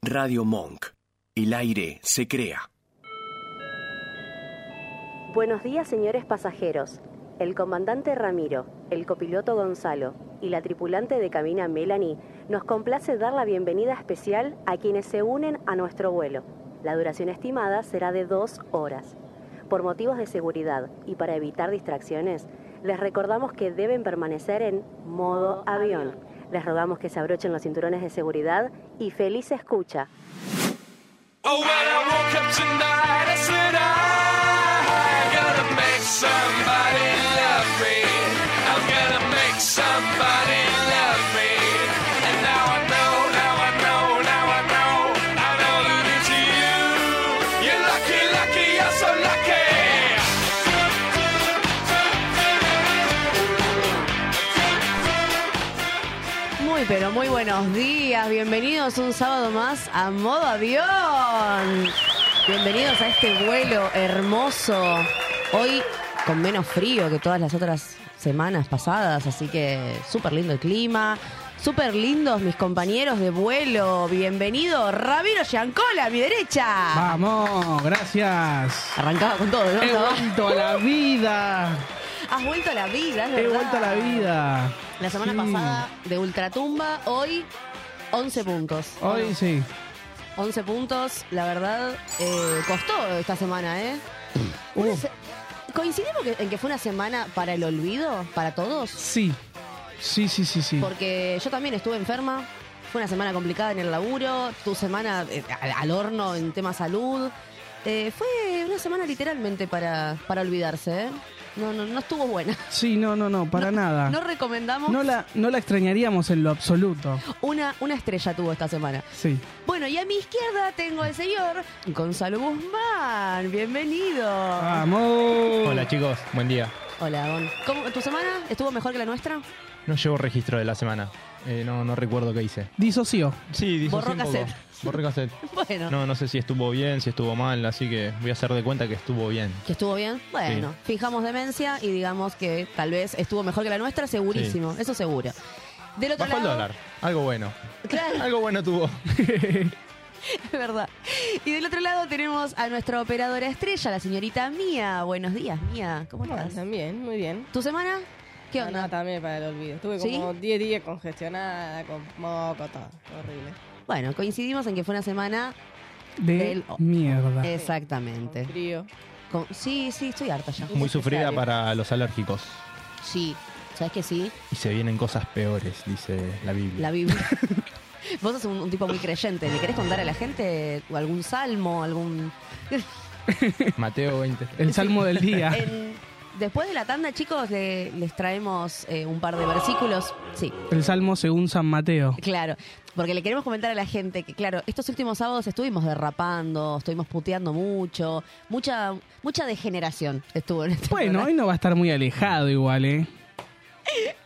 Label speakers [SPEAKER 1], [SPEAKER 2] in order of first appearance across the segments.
[SPEAKER 1] Radio Monk. El aire se crea.
[SPEAKER 2] Buenos días, señores pasajeros. El comandante Ramiro, el copiloto Gonzalo y la tripulante de cabina Melanie nos complace dar la bienvenida especial a quienes se unen a nuestro vuelo. La duración estimada será de dos horas. Por motivos de seguridad y para evitar distracciones, les recordamos que deben permanecer en modo avión. Les rogamos que se abrochen los cinturones de seguridad y feliz escucha.
[SPEAKER 3] Oh, when I woke up tonight, I said I gotta make somebody love me. I'm gonna make somebody love me. And now I know, now I know, now I know, I know that it's you. You're lucky, lucky, you're so lucky.
[SPEAKER 4] Muy, pero muy buenos días. Bienvenidos un sábado más a modo avión. Bienvenidos a este vuelo hermoso. Hoy con menos frío que todas las otras semanas pasadas, así que súper lindo el clima. Súper lindos mis compañeros de vuelo. Bienvenido, Ramiro Giancola, a mi derecha.
[SPEAKER 5] Vamos, gracias.
[SPEAKER 4] Arrancaba con todo, ¿no?
[SPEAKER 5] He vuelto a la vida.
[SPEAKER 4] Has vuelto a la vida, es
[SPEAKER 5] He
[SPEAKER 4] verdad.
[SPEAKER 5] vuelto a la vida.
[SPEAKER 4] La semana
[SPEAKER 5] Sí.
[SPEAKER 4] pasada de Ultratumba, hoy 11 puntos.
[SPEAKER 5] Hoy sí.
[SPEAKER 4] 11 puntos, la verdad, eh, costó esta semana, ¿eh?
[SPEAKER 5] Uh,
[SPEAKER 4] ¿Coincidimos que- en que fue una semana para el olvido, para todos?
[SPEAKER 5] sí. Sí, sí, sí, sí.
[SPEAKER 4] Porque yo también estuve enferma, fue una semana complicada en el laburo, tu semana eh, al, al horno en tema salud. Eh, fue una semana literalmente para, para olvidarse, ¿eh? No, no, no estuvo buena.
[SPEAKER 5] Sí, no, no, no, para nada.
[SPEAKER 4] No recomendamos.
[SPEAKER 5] Ah. No la, no la extrañaríamos en lo absoluto.
[SPEAKER 4] Una, una estrella tuvo esta semana.
[SPEAKER 5] Sí.
[SPEAKER 4] Bueno, y a mi izquierda tengo al señor Gonzalo Guzmán. Bienvenido.
[SPEAKER 5] Vamos.
[SPEAKER 6] Hola chicos, buen día.
[SPEAKER 4] Hola, Gon. ¿Cómo- ¿Tu semana estuvo mejor que la nuestra?
[SPEAKER 6] No llevo registro de la semana. Eh, no, no recuerdo qué hice.
[SPEAKER 5] Disoció.
[SPEAKER 6] Sí, dice
[SPEAKER 4] Borró cassette.
[SPEAKER 6] Borró cassette.
[SPEAKER 4] Bueno.
[SPEAKER 6] No, no sé si estuvo bien, si estuvo mal, así que voy a hacer de cuenta que estuvo bien.
[SPEAKER 4] ¿Que estuvo bien? Bueno,
[SPEAKER 6] Sí.
[SPEAKER 4] fijamos demencia y digamos que tal vez estuvo mejor que la nuestra, segurísimo, eso seguro. Del otro
[SPEAKER 6] Bajó el
[SPEAKER 4] lado.
[SPEAKER 6] dólar. Algo bueno.
[SPEAKER 4] Claro,
[SPEAKER 6] Algo bueno tuvo.
[SPEAKER 4] es verdad. Y del otro lado tenemos a nuestra operadora estrella, la señorita Mía. Buenos días, Mía. ¿Cómo
[SPEAKER 7] Bueno,
[SPEAKER 4] estás?
[SPEAKER 7] también, muy bien.
[SPEAKER 4] ¿Tu semana? ¿Qué
[SPEAKER 7] No,
[SPEAKER 4] onda?
[SPEAKER 7] no, también para el olvido. Estuve
[SPEAKER 4] ¿Sí?
[SPEAKER 7] como 10 días congestionada, con moco, todo. Horrible.
[SPEAKER 4] Bueno, coincidimos en que fue una semana.
[SPEAKER 5] De
[SPEAKER 4] Del- oh.
[SPEAKER 5] mierda.
[SPEAKER 4] Exactamente.
[SPEAKER 7] Con frío.
[SPEAKER 4] Con- Sí, sí, estoy harta ya.
[SPEAKER 6] Muy sufrida
[SPEAKER 7] Necesario.
[SPEAKER 6] para los alérgicos.
[SPEAKER 4] Sí, ¿sabes que sí?
[SPEAKER 6] Y se vienen cosas peores, dice la Biblia.
[SPEAKER 4] La Biblia. Vos sos un, un tipo muy creyente. ¿Le querés contar a la gente algún salmo, algún
[SPEAKER 6] Mateo 20.
[SPEAKER 5] El salmo del día.
[SPEAKER 4] En- después de la tanda, chicos, le- les traemos eh, un par de versículos. Sí,
[SPEAKER 5] El salmo según San Mateo.
[SPEAKER 4] claro. Porque le queremos comentar a la gente que, claro, estos últimos sábados estuvimos derrapando, estuvimos puteando mucho, mucha mucha degeneración estuvo en este
[SPEAKER 5] Bueno,
[SPEAKER 4] programa.
[SPEAKER 5] hoy no va a estar muy alejado igual, ¿eh?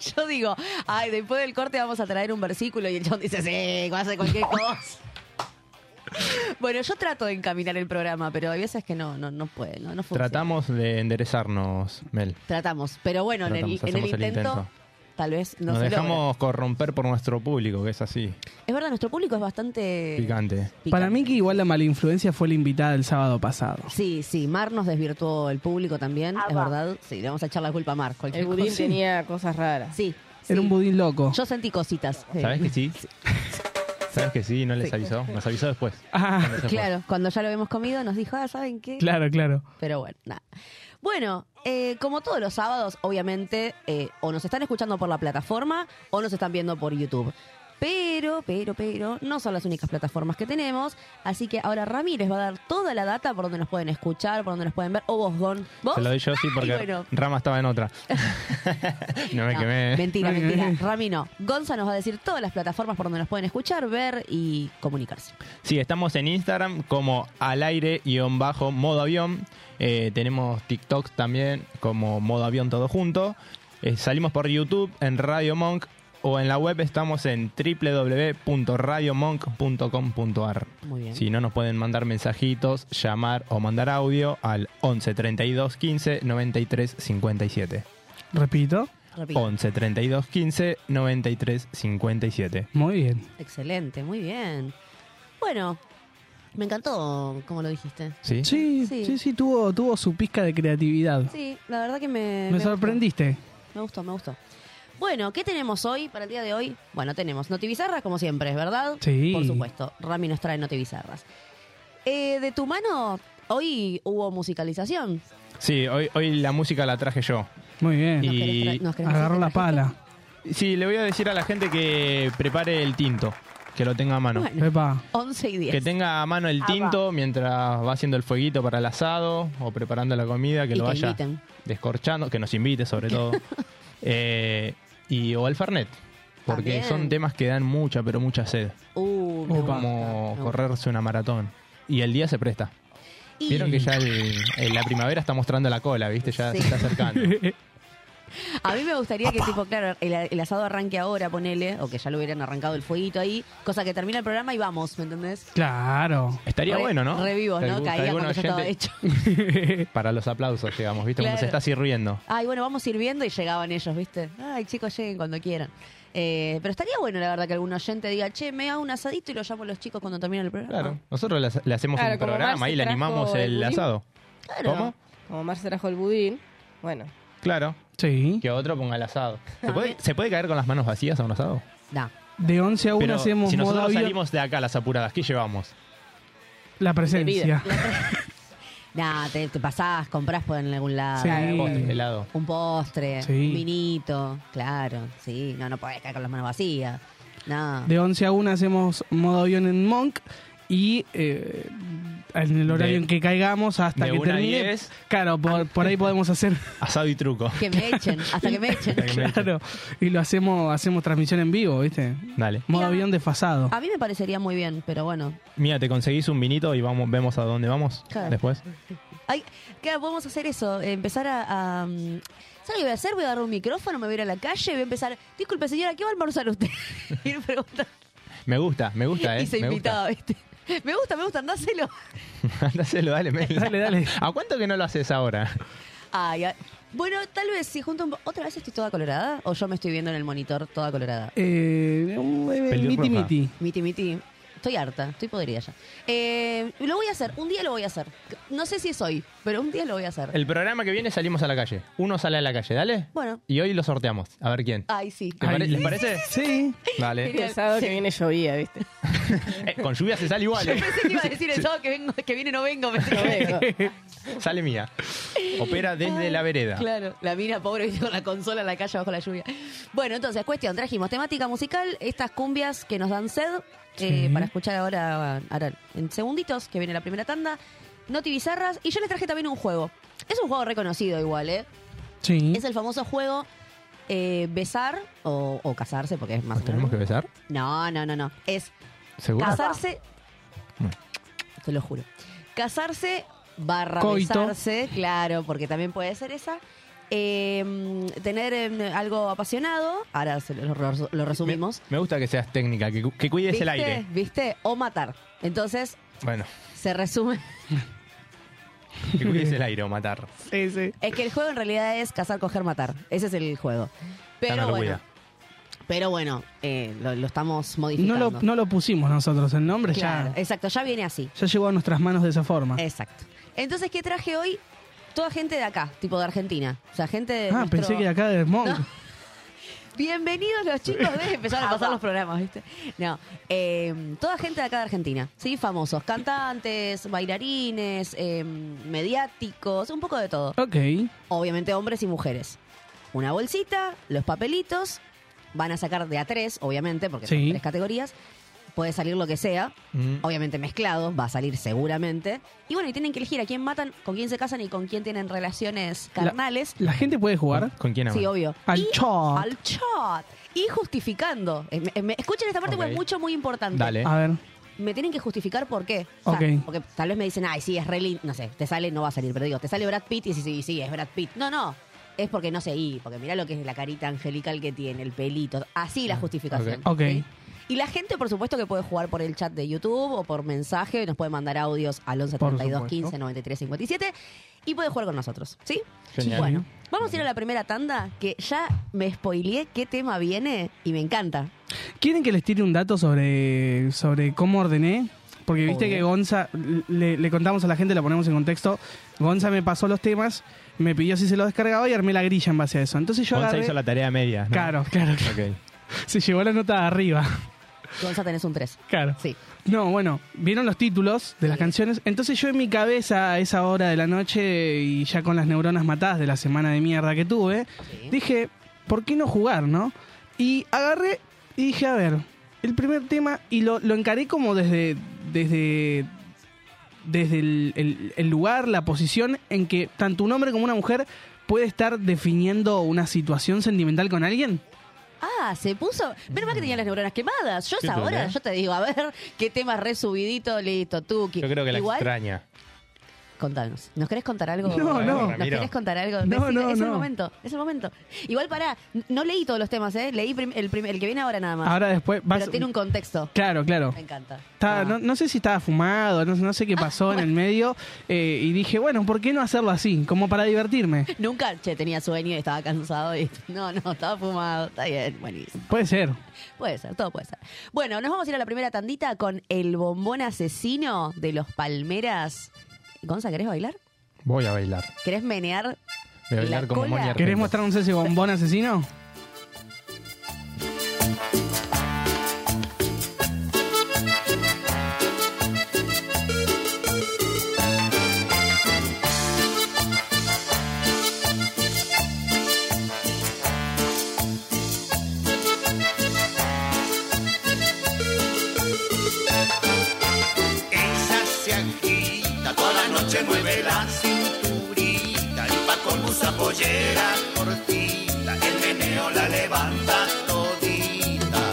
[SPEAKER 4] Yo digo, ay, después del corte vamos a traer un versículo y el chon dice, sí, vas a hacer cualquier cosa. Bueno, yo trato de encaminar el programa, pero hay veces que no, no, no puede, no, no funciona.
[SPEAKER 6] Tratamos de enderezarnos, Mel.
[SPEAKER 4] Tratamos, pero bueno, en el-
[SPEAKER 6] Tratamos,
[SPEAKER 4] en el,
[SPEAKER 6] hacemos el
[SPEAKER 4] intento,
[SPEAKER 6] intento.
[SPEAKER 4] tal vez no
[SPEAKER 6] Nos
[SPEAKER 4] se logra.
[SPEAKER 6] dejamos corromper por nuestro público, que es así,
[SPEAKER 4] Es verdad, nuestro público es bastante...
[SPEAKER 6] picante.
[SPEAKER 4] picante.
[SPEAKER 5] Para mí que igual la mala influencia fue la invitada del sábado pasado.
[SPEAKER 4] Sí, sí, Mar nos desvirtuó el público también, es verdad. Sí, le vamos a echar la culpa a Mar. cualquier
[SPEAKER 7] El budín
[SPEAKER 4] cosa.
[SPEAKER 7] tenía cosas raras.
[SPEAKER 4] Sí. sí.
[SPEAKER 5] Era un budín loco.
[SPEAKER 4] Yo sentí cositas. sí.
[SPEAKER 6] ¿Sabes que sí? ¿Sabes que sí? No les avisó. Nos avisó después.
[SPEAKER 5] Ah,
[SPEAKER 6] Cuando se fue.
[SPEAKER 4] Claro, cuando ya lo habíamos comido nos dijo, ah, ¿saben qué?
[SPEAKER 5] claro, claro.
[SPEAKER 4] Pero bueno, nada. Bueno, eh, como todos los sábados, obviamente, eh, o nos están escuchando por la plataforma o nos están viendo por YouTube. Pero, pero, pero, no son las únicas plataformas que tenemos. Así que ahora Ramírez va a dar toda la data por donde nos pueden escuchar, por donde nos pueden ver. O vos, Gon. ¿Vos?
[SPEAKER 6] Se lo doy yo sí
[SPEAKER 4] Ay,
[SPEAKER 6] porque
[SPEAKER 4] bueno.
[SPEAKER 6] Rama estaba en otra. no me
[SPEAKER 4] No,
[SPEAKER 6] quemé.
[SPEAKER 4] Mentira,
[SPEAKER 5] Me
[SPEAKER 4] mentira.
[SPEAKER 5] quemé.
[SPEAKER 4] Rami no. Gonza nos va a decir todas las plataformas por donde nos pueden escuchar, ver y comunicarse.
[SPEAKER 6] Sí, estamos en Instagram como al aire guión bajo modo avión. Eh, tenemos TikTok también como modo avión todo junto. Eh, salimos por YouTube en Radio Monk o en la web estamos en www.radiomonk.com.ar.
[SPEAKER 4] Muy bien.
[SPEAKER 6] Si no, nos pueden mandar mensajitos, llamar o mandar audio al 11 32 15 93 57.
[SPEAKER 5] Repito.
[SPEAKER 4] Repito.
[SPEAKER 6] 11 32 15 93 57.
[SPEAKER 5] Muy bien.
[SPEAKER 4] Excelente, muy bien. Bueno, me encantó como lo dijiste.
[SPEAKER 6] ¿Sí?
[SPEAKER 5] Sí,
[SPEAKER 4] Sí.
[SPEAKER 5] sí, sí, tuvo, tuvo su pizca de creatividad.
[SPEAKER 4] Sí, la verdad que me...
[SPEAKER 5] me,
[SPEAKER 4] me
[SPEAKER 5] sorprendiste.
[SPEAKER 4] gustó, Me gustó, me gustó. Bueno, ¿qué tenemos hoy para el día de hoy? Bueno, tenemos notibizarras como siempre, ¿verdad?
[SPEAKER 5] Sí.
[SPEAKER 4] Por supuesto, Rami nos trae notibizarras. Eh, de tu mano, hoy hubo musicalización.
[SPEAKER 6] Sí, hoy, hoy la música la traje yo.
[SPEAKER 5] Muy bien.
[SPEAKER 4] ¿Nos
[SPEAKER 6] Y-
[SPEAKER 4] querés tra- nos querés
[SPEAKER 5] Agarró
[SPEAKER 4] decir
[SPEAKER 5] la
[SPEAKER 4] qué trajiste?
[SPEAKER 5] pala.
[SPEAKER 6] Sí, le voy a decir a la gente que prepare el tinto, que lo tenga a mano.
[SPEAKER 4] Bueno,
[SPEAKER 5] Epa.
[SPEAKER 4] 11 y 10.
[SPEAKER 6] Que tenga a mano el
[SPEAKER 4] Ah,
[SPEAKER 6] tinto mientras va haciendo el fueguito para el asado o preparando la comida, que
[SPEAKER 4] Y
[SPEAKER 6] lo
[SPEAKER 4] que
[SPEAKER 6] vaya
[SPEAKER 4] inviten.
[SPEAKER 6] descorchando, que nos invite sobre todo. Eh, y o al Fernet, porque
[SPEAKER 4] También.
[SPEAKER 6] son temas que dan mucha, pero mucha sed.
[SPEAKER 4] Uh, me
[SPEAKER 6] Es
[SPEAKER 4] gusta,
[SPEAKER 6] como
[SPEAKER 4] me gusta.
[SPEAKER 6] correrse una maratón. Y el día se presta.
[SPEAKER 4] Y-
[SPEAKER 6] Vieron que ya el- en la primavera está mostrando la cola, ¿viste? Ya
[SPEAKER 4] Sí.
[SPEAKER 6] se está acercando.
[SPEAKER 4] A mí me gustaría que, tipo, claro, el, el asado arranque ahora, ponele, o que ya lo hubieran arrancado el fueguito ahí, cosa que termina el programa y vamos, ¿me entendés?
[SPEAKER 5] Claro.
[SPEAKER 6] Estaría
[SPEAKER 4] Re-
[SPEAKER 6] bueno, ¿no?
[SPEAKER 4] Revivos,
[SPEAKER 6] Que
[SPEAKER 4] ¿no?
[SPEAKER 6] algún- que
[SPEAKER 4] Caía
[SPEAKER 6] alguna
[SPEAKER 4] cuando ya estaba
[SPEAKER 6] gente-
[SPEAKER 4] hecho.
[SPEAKER 6] Para los aplausos llegamos, ¿viste? Como
[SPEAKER 4] Claro.
[SPEAKER 6] se está sirviendo.
[SPEAKER 4] Ay, bueno, vamos sirviendo y llegaban ellos, ¿viste? Ay, chicos, lleguen cuando quieran. Eh, pero estaría bueno, la verdad, que algún oyente diga, che, me hago un asadito y lo llamo a los chicos cuando termine el programa.
[SPEAKER 6] Claro. Nosotros le, hace- le hacemos
[SPEAKER 7] Claro,
[SPEAKER 6] un
[SPEAKER 7] como
[SPEAKER 6] programa
[SPEAKER 7] Marce
[SPEAKER 6] y le
[SPEAKER 7] trajo
[SPEAKER 6] animamos
[SPEAKER 7] el
[SPEAKER 6] el
[SPEAKER 7] budín.
[SPEAKER 6] asado.
[SPEAKER 4] Claro.
[SPEAKER 6] ¿Cómo?
[SPEAKER 7] Como Mar se trajo el budín. Bueno,
[SPEAKER 6] Claro.
[SPEAKER 5] Sí.
[SPEAKER 6] Que otro ponga el asado. ¿Se puede, ¿se puede caer con las manos vacías a un asado?
[SPEAKER 4] Da.
[SPEAKER 5] De 11 a 1
[SPEAKER 6] Pero
[SPEAKER 5] hacemos
[SPEAKER 6] si nosotros
[SPEAKER 5] modo avión,
[SPEAKER 6] salimos de acá a las apuradas, ¿qué llevamos?
[SPEAKER 5] la presencia.
[SPEAKER 4] Nah, te, te pasás, comprás por en algún lado.
[SPEAKER 5] Sí.
[SPEAKER 6] El
[SPEAKER 5] Eh.
[SPEAKER 6] Postre, helado.
[SPEAKER 4] Un postre,
[SPEAKER 5] Sí.
[SPEAKER 4] un vinito, claro, sí. No, no podés caer con las manos vacías. No.
[SPEAKER 5] De 11 a 1 hacemos modo avión en Monk y eh, en el horario
[SPEAKER 6] De-
[SPEAKER 5] en que caigamos hasta
[SPEAKER 6] de
[SPEAKER 5] que
[SPEAKER 6] una a
[SPEAKER 5] termine.
[SPEAKER 6] diez.
[SPEAKER 5] Claro, por, por ahí podemos hacer.
[SPEAKER 6] Asado y truco.
[SPEAKER 4] Que me echen, hasta que me echen.
[SPEAKER 5] claro. Y lo hacemos, hacemos transmisión en vivo, ¿viste?
[SPEAKER 6] Dale.
[SPEAKER 5] Modo
[SPEAKER 4] Mira.
[SPEAKER 5] avión desfasado.
[SPEAKER 4] A mí me parecería muy bien, pero bueno.
[SPEAKER 6] Mira, te conseguís un vinito y vamos, vemos a dónde vamos
[SPEAKER 4] Claro.
[SPEAKER 6] después.
[SPEAKER 4] Ay, claro, podemos hacer eso, eh, empezar a... a, mm, ¿Sabes qué voy a hacer? Voy a agarrar un micrófono, me voy a ir a la calle, voy a empezar... Disculpe señora, ¿qué va a almorzar usted? ir preguntando.
[SPEAKER 6] Me gusta, me gusta, ¿eh?
[SPEAKER 4] y se
[SPEAKER 6] me gusta.
[SPEAKER 4] invitaba, ¿viste? Me gusta, me gusta, andáselo.
[SPEAKER 6] Hacelo, dale, Mel.
[SPEAKER 5] Dale, dale.
[SPEAKER 6] ¿A cuánto que no lo haces ahora?
[SPEAKER 4] Ay, ay. Bueno, tal vez si junto un po- otra vez estoy toda colorada o yo me estoy viendo en el monitor toda colorada.
[SPEAKER 5] Eh, un- eh, miti
[SPEAKER 6] Pelirroja.
[SPEAKER 5] miti.
[SPEAKER 4] Miti, miti. Estoy harta, estoy podrida ya. Eh, lo voy a hacer, un día lo voy a hacer. No sé si es hoy, pero un día lo voy a hacer.
[SPEAKER 6] El programa que viene salimos a la calle. Uno sale a la calle, dale.
[SPEAKER 4] Bueno.
[SPEAKER 6] Y hoy lo sorteamos. A ver quién.
[SPEAKER 4] Ay, sí.
[SPEAKER 6] ¿Te pare-
[SPEAKER 5] Ay.
[SPEAKER 6] ¿Les parece? ¿Eh?
[SPEAKER 5] Sí.
[SPEAKER 6] Vale.
[SPEAKER 7] el sábado que viene llovía, ¿viste?
[SPEAKER 6] Eh, con lluvia se sale igual. eh.
[SPEAKER 4] Pensé que iba a decir el sábado que, vengo, que viene no vengo. Pensé que-
[SPEAKER 7] Lo veo.
[SPEAKER 6] Sale mía. Opera desde la vereda.
[SPEAKER 4] Claro, la mina pobre viste con la consola en la calle bajo la lluvia. Bueno, entonces, cuestión, trajimos temática musical, estas cumbias que nos dan sed, eh, para escuchar ahora, ahora en segunditos, que viene la primera tanda, Noti Bizarras, y yo les traje también un juego. Es un juego reconocido igual, ¿eh?
[SPEAKER 5] Sí.
[SPEAKER 4] Es el famoso juego eh, besar o, o casarse, porque es más...
[SPEAKER 6] ¿Nos tenemos que besar?
[SPEAKER 4] No, no, no, no. Es
[SPEAKER 6] ¿Seguro?
[SPEAKER 4] Casarse.
[SPEAKER 6] Bueno.
[SPEAKER 4] Te lo juro. Casarse barra
[SPEAKER 5] Coito.
[SPEAKER 4] besarse, claro, porque también puede ser esa. Eh, mm, tener eh, algo apasionado, ahora se lo, lo- lo
[SPEAKER 6] Me,
[SPEAKER 4] resumimos.
[SPEAKER 6] me gusta que seas técnica, que, cu- que cuides el aire.
[SPEAKER 4] ¿Viste? O matar. Entonces,
[SPEAKER 6] Bueno,
[SPEAKER 4] se resume.
[SPEAKER 6] que cuides el aire o matar.
[SPEAKER 5] Sí, sí.
[SPEAKER 4] Es que el juego en realidad es cazar, coger, matar. Ese es el juego. Pero
[SPEAKER 6] Ya no lo
[SPEAKER 4] bueno,
[SPEAKER 6] cuida.
[SPEAKER 4] pero bueno, eh, lo, lo estamos
[SPEAKER 5] No
[SPEAKER 4] modificando.
[SPEAKER 5] lo, no lo pusimos nosotros el nombre,
[SPEAKER 4] Claro,
[SPEAKER 5] ya,
[SPEAKER 4] Exacto, ya viene así.
[SPEAKER 5] ya llegó a nuestras manos de esa forma.
[SPEAKER 4] Exacto. Entonces, ¿qué traje hoy? Toda gente de acá, tipo de Argentina. O sea, gente de.
[SPEAKER 5] ah,
[SPEAKER 4] nuestro-
[SPEAKER 5] pensé que de acá de Monk.
[SPEAKER 4] No. Bienvenidos los chicos de. Empezaron a pasar los programas, ¿viste? No. eh, toda gente de acá de Argentina, ¿sí? Famosos. Cantantes, bailarines, eh, mediáticos, un poco de todo.
[SPEAKER 5] Ok.
[SPEAKER 4] Obviamente, hombres y mujeres. Una bolsita, los papelitos. Van a sacar de a tres, obviamente, porque son
[SPEAKER 5] Sí.
[SPEAKER 4] tres categorías. Puede salir lo que sea.
[SPEAKER 6] Mm.
[SPEAKER 4] Obviamente mezclado, va a salir seguramente. Y bueno, y tienen que elegir a quién matan, con quién se casan y con quién tienen relaciones carnales.
[SPEAKER 5] La gente puede jugar.
[SPEAKER 6] ¿Con quién amas?
[SPEAKER 4] Sí, obvio.
[SPEAKER 5] Al
[SPEAKER 4] Y-
[SPEAKER 5] shot.
[SPEAKER 4] Al shot. Y justificando. Eh, me- me- Escuchen esta parte porque es
[SPEAKER 6] Ok.
[SPEAKER 4] mucho, muy importante.
[SPEAKER 6] Dale.
[SPEAKER 5] A ver.
[SPEAKER 4] Me tienen que justificar por qué.
[SPEAKER 5] Ok.
[SPEAKER 4] Porque tal vez me dicen, ay, sí, es re lindo. No sé, te sale, no va a salir, pero digo, te sale Brad Pitt y sí, sí, sí, es Brad Pitt. No, no. Es porque no sé, y porque mirá lo que es la carita angelical que tiene, el pelito. Así
[SPEAKER 6] Ah,
[SPEAKER 4] la justificación.
[SPEAKER 5] Ok.
[SPEAKER 4] ¿sí? Y la gente, por supuesto, que puede jugar por el chat de YouTube o por mensaje, nos puede mandar audios al 11
[SPEAKER 5] Por
[SPEAKER 4] 32
[SPEAKER 5] supuesto.
[SPEAKER 4] 15 93 57 y puede jugar con nosotros, ¿sí?
[SPEAKER 6] Genial.
[SPEAKER 4] Bueno, vamos a ir a la primera tanda que ya me spoileé qué tema viene y me encanta.
[SPEAKER 5] ¿Quieren que les tire un dato sobre, sobre cómo ordené? Porque viste que Gonza, le, le contamos a la gente, la ponemos en contexto. Gonza me pasó los temas, me pidió si se los descargaba y armé la grilla en base a eso. Entonces yo
[SPEAKER 6] Gonza
[SPEAKER 5] agarré-
[SPEAKER 6] hizo la tarea media. ¿no?
[SPEAKER 5] Claro, claro.
[SPEAKER 6] Ok.
[SPEAKER 5] Se llevó la nota de arriba.
[SPEAKER 4] Gonza tenés un 3.
[SPEAKER 5] Claro.
[SPEAKER 4] Sí.
[SPEAKER 5] No, bueno, vieron los títulos de las canciones. Entonces yo en mi cabeza a esa hora de la noche y ya con las neuronas matadas de la semana de mierda que tuve, dije, ¿por qué no jugar, no? Y agarré y dije, a ver, el primer tema y lo, lo encaré como desde desde desde el, el- el lugar, la posición en que tanto un hombre como una mujer puede estar definiendo una situación sentimental con alguien.
[SPEAKER 4] Ah, se puso. Menos mal que tenía las neuronas quemadas. Yo
[SPEAKER 6] Sí,
[SPEAKER 4] es ahora,
[SPEAKER 5] ¿eh?
[SPEAKER 6] ¿verdad?
[SPEAKER 4] yo te digo, a ver, qué tema resubidito, listo, tú.
[SPEAKER 6] Yo creo que la
[SPEAKER 4] Igual,
[SPEAKER 6] extraña.
[SPEAKER 4] contanos. ¿Nos querés contar algo?
[SPEAKER 5] No, no.
[SPEAKER 4] ¿Nos
[SPEAKER 6] Ramiro.
[SPEAKER 4] querés contar algo?
[SPEAKER 5] No,
[SPEAKER 4] Decí-
[SPEAKER 5] no,
[SPEAKER 4] es el
[SPEAKER 5] no.
[SPEAKER 4] momento, es el momento. Igual pará, no leí todos los temas, ¿eh? Leí prim- el, prim- el que viene ahora nada más.
[SPEAKER 5] Ahora después vas-
[SPEAKER 4] Pero tiene un contexto.
[SPEAKER 5] Claro, claro.
[SPEAKER 4] Me encanta.
[SPEAKER 5] Estaba-
[SPEAKER 4] Ah.
[SPEAKER 5] no, no sé si estaba fumado, no, no sé qué pasó en el medio. eh, y dije, bueno, ¿por qué no hacerlo así? Como para divertirme.
[SPEAKER 4] Nunca, che, tenía sueño y estaba cansado y no, no, estaba fumado, está bien, buenísimo.
[SPEAKER 5] Puede ser.
[SPEAKER 4] Puede ser, todo puede ser. Bueno, nos vamos a ir a la primera tandita con el bombón asesino de los Palmeras. Gonza, ¿querés bailar?
[SPEAKER 6] Voy a bailar.
[SPEAKER 4] ¿Querés menear?
[SPEAKER 6] Voy
[SPEAKER 4] La
[SPEAKER 6] a bailar como
[SPEAKER 4] cola.
[SPEAKER 6] Moni Argento.
[SPEAKER 5] ¿Querés mostrarnos ese bombón asesino?
[SPEAKER 8] Esa se agita toda la noche, mueve la cinturita y pa' con esa pollera cortita, el meneo la levanta todita.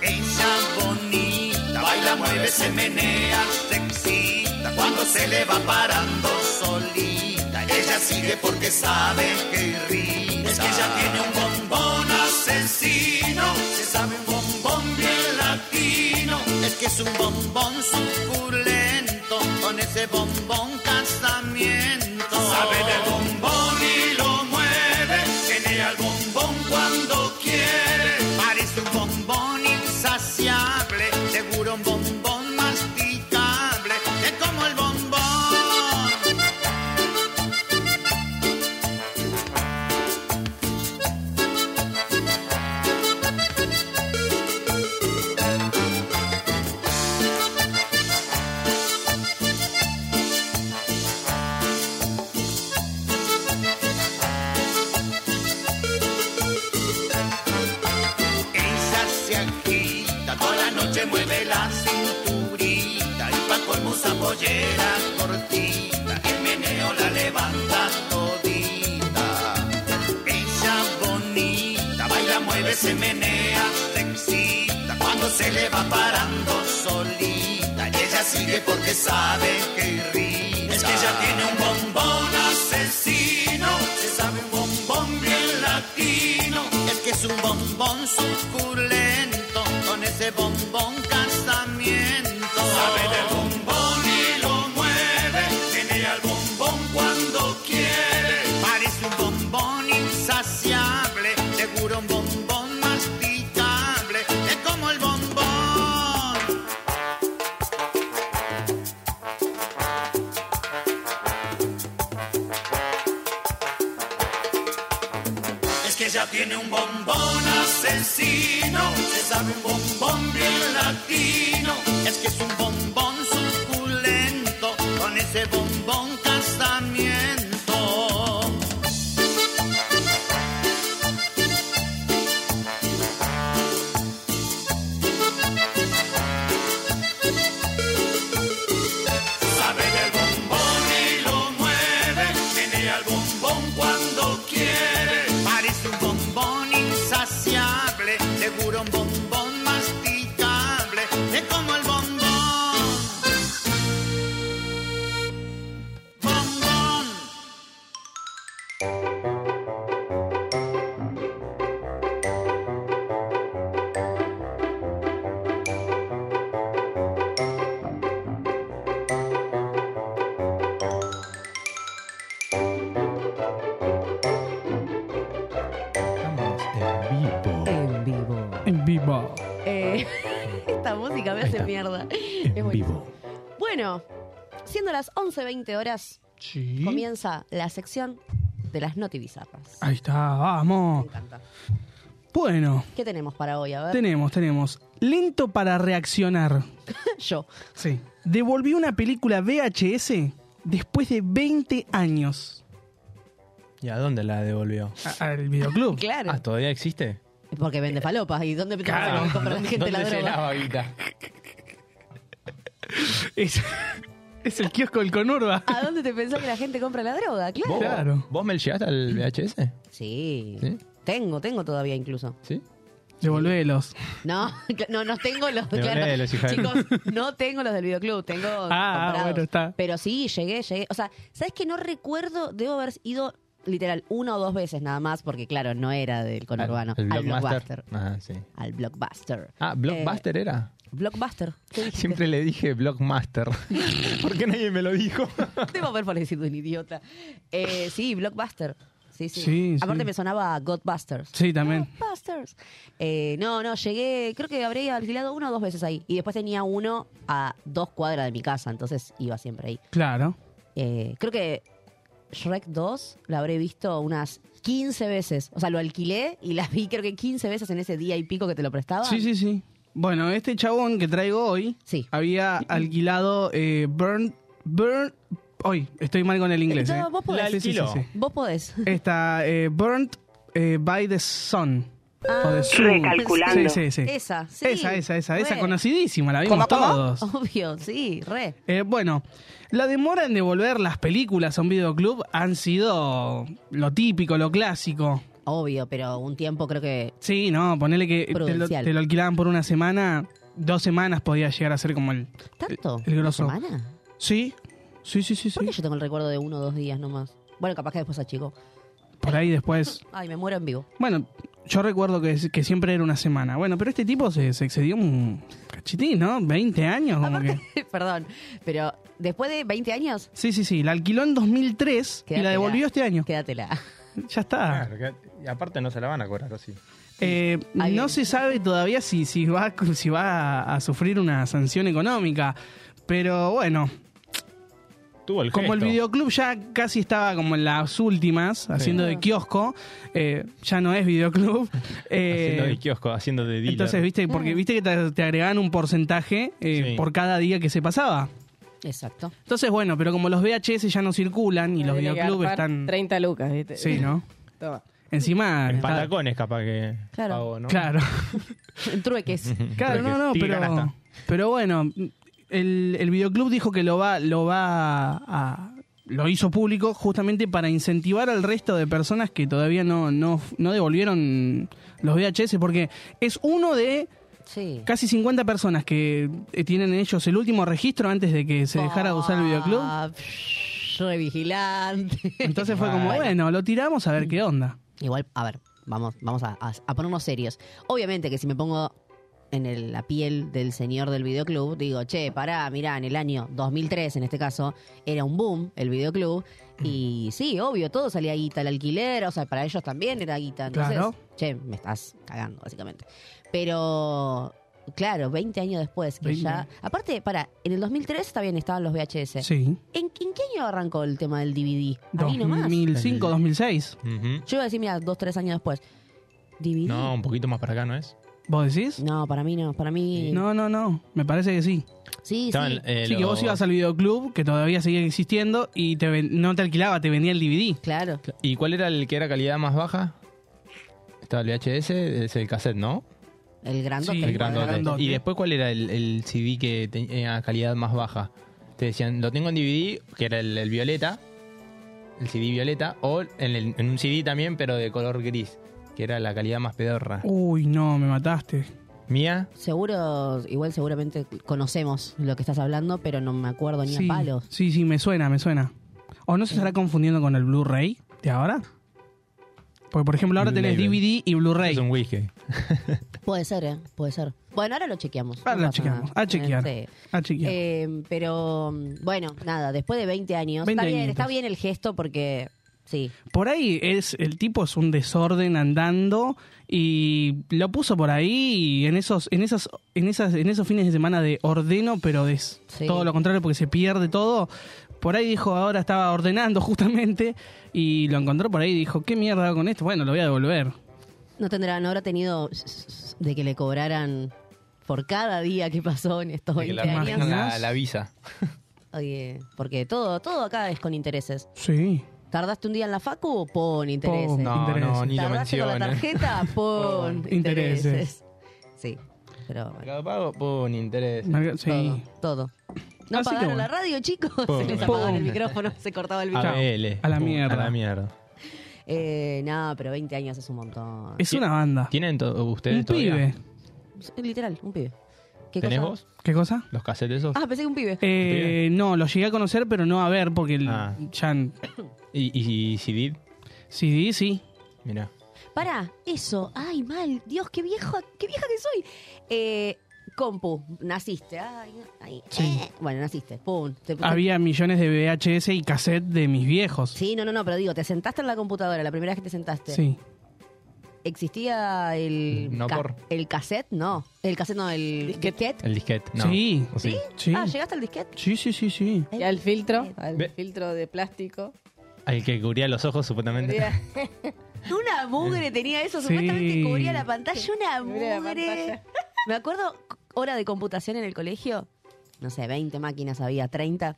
[SPEAKER 8] Ella bonita, baila, mueve, se menea, se excita, cuando se le va parando solita, ella sigue porque sabe que irrita. Es que ella tiene un bombón asesino, se sabe un bombón bien latino, es que es un bombón suculento, con ese bombón casamiento. Sabe del bombón y lo mueve, tiene al bombón cuando quiere. Parece un bombón insaciable, seguro un bombón masticable, es como el bombón. Ella se agita, toda la noche mueve la cinturita y pa' colmo esa pollera cortita, el meneo la levanta todita. Ella bonita, baila, mueve, se menea, se excita, cuando se le va parando solita, y ella sigue porque sabe que irrita. Es que ella tiene un bombón asesino, se sabe un bombón bien latino, es que es un bombón suculento, con ese bombón casamiento. Sabe del bombón y lo mueve, tiene al bombón cuando quiere. Parece un bombón insaciable, seguro un bombón masticable, es como el bombón. Es que ella tiene un bombón asesino, se sabe un bombón bien latino. Es que es un bombón suculento, con ese bombón casamiento. Sabe del bombón y lo mueve, tiene al bombón cuando quiere. Parece un bombón insaciable, seguro un bombón masticable, es como el bombón.
[SPEAKER 4] Eh, mierda. Es
[SPEAKER 6] Ah. En
[SPEAKER 4] buenísimo.
[SPEAKER 6] vivo.
[SPEAKER 4] Bueno, siendo las 11.20 horas,
[SPEAKER 5] Sí.
[SPEAKER 4] comienza la sección de las notibizarras.
[SPEAKER 5] Ahí está,
[SPEAKER 4] Me
[SPEAKER 5] vamos.
[SPEAKER 4] encanta.
[SPEAKER 5] Bueno,
[SPEAKER 4] ¿Qué tenemos para hoy? A ver,
[SPEAKER 5] tenemos, tenemos. Lento para reaccionar.
[SPEAKER 4] yo.
[SPEAKER 5] Sí. Devolví una película VHS después de 20 años.
[SPEAKER 6] ¿Y a dónde la devolvió?
[SPEAKER 5] A- Al videoclub.
[SPEAKER 4] Claro.
[SPEAKER 6] Ah, ¿todavía existe?
[SPEAKER 4] Porque vende falopas. ¿Y dónde claro. comprar la gente la
[SPEAKER 6] ¿Dónde se
[SPEAKER 4] droga?
[SPEAKER 6] lava, Vita?
[SPEAKER 5] Es, es el kiosco del Conurba.
[SPEAKER 4] ¿A dónde te pensás que la gente compra la droga? Claro.
[SPEAKER 6] ¿Vos,
[SPEAKER 5] Claro.
[SPEAKER 6] ¿Vos me llegaste al VHS?
[SPEAKER 4] Sí.
[SPEAKER 6] ¿Sí?
[SPEAKER 4] Tengo, tengo todavía incluso.
[SPEAKER 6] ¿Sí?
[SPEAKER 5] Devolvelos.
[SPEAKER 4] No, no, no tengo los.
[SPEAKER 6] Devolvé
[SPEAKER 4] claro.
[SPEAKER 6] los, hija de-
[SPEAKER 4] Chicos, no tengo los del videoclub, tengo.
[SPEAKER 5] Ah,
[SPEAKER 4] comprados.
[SPEAKER 5] bueno, está.
[SPEAKER 4] Pero sí, llegué, llegué. O sea, ¿sabes que No recuerdo, debo haber ido literal una o dos veces nada más, porque claro, no era del conurbano.
[SPEAKER 6] El
[SPEAKER 4] al
[SPEAKER 6] Blockbuster.
[SPEAKER 4] blockbuster.
[SPEAKER 6] Ah, sí.
[SPEAKER 4] Al blockbuster. Eh,
[SPEAKER 6] Ah, ¿Blockbuster era?
[SPEAKER 4] Blockbuster. ¿Qué dijiste?
[SPEAKER 6] Siempre le dije Blockmaster. ¿Por qué nadie me lo dijo?
[SPEAKER 4] Debo haber parecido un idiota. Eh, sí, Blockbuster. Sí, sí.
[SPEAKER 5] Sí,
[SPEAKER 4] Aparte
[SPEAKER 5] sí.
[SPEAKER 4] me sonaba Godbusters.
[SPEAKER 5] Sí, también.
[SPEAKER 4] Godbusters. Eh, no, no, llegué, creo que habría alquilado una o dos veces ahí. Y después tenía uno a dos cuadras de mi casa, entonces iba siempre ahí.
[SPEAKER 5] Claro.
[SPEAKER 4] Eh, creo que Shrek 2 la habré visto unas 15 veces. O sea, lo alquilé y las vi creo que 15 veces en ese día y pico que te lo prestaba.
[SPEAKER 5] Sí, sí, sí. Bueno, este chabón que traigo hoy
[SPEAKER 4] Sí.
[SPEAKER 5] había alquilado eh, Burn. Burn. Hoy, estoy mal con el inglés.
[SPEAKER 4] Ya,
[SPEAKER 5] eh.
[SPEAKER 4] vos podés. La
[SPEAKER 6] alquiló.
[SPEAKER 4] Vos podés.
[SPEAKER 5] Está eh, Burnt eh, by the Sun. o the Sun.
[SPEAKER 2] Recalculando.
[SPEAKER 5] Sí, sí, sí.
[SPEAKER 4] Ah, Esa, sí.
[SPEAKER 5] Esa, esa, esa, esa
[SPEAKER 4] Re.
[SPEAKER 5] conocidísima, la vimos todos.
[SPEAKER 4] Obvio, sí, re.
[SPEAKER 5] Eh, bueno, la demora en devolver las películas a un videoclub han sido lo típico, lo clásico.
[SPEAKER 4] Obvio, pero un tiempo creo que.
[SPEAKER 5] Sí, no, ponele que te lo,
[SPEAKER 4] Prudencial.
[SPEAKER 5] te lo alquilaban por una semana, dos semanas podía llegar a ser como el...
[SPEAKER 4] ¿Tanto?
[SPEAKER 5] El grosso.
[SPEAKER 4] ¿Una semana?
[SPEAKER 5] Sí, sí, sí, sí, sí.
[SPEAKER 4] ¿Por qué yo tengo el recuerdo de uno o dos días nomás? Bueno, capaz que después achicó.
[SPEAKER 5] Por ahí después...
[SPEAKER 4] Ay, me muero en vivo.
[SPEAKER 5] Bueno, yo recuerdo que, que siempre era una semana. Bueno, pero este tipo se, se excedió un cachitín, ¿no? 20 años como que...
[SPEAKER 4] Perdón, pero después de 20 años,
[SPEAKER 5] Sí, sí, sí, la alquiló en 2003 y
[SPEAKER 4] Quédatela.
[SPEAKER 5] la devolvió este año.
[SPEAKER 4] quédatela.
[SPEAKER 5] Ya está.
[SPEAKER 6] Claro, que- y aparte no se la van a cobrar, ¿o sí?
[SPEAKER 5] Eh,
[SPEAKER 4] Ahí
[SPEAKER 5] no
[SPEAKER 4] viene.
[SPEAKER 5] se sabe todavía si, si va, a- si va a, a sufrir una sanción económica, pero bueno,
[SPEAKER 6] Tuvo el
[SPEAKER 5] como el
[SPEAKER 6] gesto.
[SPEAKER 5] videoclub ya casi estaba como en las últimas, haciendo de kiosco, eh, ya no es videoclub. eh,
[SPEAKER 6] Haciendo de kiosco, haciendo de dealer.
[SPEAKER 5] entonces, viste, porque viste que te, te agregaban un porcentaje eh,
[SPEAKER 6] Sí.
[SPEAKER 5] por cada día que se pasaba.
[SPEAKER 4] Exacto.
[SPEAKER 5] Entonces, bueno, pero como los VHS ya no circulan y los
[SPEAKER 7] Tiene que
[SPEAKER 5] videoclubes
[SPEAKER 7] garpar
[SPEAKER 5] están...
[SPEAKER 7] 30 lucas, ¿viste?
[SPEAKER 5] Sí, ¿no?
[SPEAKER 7] Toma.
[SPEAKER 4] Ah.
[SPEAKER 5] Encima...
[SPEAKER 6] En patacones capaz que
[SPEAKER 4] Claro.
[SPEAKER 6] pagó, ¿no?
[SPEAKER 5] Claro.
[SPEAKER 4] En trueques.
[SPEAKER 5] Claro,
[SPEAKER 6] Creo que
[SPEAKER 5] no, no,
[SPEAKER 6] Tigran
[SPEAKER 5] pero,
[SPEAKER 6] hasta.
[SPEAKER 5] pero bueno, el, el videoclub dijo que lo va, lo va a, lo hizo público justamente para incentivar al resto de personas que todavía no, no, no devolvieron los VHS, porque es uno de
[SPEAKER 4] Sí.
[SPEAKER 5] casi 50 personas que eh, tienen ellos el último registro antes de que se dejara de usar el videoclub.
[SPEAKER 4] Ah, psh, Re vigilante.
[SPEAKER 5] Entonces fue como,
[SPEAKER 6] Bueno.
[SPEAKER 5] bueno, lo tiramos a ver qué onda.
[SPEAKER 4] Igual, a ver, vamos, vamos a, a- a ponernos serios. Obviamente que si me pongo en el- la piel del señor del videoclub, digo, che, pará, mirá, en el año 2003, en este caso, era un boom el videoclub.
[SPEAKER 5] Mm.
[SPEAKER 4] Y sí, obvio, todo salía guita, el alquiler, o sea, para ellos también era guita. Entonces,
[SPEAKER 5] Claro.
[SPEAKER 4] che, me estás cagando, básicamente. Pero, claro, 20 años después, que
[SPEAKER 5] 20.
[SPEAKER 4] ya... Aparte, pará, en el 2003 está bien, estaban los VHS.
[SPEAKER 5] Sí.
[SPEAKER 4] ¿En, en qué año arrancó el tema del DVD? Ahí nomás.
[SPEAKER 5] 2005, 2006.
[SPEAKER 6] Ujú.
[SPEAKER 4] Yo iba a decir, mira, dos, tres años después. ¿DVD?
[SPEAKER 6] No, un poquito más para acá, ¿no es?
[SPEAKER 5] ¿Vos decís?
[SPEAKER 4] No, para mí no, para mí.
[SPEAKER 5] No, no, no. Me parece que sí.
[SPEAKER 4] Sí,
[SPEAKER 6] Estaban,
[SPEAKER 4] sí.
[SPEAKER 6] eh,
[SPEAKER 5] Sí, que
[SPEAKER 6] los-
[SPEAKER 5] vos ibas al videoclub, que todavía seguía existiendo, y te ven- no te alquilaba, te vendía el DVD.
[SPEAKER 4] Claro.
[SPEAKER 6] ¿Y cuál era el que era calidad más baja? Estaba el VHS, es el cassette, ¿no?
[SPEAKER 4] El grandote.
[SPEAKER 5] Sí,
[SPEAKER 6] El
[SPEAKER 5] El
[SPEAKER 6] grandote.
[SPEAKER 5] grandote.
[SPEAKER 6] ¿Y después cuál era el, el CD que tenía calidad más baja? Te decían, lo tengo en DVD, que era el, el violeta, el CD violeta, o en, el- en un CD también, pero de color gris, que era la calidad más pedorra.
[SPEAKER 5] Uy, no, me mataste.
[SPEAKER 6] Mía,
[SPEAKER 4] Seguro, igual seguramente conocemos lo que estás hablando, pero no me acuerdo ni
[SPEAKER 5] Sí,
[SPEAKER 4] a palos.
[SPEAKER 5] sí, sí, me suena, me suena. ¿O no se estará confundiendo con el Blu-ray de ahora? Porque, por ejemplo, ahora
[SPEAKER 6] Blue
[SPEAKER 5] tenés
[SPEAKER 6] Label.
[SPEAKER 5] DVD y
[SPEAKER 6] es
[SPEAKER 5] Blu-ray.
[SPEAKER 6] un whisky.
[SPEAKER 4] Puede ser, ¿eh? Puede ser. Bueno, ahora lo chequeamos.
[SPEAKER 5] Ahora
[SPEAKER 4] no
[SPEAKER 5] la
[SPEAKER 4] pasa
[SPEAKER 5] chequeamos.
[SPEAKER 4] nada.
[SPEAKER 5] A Ah, chequear.
[SPEAKER 4] Eh, sí.
[SPEAKER 5] A chequear.
[SPEAKER 4] Eh, pero, mm, bueno, nada, después de 20 años.
[SPEAKER 5] 20
[SPEAKER 4] está, bien,
[SPEAKER 5] añitos.
[SPEAKER 4] está bien el gesto porque Sí.
[SPEAKER 5] Por ahí es el tipo es un desorden andando y lo puso por ahí y en esos en esas en esas en esos fines de semana de ordeno, pero es
[SPEAKER 4] Sí.
[SPEAKER 5] todo lo contrario porque se pierde todo. Por ahí dijo, ahora estaba ordenando justamente y lo encontró por ahí y dijo, ¿qué mierda hago con esto? Bueno, lo voy a devolver.
[SPEAKER 4] No tendrá, no habrá tenido s- s- de que le cobraran por cada día que pasó en estos
[SPEAKER 6] Que
[SPEAKER 4] 20
[SPEAKER 6] le
[SPEAKER 4] años.
[SPEAKER 6] arrancan la,
[SPEAKER 5] años.
[SPEAKER 6] la visa.
[SPEAKER 4] Oye, porque todo, todo acá es con intereses.
[SPEAKER 5] Sí.
[SPEAKER 4] ¿Tardaste un día en la facu? Pon intereses.
[SPEAKER 5] Pon,
[SPEAKER 6] No, eh. no,
[SPEAKER 5] Oh, Intereses.
[SPEAKER 6] ni lo
[SPEAKER 4] ¿Tardaste con la
[SPEAKER 6] mencionan.
[SPEAKER 4] tarjeta? Pon intereses.
[SPEAKER 5] intereses.
[SPEAKER 4] Sí, pero bueno,
[SPEAKER 6] Mercado Pago, pon interés.
[SPEAKER 5] Marca- sí.
[SPEAKER 4] todo. todo. ¿No
[SPEAKER 5] Así que
[SPEAKER 4] apagaron
[SPEAKER 5] bueno.
[SPEAKER 4] la radio, chicos?
[SPEAKER 6] Pon.
[SPEAKER 4] Se les apagaron el
[SPEAKER 5] Pon.
[SPEAKER 4] micrófono, se cortaba el micrófono.
[SPEAKER 6] ABL.
[SPEAKER 5] A la
[SPEAKER 6] Pum,
[SPEAKER 5] mierda.
[SPEAKER 6] Uh, A la mierda.
[SPEAKER 4] Eh, no, pero 20 años es un montón.
[SPEAKER 5] Es una banda.
[SPEAKER 6] ¿Tienen to- ustedes
[SPEAKER 5] Un
[SPEAKER 6] todavía?
[SPEAKER 5] pibe.
[SPEAKER 4] Literal, un pibe. ¿Qué
[SPEAKER 6] ¿Tenés
[SPEAKER 4] cosa?
[SPEAKER 6] vos?
[SPEAKER 5] ¿Qué cosa?
[SPEAKER 6] ¿Los cassettes esos?
[SPEAKER 4] Ah, pensé que un pibe.
[SPEAKER 5] Eh, no, lo llegué a conocer, pero no a ver, porque el,
[SPEAKER 6] Ah.
[SPEAKER 5] ya en-
[SPEAKER 6] ¿Y, y, y CD?
[SPEAKER 5] CD sí.
[SPEAKER 6] Mirá.
[SPEAKER 4] Pará, eso. Ay, mal. Dios, qué vieja, qué vieja que soy. Eh, compu, naciste. Ay, ay, eh. Bueno, naciste. Pum. Te-
[SPEAKER 6] Ah,
[SPEAKER 5] Había millones de VHS y cassette de mis viejos.
[SPEAKER 4] Sí, no, no, no, pero digo, te sentaste en la computadora, la primera vez que te sentaste.
[SPEAKER 5] Sí.
[SPEAKER 4] ¿Existía el,
[SPEAKER 6] Mm, No
[SPEAKER 4] ca-
[SPEAKER 6] por.
[SPEAKER 4] el cassette? No. El cassette no, el disquete.
[SPEAKER 6] El disquete. No.
[SPEAKER 5] Sí.
[SPEAKER 6] ¿O sí?
[SPEAKER 5] Sí.
[SPEAKER 4] Ah, ¿llegaste al disquete?
[SPEAKER 5] sí, sí, sí, sí.
[SPEAKER 7] Y al filtro, al
[SPEAKER 6] Ve-
[SPEAKER 7] filtro de plástico.
[SPEAKER 6] Al que cubría los ojos, supuestamente.
[SPEAKER 7] Mirá,
[SPEAKER 4] Una mugre tenía eso,
[SPEAKER 5] Sí.
[SPEAKER 4] supuestamente cubría la pantalla, una
[SPEAKER 7] Cubría la
[SPEAKER 4] mugre.
[SPEAKER 7] pantalla.
[SPEAKER 4] Me acuerdo, c- hora de computación en el colegio, no sé, 20 máquinas había, 30,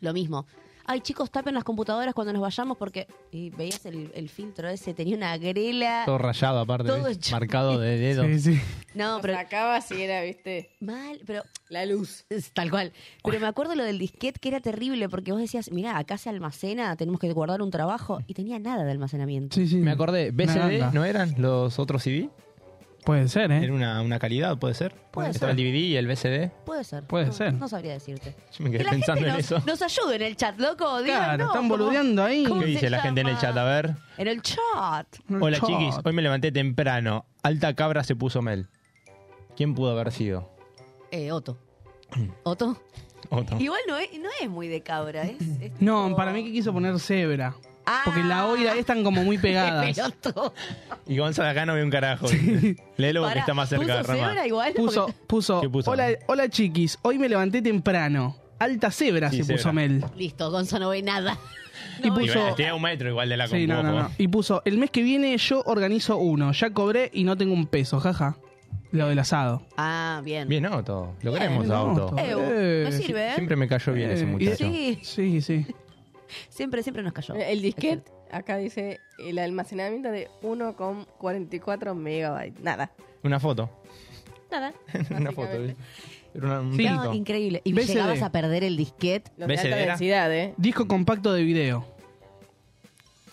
[SPEAKER 4] lo mismo. Ay, chicos, tapen las computadoras cuando nos vayamos porque y veías el, el filtro ese, tenía una grela.
[SPEAKER 6] Todo rayado, aparte.
[SPEAKER 4] Todo
[SPEAKER 6] ¿ves?
[SPEAKER 4] hecho-
[SPEAKER 6] Marcado de dedo.
[SPEAKER 5] Sí, sí.
[SPEAKER 4] No,
[SPEAKER 7] lo
[SPEAKER 4] pero
[SPEAKER 7] sacabas y era, viste,
[SPEAKER 4] mal, pero
[SPEAKER 7] la luz.
[SPEAKER 4] Es Tal cual. Pero me acuerdo lo del disquete que era terrible porque vos decías, mira, acá se almacena, tenemos que guardar un trabajo y tenía nada de almacenamiento.
[SPEAKER 5] Sí, sí.
[SPEAKER 6] Me acordé, BCD
[SPEAKER 5] Una
[SPEAKER 6] no eran los otros CD?
[SPEAKER 5] Puede ser,
[SPEAKER 6] Era
[SPEAKER 5] ¿eh?
[SPEAKER 6] una, una calidad, puede ser.
[SPEAKER 4] Puede
[SPEAKER 6] Estaba
[SPEAKER 4] ser.
[SPEAKER 6] el DVD y el BCD.
[SPEAKER 4] Puede ser.
[SPEAKER 5] Puede
[SPEAKER 4] no,
[SPEAKER 5] ser.
[SPEAKER 4] No sabría decirte.
[SPEAKER 6] Yo me quedé
[SPEAKER 4] que la
[SPEAKER 6] pensando
[SPEAKER 4] gente
[SPEAKER 6] en
[SPEAKER 4] nos,
[SPEAKER 6] eso.
[SPEAKER 4] nos ayude en el chat, loco. Digan,
[SPEAKER 5] Claro,
[SPEAKER 4] no,
[SPEAKER 5] están
[SPEAKER 4] ¿cómo-
[SPEAKER 5] boludeando ahí.
[SPEAKER 4] cómo
[SPEAKER 6] ¿Qué
[SPEAKER 4] se
[SPEAKER 6] dice la gente en el
[SPEAKER 4] llama?
[SPEAKER 6] chat? A ver.
[SPEAKER 4] En el chat.
[SPEAKER 5] El
[SPEAKER 6] Hola
[SPEAKER 5] shot.
[SPEAKER 6] chiquis, hoy me levanté temprano. Alta cabra se puso Mel. ¿Quién pudo haber sido?
[SPEAKER 4] Eh, Otto. ¿Otto?
[SPEAKER 6] Otro.
[SPEAKER 4] Igual no es, no es muy de cabra. Es, es
[SPEAKER 5] No,
[SPEAKER 4] tipo-
[SPEAKER 5] para mí que quiso poner cebra.
[SPEAKER 4] Ah.
[SPEAKER 5] Porque la O y la E están como muy pegadas.
[SPEAKER 4] Pelotudo.
[SPEAKER 6] Y Gonzalo acá no ve un carajo. dice. Léelo porque
[SPEAKER 4] Pará,
[SPEAKER 6] está más cerca de
[SPEAKER 4] ¿puso cebra
[SPEAKER 6] Rama.
[SPEAKER 4] igual?
[SPEAKER 5] Puso,
[SPEAKER 4] Porque-
[SPEAKER 5] puso,
[SPEAKER 6] ¿Qué puso?
[SPEAKER 5] Hola, hola chiquis, hoy me levanté temprano. Alta cebra
[SPEAKER 6] Sí,
[SPEAKER 5] se
[SPEAKER 6] cebra.
[SPEAKER 5] puso Mel.
[SPEAKER 4] Listo, Gonzo no ve nada.
[SPEAKER 5] Y
[SPEAKER 4] No ve
[SPEAKER 6] Y
[SPEAKER 5] puso-
[SPEAKER 6] bueno, tenía un metro igual de la
[SPEAKER 5] Sí, no,
[SPEAKER 6] compu,
[SPEAKER 5] no,
[SPEAKER 6] ojo.
[SPEAKER 5] no. Y puso, el mes que viene yo organizo uno, ya cobré y no tengo un peso, jaja. Lo del asado.
[SPEAKER 4] Ah, bien.
[SPEAKER 6] Bien, Otto. Lo
[SPEAKER 4] Bien,
[SPEAKER 6] queremos, a
[SPEAKER 5] Otto.
[SPEAKER 6] Otto.
[SPEAKER 4] Eh, me
[SPEAKER 5] Eh,
[SPEAKER 4] sirve, ¿eh?
[SPEAKER 6] Siempre me cayó bien ese
[SPEAKER 5] Eh, y-
[SPEAKER 6] muchacho.
[SPEAKER 4] Sí,
[SPEAKER 5] Sí, sí.
[SPEAKER 4] siempre, siempre nos cayó.
[SPEAKER 7] El disquete, acá dice el almacenamiento de 1,44 megabytes. Nada.
[SPEAKER 6] Una foto.
[SPEAKER 7] Nada.
[SPEAKER 6] una foto. ¿eh? Era una- un
[SPEAKER 5] Sí.
[SPEAKER 6] disco.
[SPEAKER 4] No, increíble. Y
[SPEAKER 5] BCD.
[SPEAKER 4] llegabas a perder el disquete.
[SPEAKER 7] Los de
[SPEAKER 6] ¿Ves,
[SPEAKER 7] alta
[SPEAKER 6] Edera?
[SPEAKER 7] densidad, ¿eh?
[SPEAKER 5] Disco compacto de video.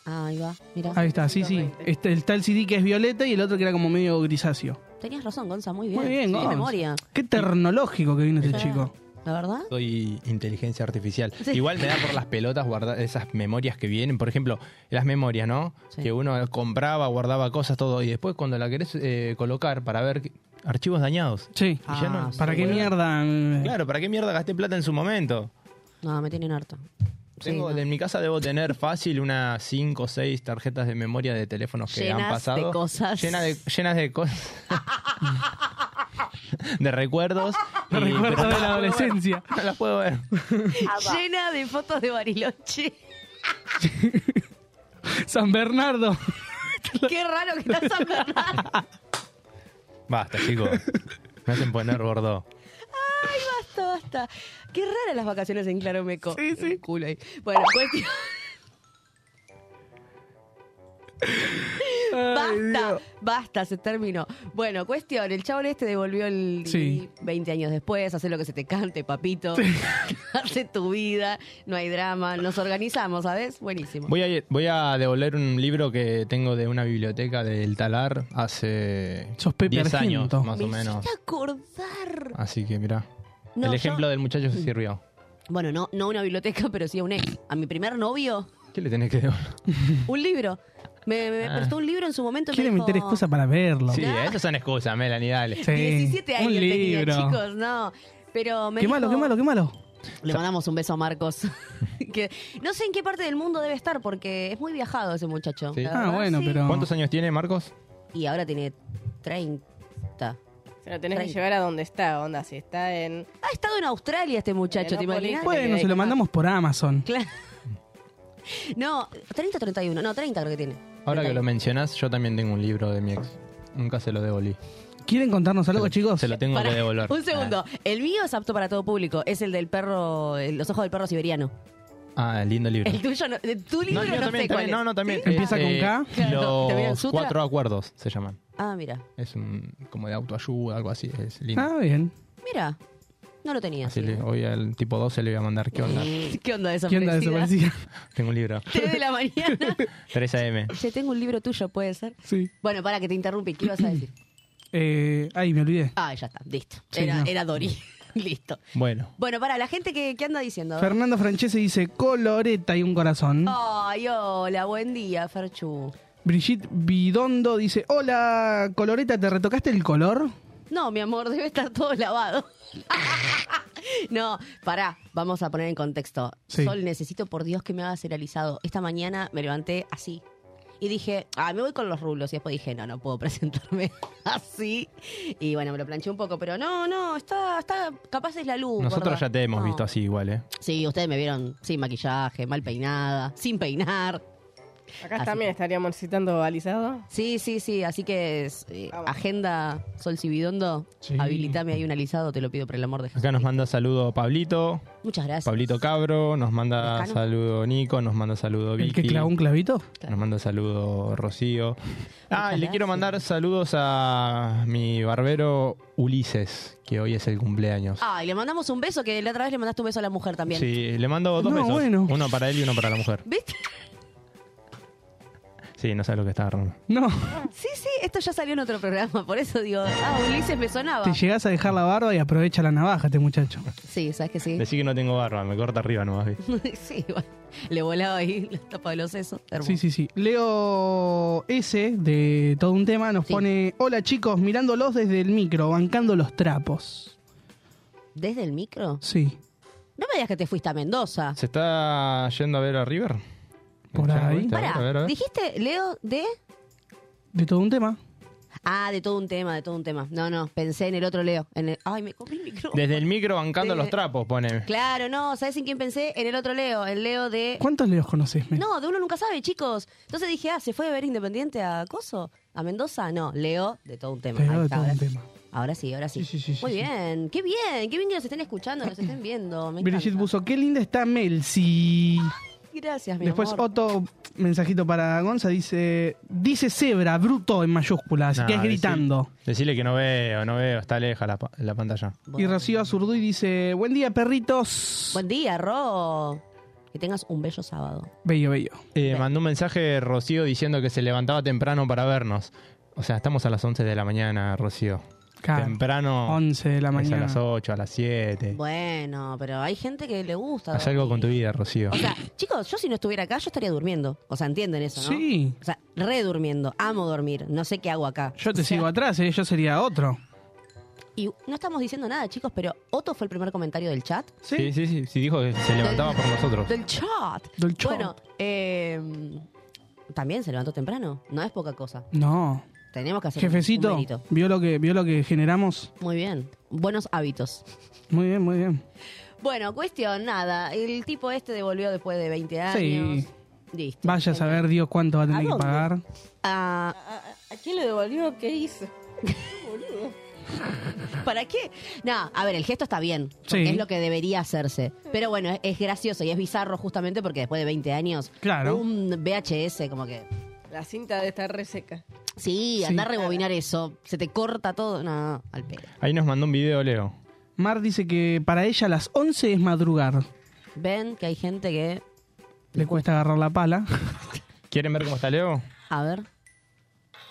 [SPEAKER 4] Ahí va, mira.
[SPEAKER 5] Ahí está, sí, sí. Este, está el CD que es violeta y el otro que era como medio grisáceo.
[SPEAKER 4] Tenías razón, Gonza, muy bien.
[SPEAKER 5] Muy bien,
[SPEAKER 4] Qué
[SPEAKER 5] Gonz.
[SPEAKER 4] memoria.
[SPEAKER 5] Qué tecnológico que vino este
[SPEAKER 4] Ya.
[SPEAKER 5] chico.
[SPEAKER 4] La verdad.
[SPEAKER 6] Soy inteligencia artificial. Igual me da por las pelotas guardar esas memorias que vienen. Por ejemplo, las memorias, ¿no?
[SPEAKER 4] Sí.
[SPEAKER 6] Que uno compraba, guardaba cosas, todo. Y después cuando la querés eh, colocar para ver qué- archivos dañados.
[SPEAKER 5] Sí.
[SPEAKER 6] Y ya no-
[SPEAKER 4] Ah,
[SPEAKER 5] ¿Para qué mierda? eh?
[SPEAKER 6] Claro, ¿para qué mierda gasté plata en su momento?
[SPEAKER 4] No, me tienen harto. Sí,
[SPEAKER 6] Tengo,
[SPEAKER 4] no.
[SPEAKER 6] En mi casa debo tener fácil unas 5 o 6 tarjetas de memoria de teléfonos que
[SPEAKER 4] Llenas
[SPEAKER 6] han
[SPEAKER 4] de
[SPEAKER 6] pasado.
[SPEAKER 4] cosas.
[SPEAKER 6] Llenas de, llenas de cosas. de recuerdos.
[SPEAKER 5] Los
[SPEAKER 6] Y-
[SPEAKER 5] recuerdos
[SPEAKER 6] pero
[SPEAKER 5] de la
[SPEAKER 6] no las puedo ver.
[SPEAKER 5] adolescencia.
[SPEAKER 6] No las puedo ver.
[SPEAKER 4] Llena de fotos de Bariloche.
[SPEAKER 5] San Bernardo.
[SPEAKER 4] Qué raro que estás San Bernardo.
[SPEAKER 6] Basta, chicos. Me hacen poner gordo.
[SPEAKER 4] Basta, basta. Qué raras las vacaciones en Claro Meco. Sí, sí. Culo ahí. Bueno, cuestión. Basta, basta, se terminó. Bueno, cuestión, el chabón este devolvió el
[SPEAKER 5] Sí.
[SPEAKER 4] DVD 20 años después, hace lo que se te cante, papito. hace tu vida, no hay drama, nos organizamos, ¿sabes? Buenísimo.
[SPEAKER 6] Voy a, voy a devolver un libro que tengo de una biblioteca del Talar hace
[SPEAKER 5] Sos Pepe
[SPEAKER 6] 10 años,
[SPEAKER 5] Argento.
[SPEAKER 6] más
[SPEAKER 4] Me
[SPEAKER 6] o menos.
[SPEAKER 4] hiciste acordar.
[SPEAKER 6] Así que mirá.
[SPEAKER 4] No,
[SPEAKER 6] el
[SPEAKER 4] yo-
[SPEAKER 6] ejemplo del muchacho se sirvió.
[SPEAKER 4] Bueno, no, no una biblioteca, pero sí a un ex. A mi primer novio,
[SPEAKER 6] ¿Qué le tenés que devolver?
[SPEAKER 4] un libro. Me, me- me
[SPEAKER 6] Ah.
[SPEAKER 4] prestó un libro en su momento. y me
[SPEAKER 5] Quiere
[SPEAKER 4] dijo,
[SPEAKER 5] meter excusas para verlo.
[SPEAKER 6] Sí, esas son excusas, Melanie, dale.
[SPEAKER 5] Sí.
[SPEAKER 4] 17 años
[SPEAKER 5] Un
[SPEAKER 4] tenía,
[SPEAKER 5] libro.
[SPEAKER 4] chicos, no. Pero me
[SPEAKER 5] Qué
[SPEAKER 4] dijo-
[SPEAKER 5] malo, qué malo, qué malo.
[SPEAKER 4] Le mandamos un beso a Marcos. que no sé en qué parte del mundo debe estar porque es muy viajado ese muchacho.
[SPEAKER 6] Sí.
[SPEAKER 4] la
[SPEAKER 5] Ah,
[SPEAKER 4] verdad,
[SPEAKER 5] bueno,
[SPEAKER 4] sí.
[SPEAKER 5] pero.
[SPEAKER 6] ¿Cuántos años tiene Marcos?
[SPEAKER 4] Y ahora tiene 30.
[SPEAKER 7] Se lo tenés que
[SPEAKER 4] Treinta.
[SPEAKER 7] llevar a donde está, onda. Si está en.
[SPEAKER 4] Ha estado en Australia este muchacho, ¿te
[SPEAKER 7] Verópolis.
[SPEAKER 4] imaginas?
[SPEAKER 5] Bueno, se lo mandamos por Amazon.
[SPEAKER 4] Claro. No, 30 o 31, no, 30 creo que tiene.
[SPEAKER 6] Ahora que lo
[SPEAKER 4] 30.
[SPEAKER 6] mencionás, yo también tengo un libro de mi ex. Nunca se lo devolví.
[SPEAKER 5] ¿Quieren contarnos algo, chicos?
[SPEAKER 6] Se lo tengo
[SPEAKER 4] Pará,
[SPEAKER 6] que devolver.
[SPEAKER 4] Un segundo,
[SPEAKER 6] Ah.
[SPEAKER 4] el mío es apto para todo público, es el del perro, el- los ojos del perro siberiano.
[SPEAKER 6] Ah, lindo libro.
[SPEAKER 4] El tuyo, no, de tu libro
[SPEAKER 6] el
[SPEAKER 4] no,
[SPEAKER 6] mío
[SPEAKER 4] sé
[SPEAKER 6] también,
[SPEAKER 4] cuál
[SPEAKER 6] también,
[SPEAKER 4] es.
[SPEAKER 6] no, no, también.
[SPEAKER 5] ¿Sí? Empieza con
[SPEAKER 6] eh,
[SPEAKER 5] K.
[SPEAKER 4] Claro, ¿te
[SPEAKER 6] Los
[SPEAKER 4] vienen sutra?
[SPEAKER 6] cuatro acuerdos se llaman.
[SPEAKER 4] Ah, mira,
[SPEAKER 6] Es un, como de autoayuda, algo así. Es lindo.
[SPEAKER 5] Ah, bien.
[SPEAKER 4] mira, no lo tenía.
[SPEAKER 6] Así
[SPEAKER 4] sí.
[SPEAKER 6] le- hoy al tipo 12 le voy a mandar. ¿Qué onda?
[SPEAKER 4] ¿Qué onda de esa
[SPEAKER 5] ¿Qué onda de desaparecida?
[SPEAKER 6] Tengo un libro.
[SPEAKER 4] 3 de la mañana.
[SPEAKER 6] 3 AM.
[SPEAKER 4] Che, tengo un libro tuyo, ¿puede ser?
[SPEAKER 5] Sí.
[SPEAKER 4] Bueno, para que te interrumpí, ¿qué ibas a decir?
[SPEAKER 5] Eh, ay, me olvidé.
[SPEAKER 4] Ah, ya está, listo.
[SPEAKER 5] Sí,
[SPEAKER 4] Era,
[SPEAKER 5] no.
[SPEAKER 4] era Dori, listo.
[SPEAKER 6] Bueno.
[SPEAKER 4] Bueno, para la gente que, que anda diciendo. a ver.
[SPEAKER 5] Fernando Francese dice coloreta y un corazón.
[SPEAKER 4] Oh. Ay, hola, buen día, Ferchu.
[SPEAKER 5] Brigitte Bidondo dice, hola, coloreta, ¿te retocaste el color?
[SPEAKER 4] No, mi amor, debe estar todo lavado. no, pará, vamos a poner en contexto.
[SPEAKER 5] Sí.
[SPEAKER 4] Sol, necesito por Dios que me hagas el alisado. Esta mañana me levanté así. Y dije, ah, me voy con los rulos. Y después dije, no, no puedo presentarme así. Y bueno, me lo planché un poco, pero no, no, está, está, capaz es la luz.
[SPEAKER 6] Nosotros
[SPEAKER 4] gorda.
[SPEAKER 6] ya te hemos
[SPEAKER 4] Uh, No.
[SPEAKER 6] visto así igual, ¿eh?
[SPEAKER 4] Sí, ustedes me vieron sin maquillaje, mal peinada, sin peinar.
[SPEAKER 7] Acá
[SPEAKER 4] Así
[SPEAKER 7] también
[SPEAKER 4] que-
[SPEAKER 7] estaríamos citando alisado. Ah,
[SPEAKER 4] Sí, sí, sí, así que es, eh,
[SPEAKER 7] Vamos.
[SPEAKER 4] agenda Sol Cibidondo,
[SPEAKER 6] Sí.
[SPEAKER 4] habilitame ahí un alisado, te lo pido por el amor de Jesús.
[SPEAKER 6] Acá nos manda saludo Pablito,
[SPEAKER 4] Muchas gracias.
[SPEAKER 6] Pablito Cabro, nos manda
[SPEAKER 4] Mecano.
[SPEAKER 6] saludo Nico, nos manda saludo
[SPEAKER 5] El que
[SPEAKER 6] Vicky,
[SPEAKER 5] clavó un clavito.
[SPEAKER 6] nos manda saludo Rocío. Ah, y le
[SPEAKER 4] gracias.
[SPEAKER 6] quiero mandar saludos a mi barbero Ulises, que hoy es el cumpleaños.
[SPEAKER 4] Ah, y le mandamos un beso, que la otra vez le mandaste un beso a la mujer también.
[SPEAKER 6] Sí, le mando dos
[SPEAKER 5] No,
[SPEAKER 6] besos,
[SPEAKER 5] bueno.
[SPEAKER 6] uno para él y uno para la mujer.
[SPEAKER 4] ¿Viste?
[SPEAKER 6] Sí, no sabes lo que está agarrando.
[SPEAKER 5] No,
[SPEAKER 4] Sí, sí, esto ya salió en otro programa, por eso digo, ah, Ulises me sonaba.
[SPEAKER 5] te llegas a dejar la barba y aprovecha la navaja este muchacho.
[SPEAKER 4] Sí, ¿sabes que sí?
[SPEAKER 6] Decí que no tengo barba, me corta arriba nomás. ¿viste?
[SPEAKER 4] sí, bueno, le volaba ahí la tapa de los sesos. hermoso.
[SPEAKER 5] Sí, sí, sí. Leo S, de todo un tema, nos
[SPEAKER 4] Sí.
[SPEAKER 5] pone, hola chicos, mirándolos desde el micro, bancando los trapos.
[SPEAKER 4] ¿Desde el micro?
[SPEAKER 5] Sí,
[SPEAKER 4] No me digas que te fuiste a Mendoza.
[SPEAKER 6] ¿Se está yendo a ver a River?
[SPEAKER 5] Por
[SPEAKER 6] ¿Ya?
[SPEAKER 5] ahí.
[SPEAKER 6] ¿Viste? A ver, a ver, a
[SPEAKER 4] Pará,
[SPEAKER 6] ver.
[SPEAKER 4] dijiste, Leo, de...
[SPEAKER 5] de todo un tema.
[SPEAKER 4] Ah, de todo un tema, de todo un tema. No, no, pensé en el otro Leo. En el... Ay, me comí el micro.
[SPEAKER 6] Desde el micro bancando
[SPEAKER 4] Desde-
[SPEAKER 6] los trapos, pone.
[SPEAKER 4] Claro, no, ¿sabes en quién pensé? En el otro Leo, el Leo de...
[SPEAKER 5] ¿Cuántos leos conoces? men?
[SPEAKER 4] No, de uno nunca sabe, chicos. Entonces dije, ah, ¿se fue a ver Independiente a Coso? ¿A Mendoza? No, Leo, de todo un tema.
[SPEAKER 5] Leo
[SPEAKER 4] Ahí
[SPEAKER 5] de
[SPEAKER 4] está, eh.
[SPEAKER 5] todo un
[SPEAKER 4] ahora,
[SPEAKER 5] tema.
[SPEAKER 4] Ahora sí, ahora sí.
[SPEAKER 5] Sí, sí, sí,
[SPEAKER 4] Muy
[SPEAKER 5] sí,
[SPEAKER 4] bien, qué bien, qué bien que nos estén escuchando, nos estén viendo. me
[SPEAKER 5] Brigitte
[SPEAKER 4] encanta.
[SPEAKER 5] Buzo, qué linda está Melsi.
[SPEAKER 4] Gracias, mi
[SPEAKER 5] Después
[SPEAKER 4] amor.
[SPEAKER 5] otro mensajito para Gonza dice, dice cebra, bruto en mayúscula, así
[SPEAKER 6] Nah,
[SPEAKER 5] que es gritando.
[SPEAKER 6] decí- Decirle que no veo, no veo, está leja la, pa- la pantalla.
[SPEAKER 5] Y
[SPEAKER 4] Bueno.
[SPEAKER 5] Rocío Azurduy dice, buen día perritos.
[SPEAKER 4] Buen día, Ro. Que tengas un bello sábado.
[SPEAKER 5] Bello, bello.
[SPEAKER 6] Eh, mandó un mensaje Rocío diciendo que se levantaba temprano para vernos. O sea, estamos a las 11 de la mañana, Rocío.
[SPEAKER 5] Claro.
[SPEAKER 6] temprano
[SPEAKER 5] 11 de
[SPEAKER 6] es
[SPEAKER 5] la
[SPEAKER 6] a
[SPEAKER 5] mañana.
[SPEAKER 6] las 8, a las 7.
[SPEAKER 4] Bueno, pero hay gente que le gusta.
[SPEAKER 6] Haz algo con tu vida, Rocío.
[SPEAKER 4] O sea, chicos, yo si no estuviera acá, yo estaría durmiendo. O sea, entienden eso, ¿no?
[SPEAKER 5] Sí.
[SPEAKER 4] O sea, re durmiendo. Amo dormir. No sé qué hago acá.
[SPEAKER 5] Yo te sigo atrás, ¿eh? yo sería otro.
[SPEAKER 4] Y no estamos diciendo nada, chicos, pero Otto fue el primer comentario del chat.
[SPEAKER 5] ¿Sí?
[SPEAKER 6] Sí, sí, sí, sí, dijo que se levantaba por nosotros.
[SPEAKER 4] Del chat.
[SPEAKER 5] Del chat.
[SPEAKER 4] Bueno, eh, también se levantó temprano. No es poca cosa.
[SPEAKER 5] No.
[SPEAKER 4] Tenemos que hacer un- un
[SPEAKER 5] Jefecito,
[SPEAKER 4] mérito.
[SPEAKER 5] ¿vio lo, que, ¿vio lo que generamos?
[SPEAKER 4] Muy bien. Buenos hábitos.
[SPEAKER 5] Muy bien, muy bien.
[SPEAKER 4] Bueno, cuestión, nada. El tipo este devolvió después de 20 años.
[SPEAKER 5] Sí.
[SPEAKER 4] Listo.
[SPEAKER 5] Vaya a saber Dios cuánto va a tener
[SPEAKER 4] ¿A
[SPEAKER 5] que
[SPEAKER 4] dónde?
[SPEAKER 5] pagar.
[SPEAKER 4] Ah,
[SPEAKER 7] ¿A, a quién le devolvió? ¿Qué hizo?
[SPEAKER 4] ¿Para qué? No, a ver, el gesto está bien, porque
[SPEAKER 5] Sí.
[SPEAKER 4] es lo que debería hacerse. Pero bueno, es, es gracioso y es bizarro justamente porque después de 20 años,
[SPEAKER 5] Claro.
[SPEAKER 4] un VHS como que,
[SPEAKER 7] La cinta de estar reseca.
[SPEAKER 4] sí, anda a rebobinar eso, se te corta todo, no, al pelo.
[SPEAKER 6] Ahí nos mandó un video, Leo.
[SPEAKER 5] Mar dice que para ella a las 11 es madrugar.
[SPEAKER 4] Ven que hay gente que,
[SPEAKER 5] Le cuesta agarrar la pala.
[SPEAKER 6] ¿Quieren ver cómo está Leo?
[SPEAKER 4] a ver,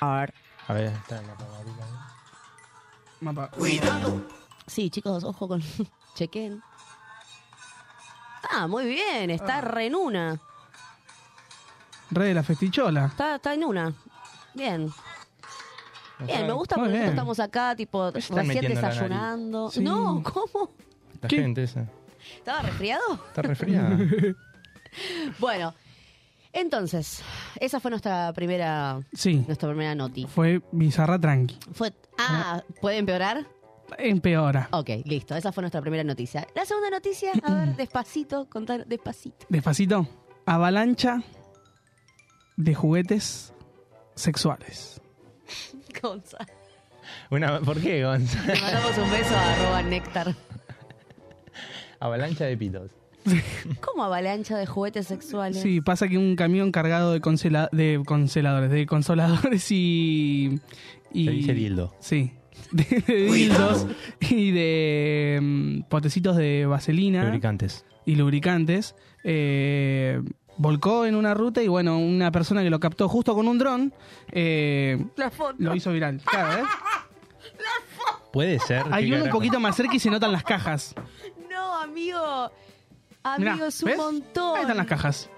[SPEAKER 4] a ver.
[SPEAKER 6] A ver, está en la camarita.
[SPEAKER 5] Mapa.
[SPEAKER 4] Sí, chicos, ojo con, chequen. Ah, muy bien, está re en una,
[SPEAKER 5] Re de la festichola.
[SPEAKER 4] está, está en una, bien. Bien, me gusta
[SPEAKER 5] Muy
[SPEAKER 4] porque nosotros
[SPEAKER 5] bien.
[SPEAKER 4] estamos acá, tipo,
[SPEAKER 6] están
[SPEAKER 4] recién
[SPEAKER 6] metiendo la nariz.
[SPEAKER 4] desayunando.
[SPEAKER 5] Sí.
[SPEAKER 4] No, ¿cómo?
[SPEAKER 6] La
[SPEAKER 5] ¿Qué?
[SPEAKER 6] gente esa.
[SPEAKER 4] ¿Estaba resfriado?
[SPEAKER 6] Está resfriada.
[SPEAKER 4] Bueno, entonces, esa fue nuestra primera,
[SPEAKER 5] Sí.
[SPEAKER 4] nuestra primera noti.
[SPEAKER 5] Fue bizarra tranqui.
[SPEAKER 4] Fue, ah, ¿puede empeorar?
[SPEAKER 5] Empeora.
[SPEAKER 4] Ok, listo. Esa fue nuestra primera noticia. La segunda noticia, a ver, despacito, contar despacito.
[SPEAKER 5] Despacito. Avalancha de juguetes sexuales.
[SPEAKER 4] Gonza.
[SPEAKER 6] Una, ¿Por qué, Gonzalo?
[SPEAKER 4] Le mandamos un beso a arroba néctar.
[SPEAKER 6] Avalancha de pitos.
[SPEAKER 4] ¿Cómo avalancha de juguetes sexuales?
[SPEAKER 5] Sí, pasa que un camión cargado de, consela- de consoladores, de consoladores y... y
[SPEAKER 6] Se dice dildo.
[SPEAKER 5] Sí. De, de dildos y de mm, potecitos de vaselina
[SPEAKER 6] Lubricantes.
[SPEAKER 5] y lubricantes. eh, volcó en una ruta y bueno, una persona que lo captó justo con un dron eh,
[SPEAKER 7] La foto.
[SPEAKER 5] lo hizo viral. Claro, ¿eh?
[SPEAKER 6] Puede ser.
[SPEAKER 5] Hay
[SPEAKER 6] qué
[SPEAKER 5] uno un
[SPEAKER 6] carajo.
[SPEAKER 5] poquito más cerca y se notan las cajas.
[SPEAKER 4] No, amigo.
[SPEAKER 5] Mirá,
[SPEAKER 4] Amigo, es un
[SPEAKER 5] ¿ves?
[SPEAKER 4] montón.
[SPEAKER 5] Ahí están las cajas.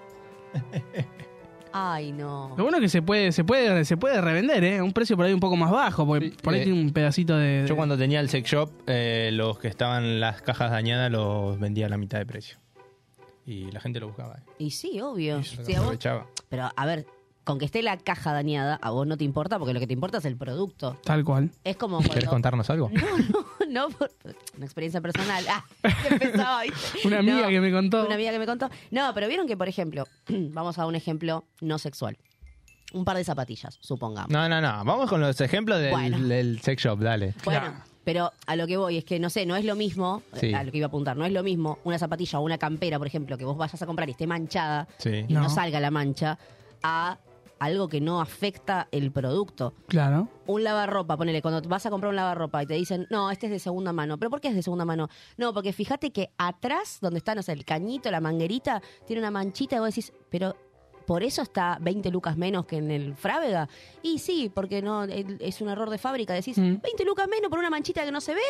[SPEAKER 4] Ay, no.
[SPEAKER 5] Lo bueno es que se puede, se puede, se puede revender, ¿eh? A un precio por ahí un poco más bajo, porque
[SPEAKER 6] Sí,
[SPEAKER 5] por ahí
[SPEAKER 6] eh,
[SPEAKER 5] tiene un pedacito de.
[SPEAKER 6] Yo cuando tenía el sex shop, eh, los que estaban las cajas dañadas los vendía a la mitad de precio. Y la gente lo buscaba. eh.
[SPEAKER 4] Y sí, obvio.
[SPEAKER 6] Y se
[SPEAKER 4] Sí, a vos-
[SPEAKER 6] aprovechaba.
[SPEAKER 4] pero a ver, con que esté la caja dañada, a vos no te importa porque lo que te importa es el producto.
[SPEAKER 5] Tal cual.
[SPEAKER 4] Es como
[SPEAKER 6] ¿Querés
[SPEAKER 4] cuando...
[SPEAKER 6] contarnos algo?
[SPEAKER 4] No, no, no, por- una experiencia personal. Ah, empezaba, ¿viste?
[SPEAKER 5] Una amiga
[SPEAKER 4] No,
[SPEAKER 5] que me contó.
[SPEAKER 4] Una amiga que me contó. No, pero vieron que, por ejemplo, vamos a un ejemplo no sexual. Un par de zapatillas, supongamos.
[SPEAKER 6] No, no, no. Vamos con los ejemplos del,
[SPEAKER 4] Bueno.
[SPEAKER 6] del sex shop, dale.
[SPEAKER 4] Bueno,
[SPEAKER 5] Claro.
[SPEAKER 4] pero a lo que voy es que, no sé, no es lo mismo, eh,
[SPEAKER 6] Sí.
[SPEAKER 4] a lo que iba a apuntar, no es lo mismo una zapatilla o una campera, por ejemplo, que vos vayas a comprar y esté manchada
[SPEAKER 6] Sí.
[SPEAKER 4] y no.
[SPEAKER 5] No.
[SPEAKER 4] salga la mancha, a algo que no afecta el producto.
[SPEAKER 5] Claro.
[SPEAKER 4] Un lavarropa, ponele, cuando vas a comprar un lavarropa y te dicen, no, este es de segunda mano. ¿Pero por qué es de segunda mano? No, porque fíjate que atrás, donde está, no sé, el cañito, la manguerita, tiene una manchita y vos decís, pero por eso está 20 lucas menos que en el Frávega. Y sí, porque no el- es un error de fábrica. Decís,
[SPEAKER 5] Mm.
[SPEAKER 4] 20 lucas menos por una manchita que no se ve.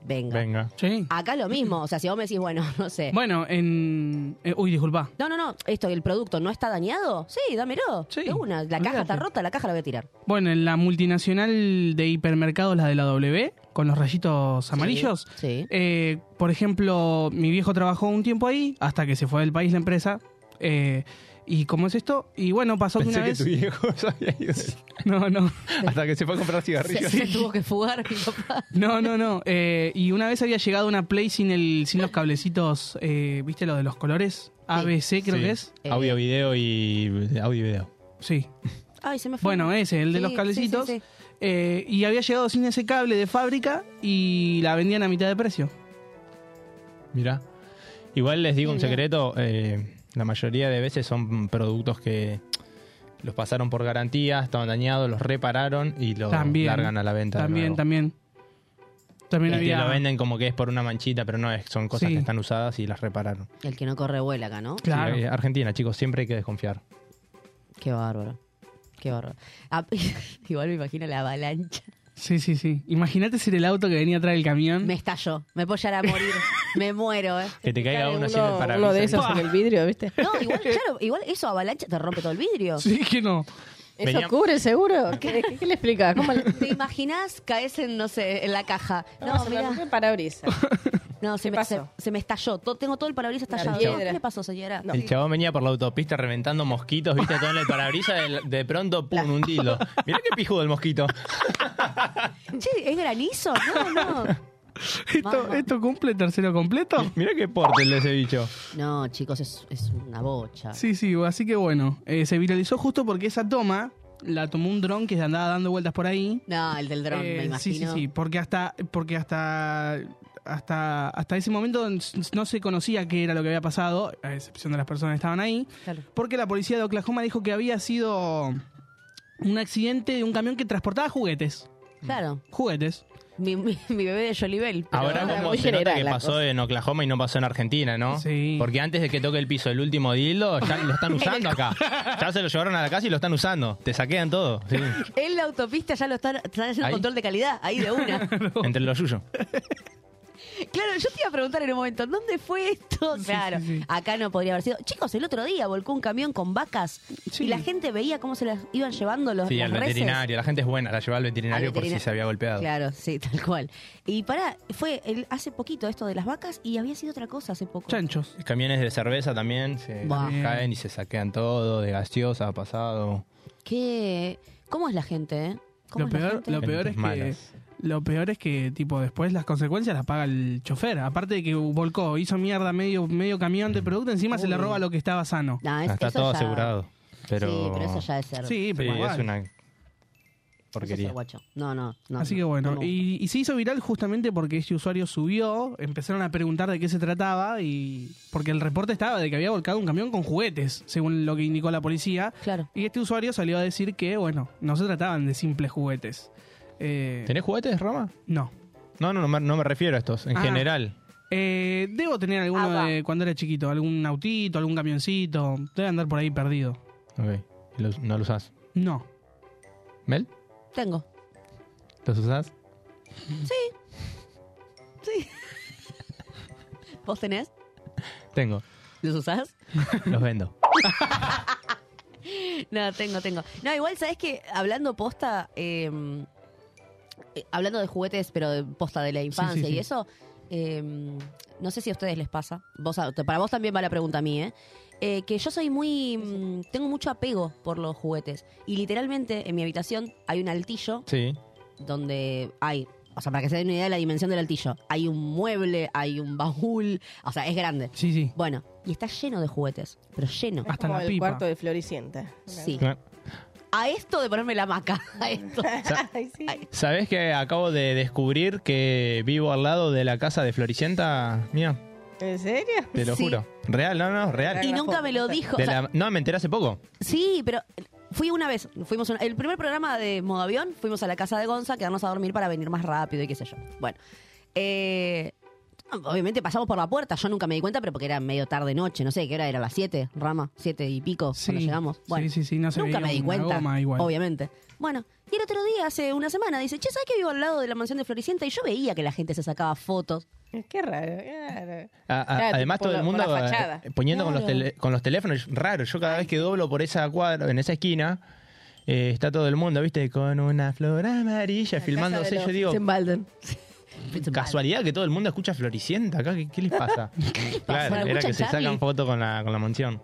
[SPEAKER 4] Venga. Eh.
[SPEAKER 6] Venga.
[SPEAKER 5] Sí.
[SPEAKER 4] Acá lo mismo. O sea, si vos me decís, bueno, no sé.
[SPEAKER 5] Bueno, en. eh, uy, disculpa.
[SPEAKER 4] No, no, no. Esto, el producto no está dañado. Sí, dámelo.
[SPEAKER 5] Sí,
[SPEAKER 4] De una. La caja está
[SPEAKER 5] olvídate.
[SPEAKER 4] rota, la caja la voy a tirar.
[SPEAKER 5] Bueno, en la multinacional de hipermercados, la de la W, con los rayitos amarillos.
[SPEAKER 4] Sí.
[SPEAKER 5] Eh, por ejemplo, mi viejo trabajó un tiempo ahí, hasta que se fue del país la empresa. Eh, ¿Y cómo es esto? Y bueno, pasó
[SPEAKER 6] Pensé
[SPEAKER 5] que una
[SPEAKER 6] que
[SPEAKER 5] vez.
[SPEAKER 6] tu viejo se había ido.
[SPEAKER 5] No, no.
[SPEAKER 6] Hasta que se fue a comprar
[SPEAKER 4] Se,
[SPEAKER 6] cigarrillos.
[SPEAKER 4] se tuvo que fugar mi papá.
[SPEAKER 5] No, no, no. Eh, y una vez había llegado una Play sin el, sin los cablecitos, eh, ¿viste lo de los colores? ABC creo
[SPEAKER 6] Sí.
[SPEAKER 5] que es.
[SPEAKER 4] Eh,
[SPEAKER 6] Audio, video y audio y video.
[SPEAKER 5] Sí.
[SPEAKER 4] Ay, se me fue.
[SPEAKER 5] Bueno, ese, el de
[SPEAKER 4] Sí,
[SPEAKER 5] los cablecitos.
[SPEAKER 4] sí, sí,
[SPEAKER 5] Eh, y había llegado sin ese cable de fábrica y la vendían a mitad de precio.
[SPEAKER 6] Mira. Igual les digo un
[SPEAKER 4] Bien, bien.
[SPEAKER 6] secreto, eh, la mayoría de veces son productos que los pasaron por garantía, estaban dañados, los repararon y los
[SPEAKER 5] También.
[SPEAKER 6] largan a la venta. de
[SPEAKER 5] También,
[SPEAKER 6] nuevo.
[SPEAKER 5] también.
[SPEAKER 6] Y
[SPEAKER 5] También
[SPEAKER 6] que
[SPEAKER 5] había.
[SPEAKER 6] lo venden como que es por una manchita, pero no, es, son cosas
[SPEAKER 5] Sí.
[SPEAKER 6] que están usadas y las repararon. Sí,
[SPEAKER 4] sí. El que no corre vuela acá, ¿no?
[SPEAKER 5] Claro.
[SPEAKER 6] eh, Argentina, chicos, siempre hay que desconfiar.
[SPEAKER 4] Qué bárbaro. Qué bárbaro. Ah, igual me imagino la avalancha.
[SPEAKER 5] Sí, sí, sí. Imagínate ser el auto que venía atrás del camión.
[SPEAKER 4] Me estallo. Me puedo llegar a morir. me muero, ¿eh?
[SPEAKER 6] Que te caiga
[SPEAKER 7] Cae
[SPEAKER 6] uno
[SPEAKER 7] uno,
[SPEAKER 6] haciendo el
[SPEAKER 7] uno de
[SPEAKER 6] parabrisas.
[SPEAKER 7] esos en el vidrio, ¿viste?
[SPEAKER 4] No, igual, claro, igual eso avalancha te rompe todo el vidrio.
[SPEAKER 5] Sí, que no.
[SPEAKER 7] ¿Eso
[SPEAKER 6] Venía-
[SPEAKER 7] cubre el seguro? ¿Qué, qué- qué le explicas? ¿Cómo le...
[SPEAKER 4] ¿Te imaginas? Caes en, no sé, en la caja. No,
[SPEAKER 7] No, se me
[SPEAKER 4] mira,
[SPEAKER 7] rompió el parabrisas.
[SPEAKER 4] no, se
[SPEAKER 7] ¿Qué
[SPEAKER 4] me, se,
[SPEAKER 7] pasó?
[SPEAKER 4] se me estalló. To- tengo todo el parabrisas
[SPEAKER 7] La
[SPEAKER 4] estallado.
[SPEAKER 7] piedra.
[SPEAKER 4] No, ¿Qué le pasó, señora?
[SPEAKER 6] El chabón venía por la autopista reventando mosquitos, viste, todo en el parabrisas, de, de pronto, pum, un dildo. Mirá qué pijudo el mosquito.
[SPEAKER 4] Che, ¿es granizo? No, no.
[SPEAKER 5] ¿Esto,
[SPEAKER 4] Mamá.
[SPEAKER 5] esto cumple tercero completo?
[SPEAKER 6] Mirá qué porte el de ese bicho.
[SPEAKER 4] No, chicos, es, es una bocha.
[SPEAKER 5] Sí, sí, así que bueno. eh, se viralizó justo porque esa toma la tomó un dron que andaba dando vueltas por ahí.
[SPEAKER 4] No, el del dron, me
[SPEAKER 5] Eh,
[SPEAKER 4] imagino.
[SPEAKER 5] sí, sí, sí, porque hasta, porque hasta, hasta, hasta ese momento n- no se conocía qué era lo que había pasado, a excepción de las personas que estaban ahí,
[SPEAKER 4] Claro.
[SPEAKER 5] porque la policía de Oklahoma dijo que había sido un accidente de un camión que transportaba juguetes,
[SPEAKER 4] Claro.
[SPEAKER 5] juguetes.
[SPEAKER 4] Mi, mi- mi bebé de Jolibel. pero-
[SPEAKER 6] Ahora
[SPEAKER 7] ahora
[SPEAKER 6] como
[SPEAKER 7] muy
[SPEAKER 6] se nota
[SPEAKER 7] general
[SPEAKER 6] que
[SPEAKER 7] la
[SPEAKER 6] pasó
[SPEAKER 7] cosa.
[SPEAKER 6] en Oklahoma y no pasó en Argentina, ¿no?
[SPEAKER 5] Sí.
[SPEAKER 6] Porque antes de que toque el piso el último dildo, ya lo están usando acá. Ya se lo llevaron a la casa y lo están usando. Te saquean todo. sí.
[SPEAKER 4] En la autopista ya lo están, están haciendo
[SPEAKER 6] Ahí.
[SPEAKER 4] control de calidad, ahí de una.
[SPEAKER 6] Entre lo suyo.
[SPEAKER 4] Claro, yo te iba a preguntar en un momento, ¿dónde fue esto? claro,
[SPEAKER 5] sí, sí.
[SPEAKER 4] acá no podría haber sido. Chicos, el otro día volcó un camión con vacas
[SPEAKER 5] Sí.
[SPEAKER 4] y la gente veía cómo se las iban llevando los,
[SPEAKER 6] Sí, al
[SPEAKER 4] las reses.
[SPEAKER 6] veterinario. La gente es buena, la lleva al veterinario
[SPEAKER 4] Al
[SPEAKER 6] por si
[SPEAKER 4] veterina-
[SPEAKER 6] se había golpeado.
[SPEAKER 4] Claro, sí, tal cual. Y pará, fue el- hace poquito esto de las vacas y había sido otra cosa hace poco.
[SPEAKER 5] Chanchos.
[SPEAKER 6] Camiones de cerveza también se
[SPEAKER 4] Bah.
[SPEAKER 6] caen y se saquean todo, de gaseosa ha pasado.
[SPEAKER 4] ¿Qué? ¿Cómo es la gente, eh? ¿Cómo
[SPEAKER 5] Lo
[SPEAKER 4] es la
[SPEAKER 5] peor,
[SPEAKER 4] gente?
[SPEAKER 5] lo peor
[SPEAKER 6] Gentes
[SPEAKER 5] es que
[SPEAKER 6] malas.
[SPEAKER 5] lo peor es que tipo después las consecuencias las paga el chofer. Aparte de que volcó, hizo mierda medio medio camión de producto, encima se le
[SPEAKER 4] Uy.
[SPEAKER 5] roba lo que estaba sano.
[SPEAKER 4] Nah, es-
[SPEAKER 6] Está
[SPEAKER 4] eso
[SPEAKER 6] todo
[SPEAKER 4] ya-
[SPEAKER 6] asegurado. Pero...
[SPEAKER 4] Sí, pero eso ya es ser.
[SPEAKER 5] Sí,
[SPEAKER 6] Sí,
[SPEAKER 5] pero igual.
[SPEAKER 6] es una
[SPEAKER 4] eso es ser
[SPEAKER 6] porquería.
[SPEAKER 4] guacho. No, no, no.
[SPEAKER 5] Así que
[SPEAKER 4] no,
[SPEAKER 5] bueno,
[SPEAKER 4] no.
[SPEAKER 5] y, y se hizo viral justamente porque este usuario subió, empezaron a preguntar de qué se trataba y porque el reporte estaba de que había volcado un camión con juguetes, según lo que indicó la policía.
[SPEAKER 4] Claro.
[SPEAKER 5] Y este usuario salió a decir que, bueno, no se trataban de simples juguetes. Eh,
[SPEAKER 6] ¿Tenés juguetes, Roma?
[SPEAKER 5] no.
[SPEAKER 6] No, no, no me, no me refiero a estos. En
[SPEAKER 5] Ah.
[SPEAKER 6] general.
[SPEAKER 5] Eh, debo tener alguno
[SPEAKER 4] Ah, va.
[SPEAKER 5] de cuando era chiquito, algún autito, algún camioncito. Debe andar por ahí perdido.
[SPEAKER 6] Ok. Los- no los usás.
[SPEAKER 5] No.
[SPEAKER 6] ¿Mel?
[SPEAKER 4] Tengo.
[SPEAKER 6] ¿Los usás?
[SPEAKER 5] Mm.
[SPEAKER 4] ¿Vos tenés?
[SPEAKER 6] Tengo.
[SPEAKER 4] ¿Los usás?
[SPEAKER 6] Los vendo.
[SPEAKER 4] No, tengo, tengo. No, igual, ¿sabes que Hablando posta, eh, eh, hablando de juguetes, pero de posta de la infancia
[SPEAKER 5] sí,
[SPEAKER 4] y
[SPEAKER 5] sí.
[SPEAKER 4] eso, eh, no sé si a ustedes les pasa. Vos, a- para vos también va la pregunta a mí, ¿eh? Eh, que yo soy muy. mm, Tengo mucho apego por los juguetes. Y literalmente en mi habitación hay un altillo
[SPEAKER 6] Sí.
[SPEAKER 4] donde hay. O sea, para que se den una idea de la dimensión del altillo. Hay un mueble, hay un baúl. O sea, es grande.
[SPEAKER 5] Sí, sí.
[SPEAKER 4] Bueno, y está lleno de juguetes, pero lleno.
[SPEAKER 5] Hasta
[SPEAKER 7] como
[SPEAKER 5] la
[SPEAKER 7] el
[SPEAKER 5] pipa.
[SPEAKER 7] cuarto de Floricienta.
[SPEAKER 4] Sí.
[SPEAKER 6] Ah.
[SPEAKER 4] A esto de ponerme la maca. A esto.
[SPEAKER 7] Ay, sí.
[SPEAKER 6] ¿Sabés que acabo de descubrir que vivo al lado de la casa de Floricienta? Mía,
[SPEAKER 7] ¿En serio?
[SPEAKER 6] te lo
[SPEAKER 4] Sí.
[SPEAKER 6] juro. Real, no, no,
[SPEAKER 4] Y
[SPEAKER 6] real.
[SPEAKER 7] Agarra
[SPEAKER 4] nunca
[SPEAKER 7] foto,
[SPEAKER 4] me lo
[SPEAKER 7] está.
[SPEAKER 4] dijo. o
[SPEAKER 6] De
[SPEAKER 4] sea,
[SPEAKER 6] la- no, me enteré hace poco.
[SPEAKER 4] sí, pero eh, fui una vez. Fuimos una- el primer programa de Modo Avión, fuimos a la casa de Gonza, quedarnos a dormir para venir más rápido y qué sé yo. Bueno, eh, obviamente pasamos por la puerta. Yo nunca me di cuenta, pero porque era medio tarde noche. No sé, ¿qué hora era? ¿Las 7? Rama, 7 y pico
[SPEAKER 5] Sí.
[SPEAKER 4] cuando llegamos. Bueno,
[SPEAKER 5] Sí, sí, sí, no se
[SPEAKER 4] nunca
[SPEAKER 5] veía
[SPEAKER 4] me di
[SPEAKER 5] una
[SPEAKER 4] cuenta.
[SPEAKER 5] goma igual.
[SPEAKER 4] Obviamente. Bueno, y el otro día, hace una semana, dice, che, ¿sabes que vivo al lado de la mansión de Floricienta? Y yo veía que la gente se sacaba fotos.
[SPEAKER 7] Qué raro,
[SPEAKER 9] ¿eh?
[SPEAKER 7] claro.
[SPEAKER 6] A- a-
[SPEAKER 7] Claro,
[SPEAKER 6] además,
[SPEAKER 7] tipo
[SPEAKER 6] todo
[SPEAKER 7] la-
[SPEAKER 6] el
[SPEAKER 7] por la
[SPEAKER 6] mundo eh,
[SPEAKER 7] fachada.
[SPEAKER 6] poniendo con, los
[SPEAKER 4] Claro.
[SPEAKER 6] tele- con los teléfonos. Raro, yo cada vez que doblo por esa cuadra, en esa esquina, eh, está todo el mundo, ¿viste? Con una flor amarilla filmándose. Yo digo,
[SPEAKER 7] En Balden.
[SPEAKER 6] casualidad que todo el mundo escucha Floricienta acá. ¿Qué, qué les pasa? claro,
[SPEAKER 4] ¿La
[SPEAKER 6] era
[SPEAKER 4] escucha
[SPEAKER 6] que se
[SPEAKER 4] Charlie?
[SPEAKER 6] sacan fotos con la, con la mansión.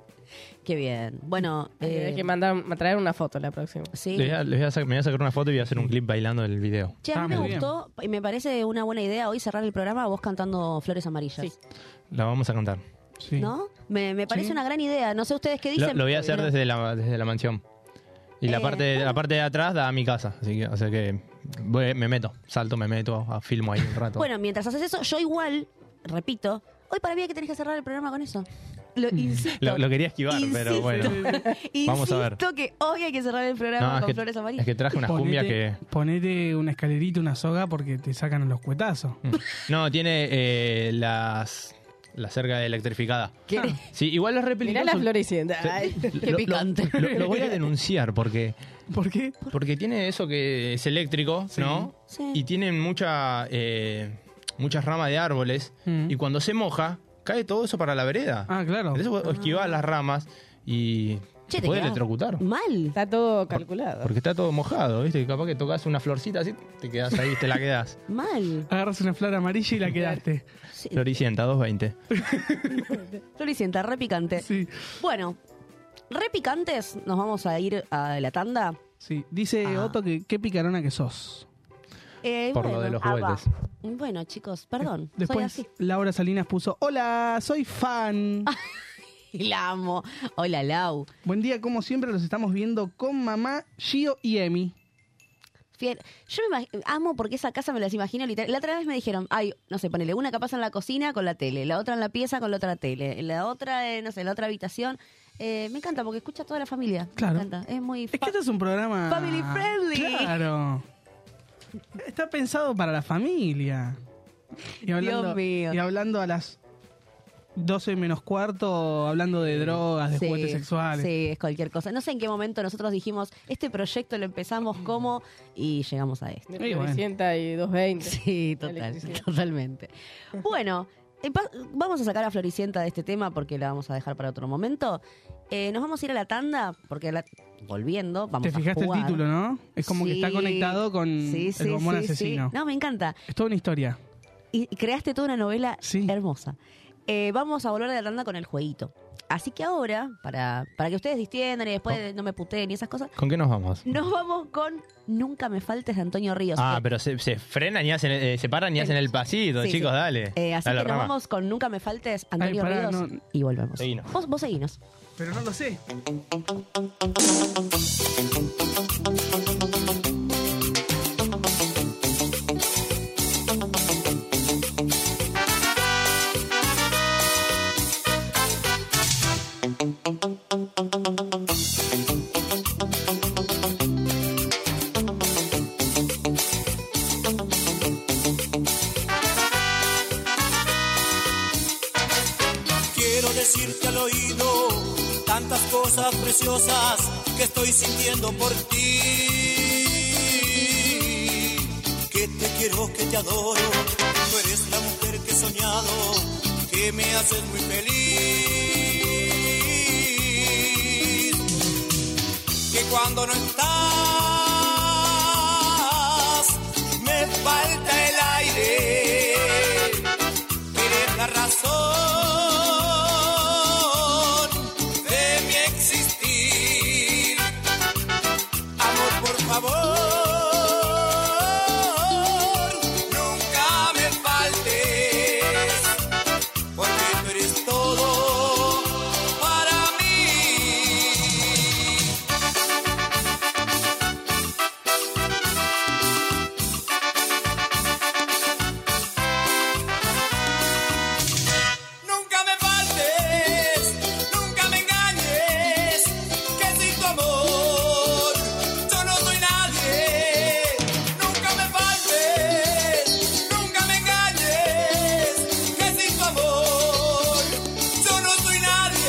[SPEAKER 4] Qué bien. Bueno, eh,
[SPEAKER 7] Hay que mandar, ma- traer una foto la próxima.
[SPEAKER 4] sí.
[SPEAKER 6] Les voy a- les voy a sac- me voy a sacar una foto y voy a hacer un clip bailando del video.
[SPEAKER 4] Che, a mí
[SPEAKER 5] Ah,
[SPEAKER 4] me
[SPEAKER 5] muy bien.
[SPEAKER 4] gustó y me parece una buena idea hoy cerrar el programa vos cantando Flores Amarillas.
[SPEAKER 6] La vamos a cantar.
[SPEAKER 5] Sí.
[SPEAKER 4] ¿No? Me, me parece
[SPEAKER 5] Sí.
[SPEAKER 4] una gran idea. No sé ustedes qué
[SPEAKER 6] Lo,
[SPEAKER 4] dicen.
[SPEAKER 6] lo voy a
[SPEAKER 4] pero
[SPEAKER 6] hacer
[SPEAKER 4] no-
[SPEAKER 6] desde la, desde la mansión. Y la
[SPEAKER 4] Eh,
[SPEAKER 6] parte la parte de atrás da a mi casa. Así que, o sea que voy- me meto, salto, me meto, a- filmo ahí un rato.
[SPEAKER 4] Bueno, mientras haces eso, yo igual, repito, hoy para mí es que tenés que cerrar el programa con eso. Lo insisto.
[SPEAKER 6] lo, lo quería esquivar, pero
[SPEAKER 4] Insisto.
[SPEAKER 6] bueno. Mm. Vamos a ver.
[SPEAKER 4] Insisto que hoy hay que cerrar el programa
[SPEAKER 6] No, es
[SPEAKER 4] con
[SPEAKER 6] que,
[SPEAKER 4] Flores
[SPEAKER 6] es
[SPEAKER 4] Amarillas.
[SPEAKER 6] que traje una cumbia que.
[SPEAKER 5] Ponete, ponete una escalerita, una soga porque te sacan los cuetazos.
[SPEAKER 6] No, tiene eh, las la cerca electrificada. Ah.
[SPEAKER 4] ¿Qué-
[SPEAKER 6] Sí, igual es re
[SPEAKER 7] Mirá
[SPEAKER 6] peligroso.
[SPEAKER 7] la Floricienta. Ay.
[SPEAKER 6] Lo-
[SPEAKER 4] Qué
[SPEAKER 6] lo-
[SPEAKER 4] picante.
[SPEAKER 6] Lo, lo voy a denunciar porque
[SPEAKER 5] ¿Por qué?
[SPEAKER 6] porque tiene eso que es eléctrico, ¿no?
[SPEAKER 4] Sí.
[SPEAKER 6] Y tienen mucha eh, muchas ramas de árboles
[SPEAKER 5] Mm.
[SPEAKER 6] y cuando se moja cae todo eso para la vereda.
[SPEAKER 5] Ah, claro.
[SPEAKER 6] Entonces vos esquivás las ramas y
[SPEAKER 4] Che,
[SPEAKER 6] te
[SPEAKER 4] te
[SPEAKER 6] puede
[SPEAKER 4] quedás
[SPEAKER 6] electrocutar.
[SPEAKER 4] Mal.
[SPEAKER 7] Está todo calculado.
[SPEAKER 6] Porque está todo mojado, ¿viste? Y capaz que tocas una florcita así, te quedas ahí, te la quedas.
[SPEAKER 4] Mal.
[SPEAKER 5] Agarras una flor amarilla y la quedaste.
[SPEAKER 4] Sí.
[SPEAKER 6] Floricienta, 220.
[SPEAKER 4] Floricienta, re picante.
[SPEAKER 5] Sí.
[SPEAKER 4] Bueno, re picantes, nos vamos a ir a la tanda.
[SPEAKER 5] Sí. Dice
[SPEAKER 4] Ah.
[SPEAKER 5] Otto que qué picarona que sos.
[SPEAKER 4] Eh,
[SPEAKER 6] Por
[SPEAKER 4] bueno,
[SPEAKER 6] lo de los
[SPEAKER 4] ah, va.
[SPEAKER 6] juguetes.
[SPEAKER 4] Bueno, chicos, perdón. soy
[SPEAKER 5] Después
[SPEAKER 4] así.
[SPEAKER 5] Laura Salinas puso, hola, soy
[SPEAKER 7] Ah,
[SPEAKER 5] fan.
[SPEAKER 4] Y La amo. Hola, Lau.
[SPEAKER 5] Buen día, como siempre los estamos viendo con mamá, Gio y Emi.
[SPEAKER 4] Fiel. Yo me imag- amo porque esa casa me las imagino literal. La otra vez me dijeron, ay, no sé, ponele una capaz en la cocina con la tele, la otra en la pieza con la otra tele, la otra, eh, no sé, la otra habitación. Eh, me encanta porque escucha a toda la familia.
[SPEAKER 5] Claro.
[SPEAKER 4] Me encanta. Es muy.
[SPEAKER 5] Es que este es un programa...
[SPEAKER 4] Family friendly.
[SPEAKER 5] Claro. Está pensado para la familia. Y hablando,
[SPEAKER 4] Dios mío.
[SPEAKER 5] Y hablando a las 12 menos cuarto hablando de drogas, de
[SPEAKER 4] Sí,
[SPEAKER 5] juguetes sexuales.
[SPEAKER 4] Sí, es cualquier cosa. No sé en qué momento nosotros dijimos, este proyecto lo empezamos como y llegamos a esto.
[SPEAKER 7] De
[SPEAKER 5] Y bueno.
[SPEAKER 7] 900 y 220.
[SPEAKER 4] Sí, total,
[SPEAKER 7] Electricidad.
[SPEAKER 4] totalmente. Bueno, en pa- vamos a sacar a Floricienta de este tema porque la vamos a dejar para otro momento. Eh, nos vamos a ir a la tanda porque la- volviendo, vamos
[SPEAKER 5] Te
[SPEAKER 4] a
[SPEAKER 5] fijaste el
[SPEAKER 4] jugar.
[SPEAKER 5] título, ¿no? Es como que
[SPEAKER 4] Sí.
[SPEAKER 5] está conectado con
[SPEAKER 4] Sí, sí,
[SPEAKER 5] el bombón
[SPEAKER 4] sí, sí.
[SPEAKER 5] asesino.
[SPEAKER 4] No, me encanta.
[SPEAKER 5] Es toda una historia.
[SPEAKER 4] Y y creaste toda una novela
[SPEAKER 5] Sí.
[SPEAKER 4] hermosa. Eh, vamos a volver a la tanda con el jueguito. Así que ahora, para, para que ustedes distiendan y
[SPEAKER 5] Oh.
[SPEAKER 4] después no me puteen y esas cosas,
[SPEAKER 6] ¿Con qué nos vamos?
[SPEAKER 4] nos vamos con Nunca me faltes de Antonio Ríos.
[SPEAKER 6] Ah,
[SPEAKER 4] Eh,
[SPEAKER 6] pero se, se frenan y hacen, eh, se paran y hacen el pasito,
[SPEAKER 4] Sí,
[SPEAKER 6] chicos,
[SPEAKER 4] sí.
[SPEAKER 6] dale.
[SPEAKER 4] eh, así
[SPEAKER 6] Dale,
[SPEAKER 4] que nos
[SPEAKER 6] Rama.
[SPEAKER 4] vamos con Nunca me faltes Antonio
[SPEAKER 5] Ay, pará,
[SPEAKER 4] Ríos
[SPEAKER 5] no.
[SPEAKER 4] y volvemos.
[SPEAKER 6] Seguinos.
[SPEAKER 4] Vos, vos seguinos.
[SPEAKER 5] Pero no lo sé.
[SPEAKER 9] Quiero decirte al oído tantas cosas preciosas que estoy sintiendo por ti. Que te quiero, que te adoro. Tú eres la mujer que he soñado, que me haces muy feliz. Que cuando no estás, me falta el aire eres la razón de mi existir. Amor, por favor, nunca me faltes, porque tú eres todo para mí. Nunca me faltes, nunca me engañes, que sin tu amor yo no soy nadie. Nunca me faltes, nunca me engañes, que sin tu amor yo no soy nadie.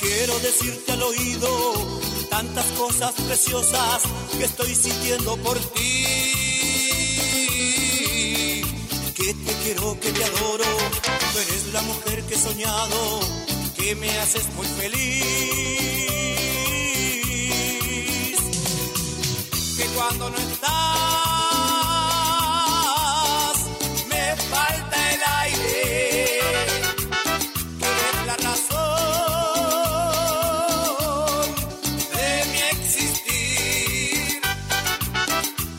[SPEAKER 9] Quiero decirte al oído tantas cosas preciosas que estoy sintiendo por ti. Que te quiero, que te adoro, tú eres la mujer que he soñado, que me haces muy feliz. Que cuando no estás, me falta el aire que eres la razón de mi existir.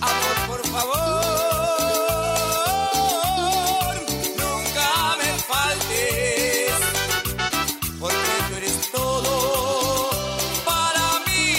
[SPEAKER 9] Amor, por favor, nunca me faltes, porque tú eres todo para mí.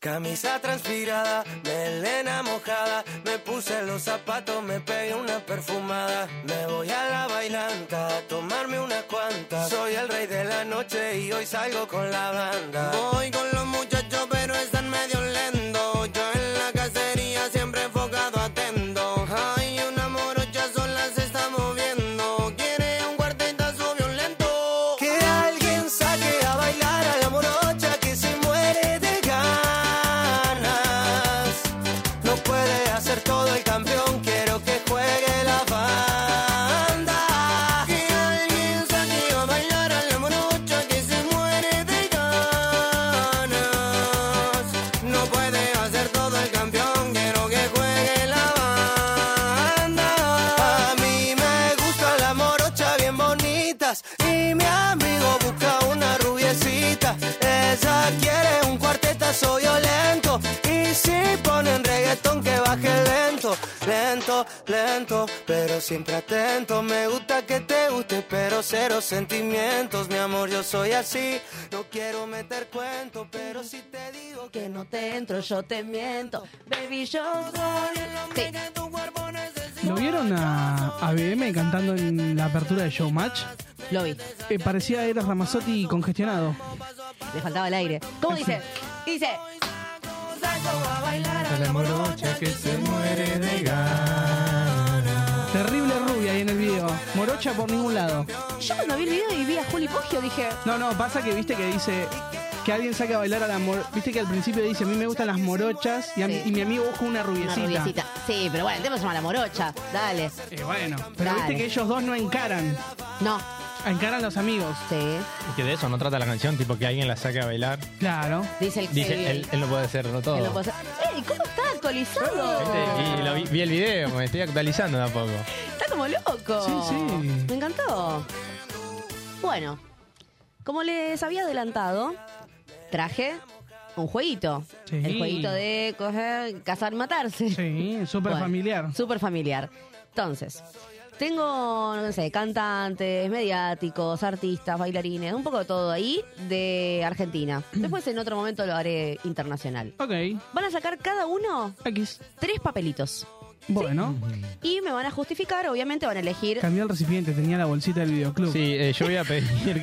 [SPEAKER 10] Camisa transpirada, melena mojada, me puse los zapatos, me pegué una perfumada. Me voy a la bailanta a tomarme unas cuantas. Soy el rey de la noche y hoy salgo con la banda. Voy con los muchachos, pero están medio lentos. Yo en la cacería siempre enfocado, atento. Hay una morocha sola se está moviendo. Quiere un cuartetazo violento. Que alguien saque a bailar a la morocha que se muere de ganas. No puede hacer todo el campeón, quiero que juegue la banda. Que alguien saque a bailar a la morocha que se muere de ganas. No puede hacer todo el campeón, quiero que juegue la banda. A mí me gustan las morochas bien bonitas y mi amigo busca una rubiecita. Ella quiere un cuartetazo violento y si ponen reggaetón que baje lento, lento, lento, pero siempre atento. Me gusta que te guste, pero cero sentimientos, mi amor, yo soy así. No quiero meter cuento, pero si te digo que no te entro, yo te miento. Baby, yo soy el hombre que tu cuerpo necesita.
[SPEAKER 5] ¿Lo vieron a, a BM cantando en la apertura de Showmatch?
[SPEAKER 4] Lo vi.
[SPEAKER 5] Eh, parecía Eros Ramazzotti congestionado.
[SPEAKER 4] Le faltaba el aire. ¿Cómo dice? Dice.
[SPEAKER 6] La morocha que se muere de ganas.
[SPEAKER 5] Terrible rubia ahí en el video. Morocha por ningún lado.
[SPEAKER 4] Yo cuando vi el video y vi a Juli Poggio dije.
[SPEAKER 5] No, no, pasa que viste que dice que alguien saca a bailar a la mor... Viste que al principio dice, a mí me gustan las morochas y, a mí-
[SPEAKER 4] Sí.
[SPEAKER 5] y mi amigo busca una
[SPEAKER 4] Una
[SPEAKER 5] rubiecita.
[SPEAKER 4] rubiecita. Sí, pero bueno, el tema se llama La Morocha. Dale.
[SPEAKER 5] Eh, bueno, pero
[SPEAKER 4] Dale.
[SPEAKER 5] viste que ellos dos no encaran.
[SPEAKER 4] No.
[SPEAKER 5] Encaran los amigos.
[SPEAKER 4] Sí.
[SPEAKER 6] Es que de eso no trata la canción, tipo que alguien la saque a bailar.
[SPEAKER 5] Claro.
[SPEAKER 4] Dice el
[SPEAKER 6] Dice,
[SPEAKER 4] sí.
[SPEAKER 6] él, él no puede hacerlo todo.
[SPEAKER 4] Él no puede ser- ¡Ey! ¿Cómo está actualizado?
[SPEAKER 6] Este, y lo vi, vi el video, me estoy actualizando tampoco.
[SPEAKER 4] Está como loco.
[SPEAKER 5] Sí, sí.
[SPEAKER 4] Me encantó. Bueno, como les había adelantado, traje un jueguito.
[SPEAKER 5] Sí.
[SPEAKER 4] El jueguito de coger, cazar, matarse.
[SPEAKER 5] Sí, súper
[SPEAKER 4] Bueno,
[SPEAKER 5] familiar.
[SPEAKER 4] Súper familiar. Entonces, tengo, no sé, cantantes, mediáticos, artistas, bailarines, un poco de todo ahí de Argentina. Después en otro momento lo haré internacional.
[SPEAKER 5] Ok,
[SPEAKER 4] Van a sacar cada uno
[SPEAKER 5] X.
[SPEAKER 4] tres papelitos.
[SPEAKER 5] Bueno,
[SPEAKER 4] Y me van a justificar, obviamente van a elegir
[SPEAKER 5] cambió el recipiente, tenía la bolsita del videoclub.
[SPEAKER 6] Sí, eh, yo voy a pedir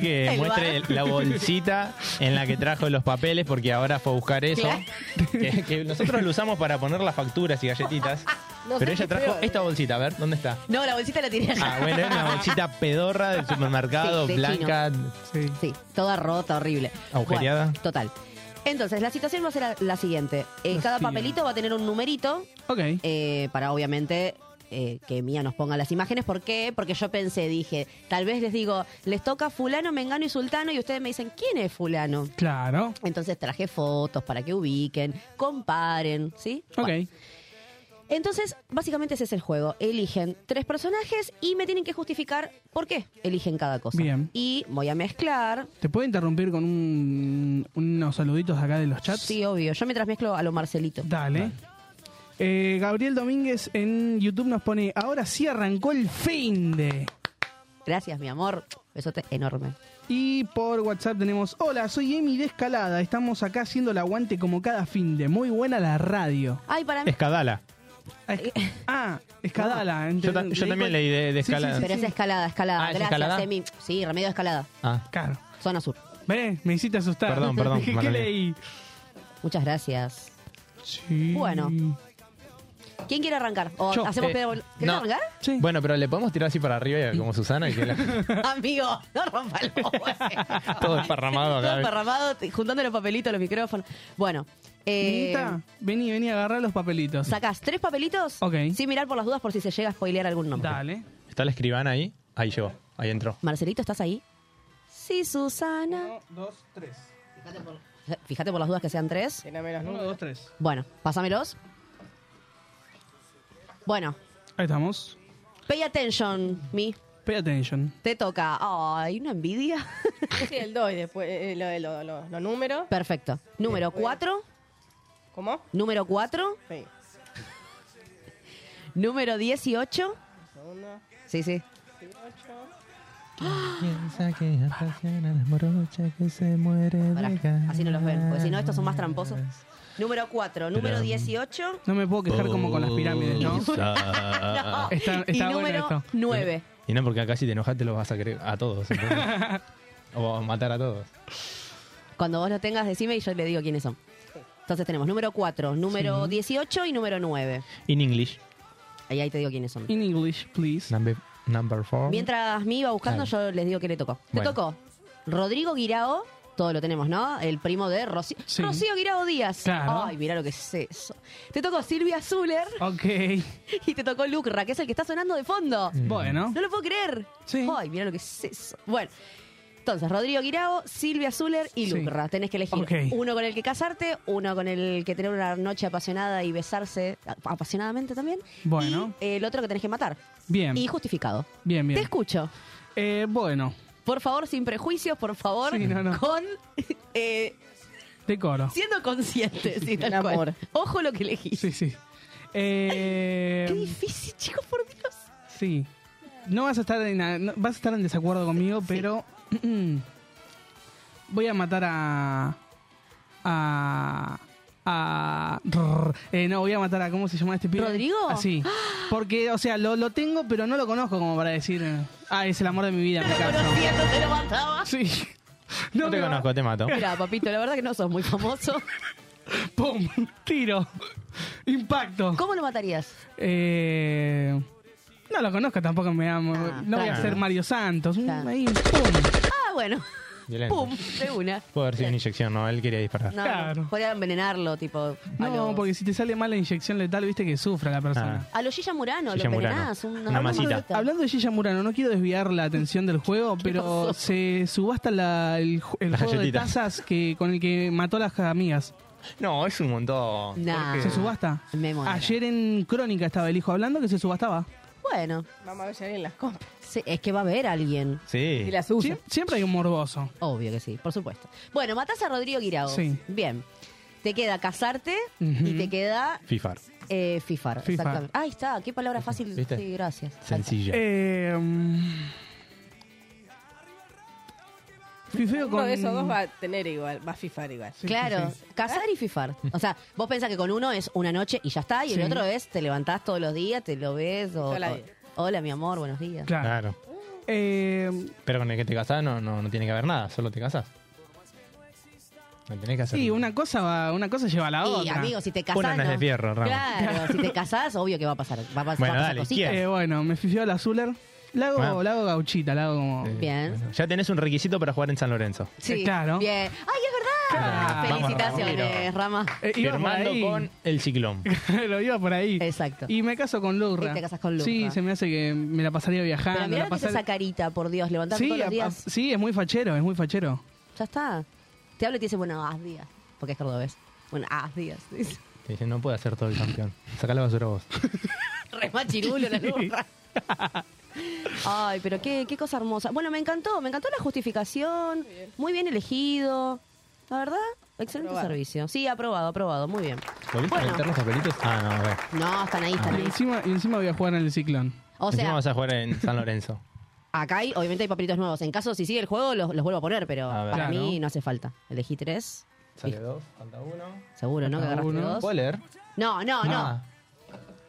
[SPEAKER 6] que
[SPEAKER 4] El
[SPEAKER 6] muestre
[SPEAKER 4] bar.
[SPEAKER 6] la bolsita en la que trajo los papeles, porque ahora fue a buscar eso.
[SPEAKER 4] Claro.
[SPEAKER 6] Que, que nosotros lo usamos para poner las facturas y galletitas.
[SPEAKER 4] No sé
[SPEAKER 6] pero ella
[SPEAKER 4] qué
[SPEAKER 6] trajo
[SPEAKER 4] peor.
[SPEAKER 6] esta bolsita, a ver, ¿dónde está?
[SPEAKER 4] No, la bolsita la tiré allá.
[SPEAKER 6] Ah, bueno, era una bolsita pedorra del supermercado,
[SPEAKER 4] Sí, de
[SPEAKER 6] blanca.
[SPEAKER 5] Sí.
[SPEAKER 4] Sí, toda rota, horrible.
[SPEAKER 6] Agujereada.
[SPEAKER 4] Bueno, total. Entonces, la situación va a ser la, la siguiente. Eh,
[SPEAKER 5] Los
[SPEAKER 4] cada
[SPEAKER 5] tíos.
[SPEAKER 4] papelito va a tener un numerito
[SPEAKER 5] Ok,
[SPEAKER 4] eh, para, obviamente, eh, que Mía nos ponga las imágenes. ¿Por qué? Porque yo pensé, dije, tal vez les digo, les toca fulano, mengano y sultano y ustedes me dicen, ¿quién es fulano?
[SPEAKER 5] claro.
[SPEAKER 4] Entonces traje fotos para que ubiquen, comparen, ¿sí?
[SPEAKER 5] Ok,
[SPEAKER 4] Bueno. Entonces, básicamente ese es el juego. Eligen tres personajes y me tienen que justificar por qué eligen cada cosa.
[SPEAKER 5] Bien.
[SPEAKER 4] Y voy a mezclar.
[SPEAKER 5] ¿te puedo interrumpir con un- unos saluditos acá de los chats?
[SPEAKER 4] Sí, obvio. Yo mientras mezclo a lo Marcelito.
[SPEAKER 5] Dale. Eh, Gabriel Domínguez en YouTube nos pone, ahora sí arrancó el fin de...
[SPEAKER 4] Gracias, mi amor. Besote enorme.
[SPEAKER 5] Y por WhatsApp tenemos, hola, soy Emi de Escalada, estamos acá haciendo el aguante como cada fin de, muy buena la radio.
[SPEAKER 4] Ay, para mí.
[SPEAKER 6] Escadala.
[SPEAKER 5] Ah, es- Ah, Escalada.
[SPEAKER 6] Yo, ta-
[SPEAKER 5] entendí.
[SPEAKER 6] yo también leí de, de
[SPEAKER 5] Sí, sí,
[SPEAKER 6] escalada.
[SPEAKER 4] Pero es escalada, escalada.
[SPEAKER 6] Ah, ¿es
[SPEAKER 4] Gracias,
[SPEAKER 6] escalada?
[SPEAKER 4] Emi. Sí, remedio de escalada.
[SPEAKER 6] Ah,
[SPEAKER 5] Claro.
[SPEAKER 4] Zona sur.
[SPEAKER 5] Ve, me hiciste asustar.
[SPEAKER 6] Perdón, perdón,
[SPEAKER 5] Dije, ¿Qué
[SPEAKER 6] Manolín.
[SPEAKER 5] leí?
[SPEAKER 4] Muchas gracias.
[SPEAKER 5] Sí.
[SPEAKER 4] Bueno. ¿Quién quiere arrancar? ¿O
[SPEAKER 5] Yo.
[SPEAKER 4] hacemos
[SPEAKER 6] Eh,
[SPEAKER 4] pedo- ¿Querés
[SPEAKER 6] no.
[SPEAKER 4] arrancar?
[SPEAKER 5] Sí.
[SPEAKER 6] Bueno, pero le podemos tirar así para arriba como Susana y que la-
[SPEAKER 4] Amigo, no rompa el
[SPEAKER 6] todo desparramado
[SPEAKER 4] Todo
[SPEAKER 6] acá.
[SPEAKER 4] emparramado, t- juntando los papelitos, los micrófonos. Bueno. Eh,
[SPEAKER 5] Minita, vení, vení, agarrá los papelitos.
[SPEAKER 4] Sacás tres papelitos
[SPEAKER 5] Ok.
[SPEAKER 4] sin mirar por las dudas por si se llega a spoilear algún nombre.
[SPEAKER 5] Dale.
[SPEAKER 6] ¿Está la escribana ahí? Ahí llegó, ahí entró.
[SPEAKER 4] Marcelito, ¿estás ahí? Sí, Susana.
[SPEAKER 5] dos, tres.
[SPEAKER 4] Fíjate por las dudas que sean tres.
[SPEAKER 7] Llename los
[SPEAKER 5] Uno,
[SPEAKER 7] números.
[SPEAKER 5] dos, tres.
[SPEAKER 4] Bueno, pásamelos. Bueno,
[SPEAKER 5] Ahí estamos.
[SPEAKER 4] pay attention, mi.
[SPEAKER 5] Pay attention.
[SPEAKER 4] Te toca. Ay, una envidia.
[SPEAKER 7] Sí, el 2 y después eh, lo, lo- lo- los números.
[SPEAKER 4] Perfecto. Número cuatro.
[SPEAKER 7] ¿Cómo?
[SPEAKER 4] Número cuatro.
[SPEAKER 7] Sí.
[SPEAKER 4] Número 18.
[SPEAKER 7] Un segundo.
[SPEAKER 4] Sí, Eh, sí.
[SPEAKER 7] 18.
[SPEAKER 4] ¡Ah!
[SPEAKER 5] Ah,
[SPEAKER 4] Pará, así no los ven, porque si no estos son más tramposos. Número 4, número 18.
[SPEAKER 5] No me puedo quejar como con las pirámides, ¿no?
[SPEAKER 6] Ah.
[SPEAKER 5] Está-
[SPEAKER 4] y
[SPEAKER 5] está bueno
[SPEAKER 4] número
[SPEAKER 5] esto.
[SPEAKER 4] 9.
[SPEAKER 6] Y no, porque acá si te enojas te los vas a querer a todos. entonces. o a matar a todos.
[SPEAKER 4] Cuando vos lo tengas, decime y yo le digo quiénes son. Entonces tenemos número 4, número 18 y número 9.
[SPEAKER 6] In English.
[SPEAKER 4] Ahí, ahí te digo quiénes son.
[SPEAKER 5] In English, please.
[SPEAKER 6] Number, number four.
[SPEAKER 4] Mientras me iba buscando, yo les digo que le tocó. Le
[SPEAKER 6] Bueno.
[SPEAKER 4] tocó Rodrigo Guirao, todo lo tenemos, ¿no? El primo de Rocío.
[SPEAKER 5] Sí.
[SPEAKER 4] Rocío Guirao Díaz.
[SPEAKER 5] Claro.
[SPEAKER 4] Ay, mira lo que es eso. Te tocó Silvia Zuller
[SPEAKER 5] Ok.
[SPEAKER 4] y te tocó Lucra, que es el que está sonando de fondo.
[SPEAKER 5] Mm. Bueno.
[SPEAKER 4] No lo puedo creer.
[SPEAKER 5] Sí.
[SPEAKER 4] Ay, mira lo que es eso. Bueno. Entonces, Rodrigo Guirao, Silvia Zuller y
[SPEAKER 5] Sí.
[SPEAKER 4] Lucra. Tenés que elegir
[SPEAKER 5] Ok.
[SPEAKER 4] uno con el que casarte, uno con el que tener una noche apasionada y besarse ap- apasionadamente también.
[SPEAKER 5] Bueno.
[SPEAKER 4] Y el otro que tenés que matar.
[SPEAKER 5] Bien.
[SPEAKER 4] Y justificado.
[SPEAKER 5] Bien,
[SPEAKER 4] Te
[SPEAKER 5] bien.
[SPEAKER 4] escucho.
[SPEAKER 5] Eh, bueno,
[SPEAKER 4] Por favor, sin prejuicios, por favor,
[SPEAKER 5] Sí, no, no.
[SPEAKER 4] con eh,
[SPEAKER 5] decoro.
[SPEAKER 4] siendo conscientes y tal
[SPEAKER 7] El
[SPEAKER 4] cual.
[SPEAKER 7] amor.
[SPEAKER 4] Ojo lo que elegís.
[SPEAKER 5] Sí, sí. Eh,
[SPEAKER 4] Qué difícil, chicos, por Dios.
[SPEAKER 5] sí. No vas a estar en, no- vas a estar en desacuerdo conmigo, pero voy a matar a a a rrr, eh, no voy a matar a cómo se llama este pibe
[SPEAKER 4] ¿Rodrigo?
[SPEAKER 5] así porque o sea lo, lo tengo pero no lo conozco como para decir ah es el amor de mi vida me caso.
[SPEAKER 4] Siento te lo mataba.
[SPEAKER 5] sí
[SPEAKER 6] No te
[SPEAKER 5] me va-
[SPEAKER 6] conozco, te mato.
[SPEAKER 4] Mira, papito, la verdad que no sos muy famoso.
[SPEAKER 5] pum tiro impacto
[SPEAKER 4] ¿Cómo lo matarías?
[SPEAKER 5] Eh, no lo conozco tampoco, me amo.
[SPEAKER 4] Ah,
[SPEAKER 5] no voy a
[SPEAKER 4] claro.
[SPEAKER 5] ser Mario Santos. un-
[SPEAKER 4] Claro.
[SPEAKER 5] ahí, pum.
[SPEAKER 4] Ah, bueno.
[SPEAKER 6] Violento.
[SPEAKER 4] Pum, de una.
[SPEAKER 6] Puede haber sido una inyección, no, él quería disparar.
[SPEAKER 4] No,
[SPEAKER 5] Claro.
[SPEAKER 4] no, podría envenenarlo, tipo. A
[SPEAKER 5] No,
[SPEAKER 4] los-
[SPEAKER 5] porque si te sale mal la inyección letal, viste que sufra la persona.
[SPEAKER 4] A los Gilla Murano,
[SPEAKER 6] Gilla
[SPEAKER 4] lo
[SPEAKER 6] Ah, Murano.
[SPEAKER 4] envenenás.
[SPEAKER 6] Una
[SPEAKER 4] bolsita.
[SPEAKER 6] masita.
[SPEAKER 5] Hablando de Gilla Murano, no quiero desviar la atención del juego, pero
[SPEAKER 4] pasó?
[SPEAKER 5] se subasta la- el, ju- el
[SPEAKER 6] Las
[SPEAKER 5] juego de
[SPEAKER 6] galletitas.
[SPEAKER 5] tazas que, con el que mató a las amigas.
[SPEAKER 6] No, es un montón.
[SPEAKER 4] Nah.
[SPEAKER 5] ¿Se subasta?
[SPEAKER 4] Me muero.
[SPEAKER 5] Ayer en Crónica estaba el hijo hablando que se subastaba.
[SPEAKER 4] Bueno,
[SPEAKER 7] Vamos a ver si alguien las compra.
[SPEAKER 4] sí, eh, es que va a haber alguien.
[SPEAKER 6] Sí.
[SPEAKER 7] Y las usa.
[SPEAKER 5] Sie- siempre hay un morboso.
[SPEAKER 4] Obvio que sí, por supuesto. Bueno, matás a Rodrigo Guirao.
[SPEAKER 5] Sí.
[SPEAKER 4] Bien. Te queda casarte
[SPEAKER 5] Ujú.
[SPEAKER 4] y te queda
[SPEAKER 6] Fifar.
[SPEAKER 4] eh, fifar.
[SPEAKER 5] Fifar.
[SPEAKER 4] Exactamente. Ahí está, qué palabra fácil.
[SPEAKER 6] ¿Viste?
[SPEAKER 4] Sí, gracias. Ahí está.
[SPEAKER 6] Sencilla.
[SPEAKER 5] Eh, mm. Fifeo
[SPEAKER 7] Uno
[SPEAKER 5] con...
[SPEAKER 7] de esos dos va a tener igual, va a fifar igual.
[SPEAKER 5] Sí,
[SPEAKER 4] claro,
[SPEAKER 5] sí, sí.
[SPEAKER 4] casar y fifar. O sea, vos pensás que con uno es una noche y ya está, y
[SPEAKER 5] Sí.
[SPEAKER 4] el otro es te levantás todos los días, te lo ves o.
[SPEAKER 7] Hola.
[SPEAKER 4] o- hola, mi amor, buenos días.
[SPEAKER 5] Claro.
[SPEAKER 6] Claro.
[SPEAKER 5] Eh,
[SPEAKER 6] Pero con el que te casás no, no, no tiene que haber nada, solo te casás. No tenés que hacer
[SPEAKER 5] sí,
[SPEAKER 6] nada.
[SPEAKER 5] una cosa va, una cosa lleva a la
[SPEAKER 4] Y
[SPEAKER 5] otra.
[SPEAKER 4] amigo, si te casás.
[SPEAKER 6] Una no es de fierro, Ramos.
[SPEAKER 4] Claro, si te casás, obvio que va a pasar. Va a, pas-
[SPEAKER 6] Bueno,
[SPEAKER 4] va a pasar
[SPEAKER 6] dale,
[SPEAKER 4] cositas.
[SPEAKER 5] Eh, bueno, me fifeo a la Zuller. La hago,
[SPEAKER 6] Ah.
[SPEAKER 5] la hago gauchita, la hago como.
[SPEAKER 6] Eh,
[SPEAKER 4] Bien.
[SPEAKER 6] bueno, ya tenés un requisito para jugar en San Lorenzo.
[SPEAKER 4] Sí,
[SPEAKER 5] eh, claro.
[SPEAKER 4] Bien. ¡Ay, es verdad!
[SPEAKER 5] Claro.
[SPEAKER 6] Vamos,
[SPEAKER 4] Felicitaciones, Rama.
[SPEAKER 5] Eh, iba por
[SPEAKER 6] Firmando
[SPEAKER 5] ahí.
[SPEAKER 6] con el ciclón.
[SPEAKER 5] Lo iba por ahí.
[SPEAKER 4] Exacto.
[SPEAKER 5] Y me caso con Lurra.
[SPEAKER 4] Y te casas con Lurra.
[SPEAKER 5] Sí, se me hace que me la pasaría viajando.
[SPEAKER 4] Pero mirá
[SPEAKER 5] la
[SPEAKER 4] lo que es
[SPEAKER 5] pasar-
[SPEAKER 4] esa carita, por Dios, levantar
[SPEAKER 5] sí,
[SPEAKER 4] todos los
[SPEAKER 5] a-
[SPEAKER 4] días.
[SPEAKER 5] a- sí, es muy fachero, es muy fachero.
[SPEAKER 4] Ya está. Te hablo y te dice, bueno, haz días. Porque es cordobés. Bueno, haz días.
[SPEAKER 6] Te dicen, no puede ser todo el campeón. Sacá la basura vos.
[SPEAKER 4] Re machirulo la lurra. Ay, pero qué, qué cosa hermosa. Bueno, me encantó, me encantó la justificación. Muy bien, elegido. La verdad, excelente
[SPEAKER 7] Aprobado.
[SPEAKER 4] servicio. Sí, aprobado, aprobado. Muy bien.
[SPEAKER 6] ¿Volviste a meter los papelitos? Ah, no, a ver.
[SPEAKER 4] No, están ahí, están
[SPEAKER 5] Y
[SPEAKER 4] ahí.
[SPEAKER 5] encima, y encima voy a jugar en el ciclón.
[SPEAKER 4] O
[SPEAKER 6] Encima
[SPEAKER 4] sea,
[SPEAKER 6] vas a jugar en San Lorenzo.
[SPEAKER 4] acá hay, obviamente hay papelitos nuevos. En caso, si sigue el juego, los, los vuelvo a poner, pero
[SPEAKER 6] A ver.
[SPEAKER 4] para
[SPEAKER 5] Claro.
[SPEAKER 4] mí no hace falta. Elegí tres.
[SPEAKER 6] Sale dos, falta uno.
[SPEAKER 4] Seguro, ¿no? Que agarraste
[SPEAKER 5] uno.
[SPEAKER 4] dos.
[SPEAKER 6] ¿Puedo leer?
[SPEAKER 4] No, no, no.
[SPEAKER 6] Ah.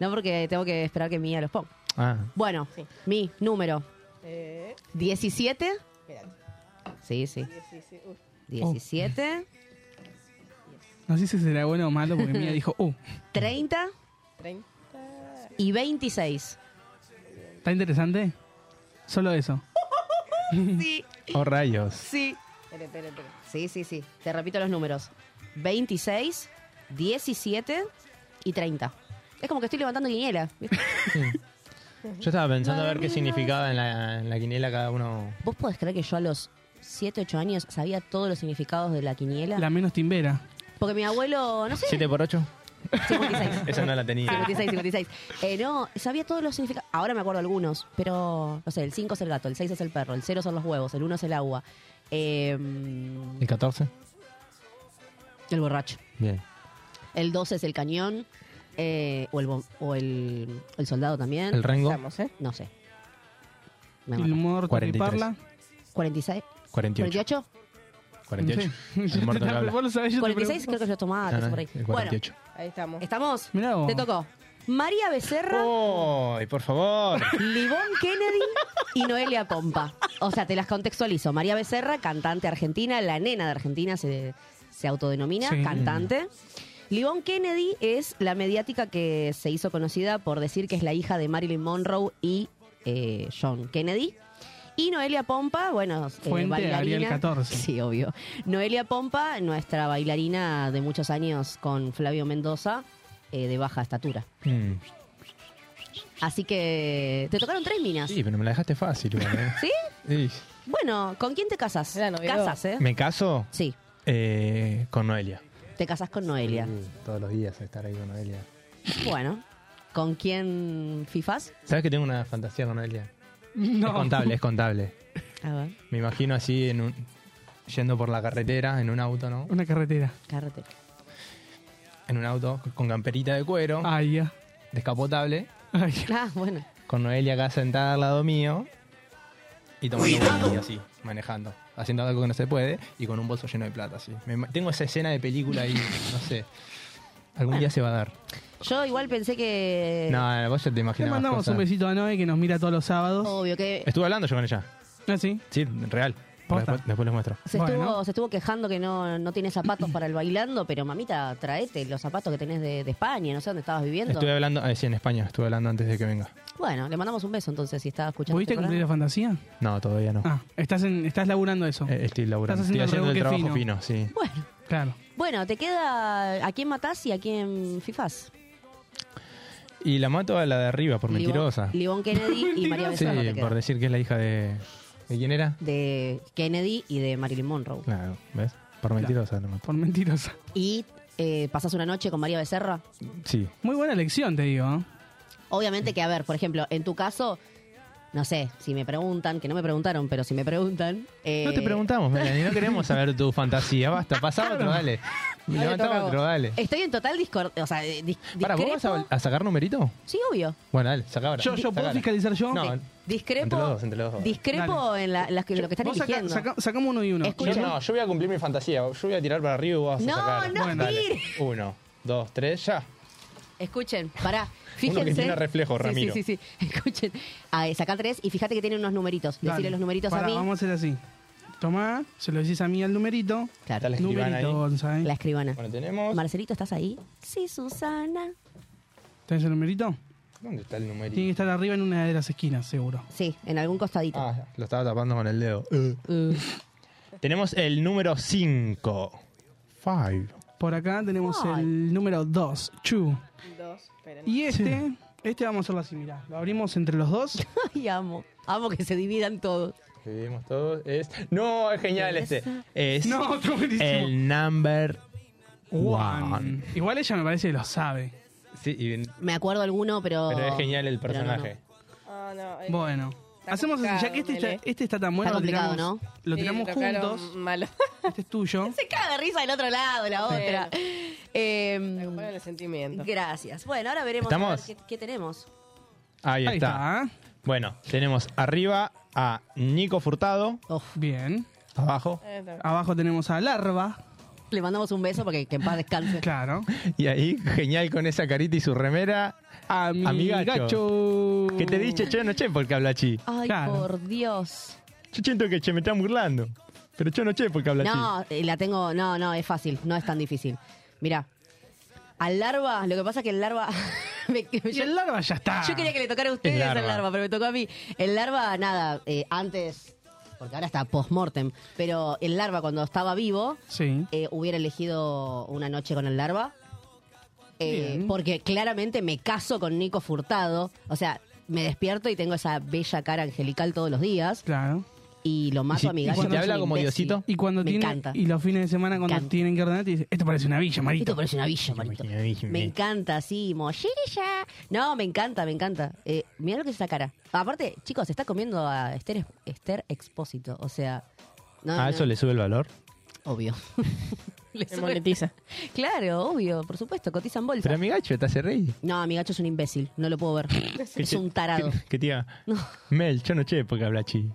[SPEAKER 4] No, porque tengo que esperar que Mía los ponga.
[SPEAKER 6] Ah.
[SPEAKER 4] Bueno, mi número
[SPEAKER 7] Eh,
[SPEAKER 4] 17.
[SPEAKER 7] mirá,
[SPEAKER 4] Sí, sí.
[SPEAKER 7] 17, uy,
[SPEAKER 4] 17,
[SPEAKER 6] Oh.
[SPEAKER 5] No sé si será bueno o malo porque Mía dijo, uh,
[SPEAKER 4] 30
[SPEAKER 7] 30.
[SPEAKER 4] y 26.
[SPEAKER 5] ¿está interesante? Solo eso.
[SPEAKER 4] Sí,
[SPEAKER 6] Oh, rayos.
[SPEAKER 4] sí.
[SPEAKER 7] Espera, espera, espera.
[SPEAKER 4] Sí, sí, sí. Te repito los números. 26, 17 y 30. Es como que estoy levantando guiñela. ¿viste?
[SPEAKER 6] Yo estaba pensando a ver qué significaba en la, en la quiniela cada uno.
[SPEAKER 4] ¿Vos podés creer que yo a los 7, 8 años sabía todos los significados de la quiniela?
[SPEAKER 5] La menos timbera.
[SPEAKER 4] Porque mi abuelo, no sé,
[SPEAKER 6] ¿Siete por ocho?
[SPEAKER 4] 56.
[SPEAKER 6] Esa no la tenía.
[SPEAKER 4] 56, 56. Eh, no, sabía todos los significados. Ahora me acuerdo algunos, pero no sé, el 5 es el gato, el 6 es el perro, el 0 son los huevos, el 1 es el agua. Eh,
[SPEAKER 6] ¿El 14?
[SPEAKER 4] el borracho.
[SPEAKER 6] Bien.
[SPEAKER 4] El 2 es el cañón. eh, o el, bom- o el, el soldado también.
[SPEAKER 6] ¿El Rengo?
[SPEAKER 7] Estamos, ¿eh?
[SPEAKER 4] No sé. Me
[SPEAKER 5] El
[SPEAKER 4] mata.
[SPEAKER 5] humor,
[SPEAKER 6] 43.
[SPEAKER 5] parla.
[SPEAKER 4] 46.
[SPEAKER 6] 48.
[SPEAKER 4] 48.
[SPEAKER 6] 48.
[SPEAKER 5] Sí.
[SPEAKER 6] El muerto no habla.
[SPEAKER 5] Vos lo sabés, yo te
[SPEAKER 4] 46
[SPEAKER 5] pregunto.
[SPEAKER 4] creo que es los tomates,
[SPEAKER 6] Ah, No, no,
[SPEAKER 4] por ahí.
[SPEAKER 6] el
[SPEAKER 4] Bueno,
[SPEAKER 6] 48.
[SPEAKER 7] Ahí estamos.
[SPEAKER 4] ¿estamos?
[SPEAKER 5] Mirá vos. Oh.
[SPEAKER 4] Te tocó. María Becerra,
[SPEAKER 6] ¡Ay, por favor!
[SPEAKER 4] Livón Kennedy y Noelia Pompa. O sea, te las contextualizo. María Becerra, cantante argentina, la nena de Argentina se, se autodenomina,
[SPEAKER 5] Sí.
[SPEAKER 4] cantante. Livón Kennedy es la mediática que se hizo conocida por decir que es la hija de Marilyn Monroe y eh, John Kennedy. Y Noelia Pompa, bueno, eh,
[SPEAKER 5] Fuente,
[SPEAKER 4] bailarina.
[SPEAKER 5] Ariel 14.
[SPEAKER 4] Sí, obvio. Noelia Pompa, nuestra bailarina de muchos años con Flavio Mendoza, eh, de baja estatura.
[SPEAKER 6] Mm,
[SPEAKER 4] Así que te tocaron tres minas.
[SPEAKER 6] sí, pero me la dejaste fácil. igual, ¿eh?
[SPEAKER 4] ¿Sí?
[SPEAKER 6] Sí.
[SPEAKER 4] Bueno, ¿con quién te casas?
[SPEAKER 7] Era novio.
[SPEAKER 4] Casas, ¿eh?
[SPEAKER 6] Me caso
[SPEAKER 4] Sí,
[SPEAKER 6] eh, con Noelia.
[SPEAKER 4] te casas con Noelia.
[SPEAKER 6] Uh, todos los días estar ahí con Noelia.
[SPEAKER 4] Bueno, ¿con quién fifas?
[SPEAKER 6] ¿Sabes que tengo una fantasía con Noelia?
[SPEAKER 5] No.
[SPEAKER 6] Es contable, es contable.
[SPEAKER 4] A ver,
[SPEAKER 6] Me imagino así en un, yendo por la carretera en un auto, ¿no?
[SPEAKER 5] Una carretera.
[SPEAKER 4] carretera.
[SPEAKER 6] En un auto con camperita de cuero,
[SPEAKER 5] Ay, ya.
[SPEAKER 6] descapotable,
[SPEAKER 5] Ay, ya.
[SPEAKER 4] Ah, bueno.
[SPEAKER 6] con Noelia acá sentada al lado mío y tomando whisky así, manejando, haciendo algo que no se puede y con un bolso lleno de plata así. Me ima- tengo esa escena de película ahí, no sé. Algún día se va a dar.
[SPEAKER 4] Yo igual pensé que...
[SPEAKER 6] No, no, vos ya te
[SPEAKER 5] Le
[SPEAKER 6] imaginabas.
[SPEAKER 5] mandamos
[SPEAKER 6] cosas.
[SPEAKER 5] un besito a Noé que nos mira todos los sábados.
[SPEAKER 4] Obvio que
[SPEAKER 6] Estuve hablando yo con ella.
[SPEAKER 5] ¿Ah, sí?
[SPEAKER 6] Sí, real.
[SPEAKER 5] Posta.
[SPEAKER 6] Después, después les muestro.
[SPEAKER 4] se,
[SPEAKER 5] Bueno.
[SPEAKER 4] estuvo, se estuvo quejando que no, no tiene zapatos para el bailando, pero mamita, traete los zapatos que tenés de, de España, no sé dónde estabas viviendo.
[SPEAKER 6] Estuve hablando, eh, sí, en España, estuve hablando antes de que venga.
[SPEAKER 4] Bueno, le mandamos un beso entonces si estaba escuchando.
[SPEAKER 5] ¿Pudiste
[SPEAKER 4] este
[SPEAKER 5] cumplir la
[SPEAKER 4] programa.
[SPEAKER 5] fantasía?
[SPEAKER 6] No, todavía no.
[SPEAKER 5] Ah, estás, en, estás laburando eso.
[SPEAKER 6] Eh, estoy laburando.
[SPEAKER 5] Estás haciendo
[SPEAKER 6] Estoy haciendo el
[SPEAKER 5] rebuque
[SPEAKER 6] trabajo
[SPEAKER 5] fino.
[SPEAKER 6] fino, sí.
[SPEAKER 4] Bueno,
[SPEAKER 5] Claro.
[SPEAKER 4] bueno, te queda a quién matás y a quién fifás.
[SPEAKER 6] Y la mato a la de arriba por mentirosa.
[SPEAKER 4] Livón Kennedy y María
[SPEAKER 6] Sí,
[SPEAKER 4] Becerra. te queda.
[SPEAKER 6] por decir que es la hija de. ¿De quién era?
[SPEAKER 4] de Kennedy y de Marilyn Monroe.
[SPEAKER 6] Claro, ¿ves? Por mentirosa la mato.
[SPEAKER 5] Por mentirosa.
[SPEAKER 4] Y eh, pasás una noche con María Becerra.
[SPEAKER 6] Sí.
[SPEAKER 5] Muy buena elección, te digo. ¿eh?
[SPEAKER 4] Obviamente que, a ver, por ejemplo, en tu caso, no sé, si me preguntan, que no me preguntaron, pero si me preguntan... eh,
[SPEAKER 6] No te preguntamos, Melanie, no queremos saber tu fantasía. Basta, pasá otro, dale.
[SPEAKER 7] toca a
[SPEAKER 6] Levantá
[SPEAKER 7] vos.
[SPEAKER 6] otro, dale.
[SPEAKER 4] Estoy en total discord... O sea, eh, dis-
[SPEAKER 6] Para, ¿vos vas
[SPEAKER 4] discrepo...
[SPEAKER 6] a, a sacar numerito?
[SPEAKER 4] Sí, obvio.
[SPEAKER 6] Bueno, dale, saca ahora.
[SPEAKER 5] Yo, yo puedo
[SPEAKER 6] Sacala.
[SPEAKER 5] fiscalizar yo.
[SPEAKER 6] No,
[SPEAKER 5] Sí.
[SPEAKER 4] Discrepo...
[SPEAKER 6] Entre los dos, entre los dos.
[SPEAKER 4] Discrepo en, la- las que- lo que están
[SPEAKER 5] Vos saca-
[SPEAKER 4] eligiendo.
[SPEAKER 5] saca- sacamos uno y uno.
[SPEAKER 4] Escucha.
[SPEAKER 6] Yo no, yo voy a cumplir mi fantasía. Yo voy a tirar para arriba y vos vas
[SPEAKER 4] No,
[SPEAKER 6] a sacar.
[SPEAKER 4] no
[SPEAKER 6] Bueno, dale.
[SPEAKER 4] tires.
[SPEAKER 6] Uno, dos, tres, ya.
[SPEAKER 4] Escuchen, pará,
[SPEAKER 6] que
[SPEAKER 4] fíjense.
[SPEAKER 6] tiene reflejo,
[SPEAKER 4] Sí,
[SPEAKER 6] Ramiro.
[SPEAKER 4] Sí, sí, sí. Escuchen. Ah, eh, sacá tres y fíjate que tiene unos numeritos.
[SPEAKER 5] Dale.
[SPEAKER 4] Decirle los numeritos
[SPEAKER 5] Pará,
[SPEAKER 4] a mí.
[SPEAKER 5] Vamos a hacer así. Tomá, se lo decís a mí al numerito.
[SPEAKER 4] Claro.
[SPEAKER 6] Dale. La escribana
[SPEAKER 5] Numerito,
[SPEAKER 6] ahí.
[SPEAKER 5] Gonza, ¿eh?
[SPEAKER 4] La escribana.
[SPEAKER 6] Bueno, tenemos.
[SPEAKER 4] Marcelito, ¿estás ahí? Sí, Susana.
[SPEAKER 5] ¿Tenés el numerito?
[SPEAKER 6] ¿Dónde está el numerito?
[SPEAKER 5] Tiene que estar arriba en una de las esquinas, seguro.
[SPEAKER 4] Sí, en algún costadito.
[SPEAKER 6] Ah, lo estaba tapando con el dedo. Eh.
[SPEAKER 4] Uh,
[SPEAKER 6] Tenemos el número 5. Five.
[SPEAKER 5] Por acá tenemos
[SPEAKER 4] Ay.
[SPEAKER 5] el número 2, Chu.
[SPEAKER 7] Dos, pero no.
[SPEAKER 5] Y este, este vamos a hacerlo así, mirá. Lo abrimos entre los dos.
[SPEAKER 4] Ay, amo. Amo que se dividan todos.
[SPEAKER 6] Que vimos todos. Es... No, es genial este. Es
[SPEAKER 5] No, está buenísimo.
[SPEAKER 6] el number one.
[SPEAKER 5] Igual ella me parece que lo sabe.
[SPEAKER 6] Sí, y-
[SPEAKER 4] Me acuerdo alguno, pero.
[SPEAKER 6] pero es genial el
[SPEAKER 4] Oh, pero no, no.
[SPEAKER 6] personaje.
[SPEAKER 7] Ah, no, eh,
[SPEAKER 5] Bueno.
[SPEAKER 7] Está
[SPEAKER 5] Hacemos así, ya que este
[SPEAKER 7] complicado,
[SPEAKER 5] está, este está tan bueno,
[SPEAKER 4] Está
[SPEAKER 5] lo
[SPEAKER 4] complicado,
[SPEAKER 5] tiramos, lo
[SPEAKER 7] sí,
[SPEAKER 5] tiramos
[SPEAKER 7] tocaron
[SPEAKER 5] juntos.
[SPEAKER 7] Malo.
[SPEAKER 5] Este es tuyo.
[SPEAKER 4] Se caga de risa del otro lado, la otra. Eh,
[SPEAKER 7] Me acompañan los sentimientos.
[SPEAKER 4] gracias. Bueno, ahora veremos
[SPEAKER 6] ¿Estamos?
[SPEAKER 4] a ver qué, qué tenemos.
[SPEAKER 6] Ahí,
[SPEAKER 5] Ahí
[SPEAKER 6] está.
[SPEAKER 5] está.
[SPEAKER 6] Bueno, tenemos arriba a Nico Furtado.
[SPEAKER 5] Bien.
[SPEAKER 6] Abajo.
[SPEAKER 7] Ahí está.
[SPEAKER 5] Abajo tenemos a Larva.
[SPEAKER 4] Le mandamos un beso porque que en paz descanse.
[SPEAKER 5] Claro.
[SPEAKER 6] Y ahí, genial con esa carita y su remera.
[SPEAKER 5] A mi
[SPEAKER 6] Amigacho.
[SPEAKER 5] gacho.
[SPEAKER 6] Que te dije, che, no che, porque habla chi.
[SPEAKER 4] Ay,
[SPEAKER 5] Claro.
[SPEAKER 4] por Dios.
[SPEAKER 6] Yo siento que che, me están burlando. Pero yo no che, porque habla chi.
[SPEAKER 4] No, eh, la tengo. No, no, es fácil. No es tan difícil. Mirá. Al larva, lo que pasa es que el larva. me-
[SPEAKER 5] Y
[SPEAKER 4] yo-
[SPEAKER 5] el Larva Ah, ya está.
[SPEAKER 4] Yo quería que le tocara a ustedes
[SPEAKER 6] El larva.
[SPEAKER 4] el larva, pero me tocó a mí. El larva, nada, eh, antes, porque ahora está post-mortem, pero el larva cuando estaba vivo,
[SPEAKER 5] Sí.
[SPEAKER 4] eh, hubiera elegido una noche con el larva. Eh,
[SPEAKER 5] Bien.
[SPEAKER 4] porque claramente me caso con Nico Furtado. O sea, me despierto y tengo esa bella cara angelical todos los días.
[SPEAKER 5] Claro.
[SPEAKER 4] Y lo mato
[SPEAKER 6] si-
[SPEAKER 4] a mi
[SPEAKER 6] y
[SPEAKER 4] gallo.
[SPEAKER 6] si te
[SPEAKER 4] es
[SPEAKER 6] habla
[SPEAKER 4] un
[SPEAKER 6] como
[SPEAKER 4] imbécil.
[SPEAKER 6] Diosito?
[SPEAKER 5] Y cuando
[SPEAKER 4] me
[SPEAKER 5] tiene.
[SPEAKER 4] encanta.
[SPEAKER 5] Y los fines de semana cuando
[SPEAKER 4] encanta.
[SPEAKER 5] tienen que ordenar, te dice, esto parece una villa,
[SPEAKER 4] Esto
[SPEAKER 5] marito.
[SPEAKER 4] parece una villa, marito.
[SPEAKER 6] Una villa,
[SPEAKER 4] Me
[SPEAKER 6] bien.
[SPEAKER 4] encanta, sí, mochirilla. No, me encanta, me encanta. Eh, mirá lo que es esa cara. Aparte, chicos, está comiendo a Esther, Esther Expósito. O sea. No,
[SPEAKER 6] ¿A
[SPEAKER 4] no,
[SPEAKER 6] Ah, eso le sube el valor?
[SPEAKER 4] Obvio. Le
[SPEAKER 7] Se
[SPEAKER 4] sube-
[SPEAKER 7] monetiza.
[SPEAKER 4] Claro, obio, por supuesto, cotizan bolsa.
[SPEAKER 6] Pero mi gacho, ¿te hace reír?
[SPEAKER 4] No, mi gacho es un imbécil, no lo puedo ver. es un tarado.
[SPEAKER 6] Que, que te diga, Mel, yo no che porque habla chi.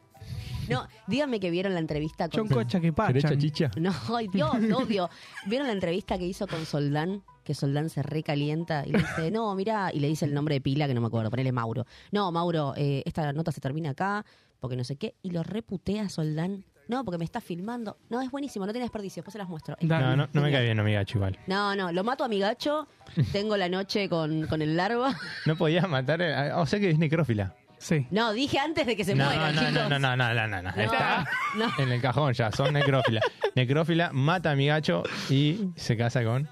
[SPEAKER 4] No, díganme que vieron la entrevista con.
[SPEAKER 5] John Cocha que
[SPEAKER 6] ¿Querés
[SPEAKER 5] pacha.
[SPEAKER 6] chachicha?
[SPEAKER 4] No, ay, Dios, obvio. ¿Vieron la entrevista que hizo con Soldán? Que Soldán se recalienta y le dice, no, mirá, y le dice el nombre de pila que no me acuerdo, ponele Mauro. No, Mauro, eh, esta nota se termina acá, porque no sé qué, y lo reputea a Soldán. No, porque me está filmando. No, es buenísimo, no tiene desperdicio, después se las muestro. Es
[SPEAKER 5] Dale.
[SPEAKER 6] No, no, no me cae bien, no me gacho igual.
[SPEAKER 4] No, no, lo mato a mi gacho, tengo la noche con, con el larva.
[SPEAKER 6] No podía matar. a- O sea que es necrófila.
[SPEAKER 5] Sí.
[SPEAKER 4] No, dije antes de que se
[SPEAKER 6] No,
[SPEAKER 4] muera,
[SPEAKER 6] no,
[SPEAKER 4] chicos.
[SPEAKER 6] no, no, no, no, no, no, no. Está
[SPEAKER 4] no.
[SPEAKER 6] en el cajón ya, son necrófila. necrófila mata a mi gacho y se casa con,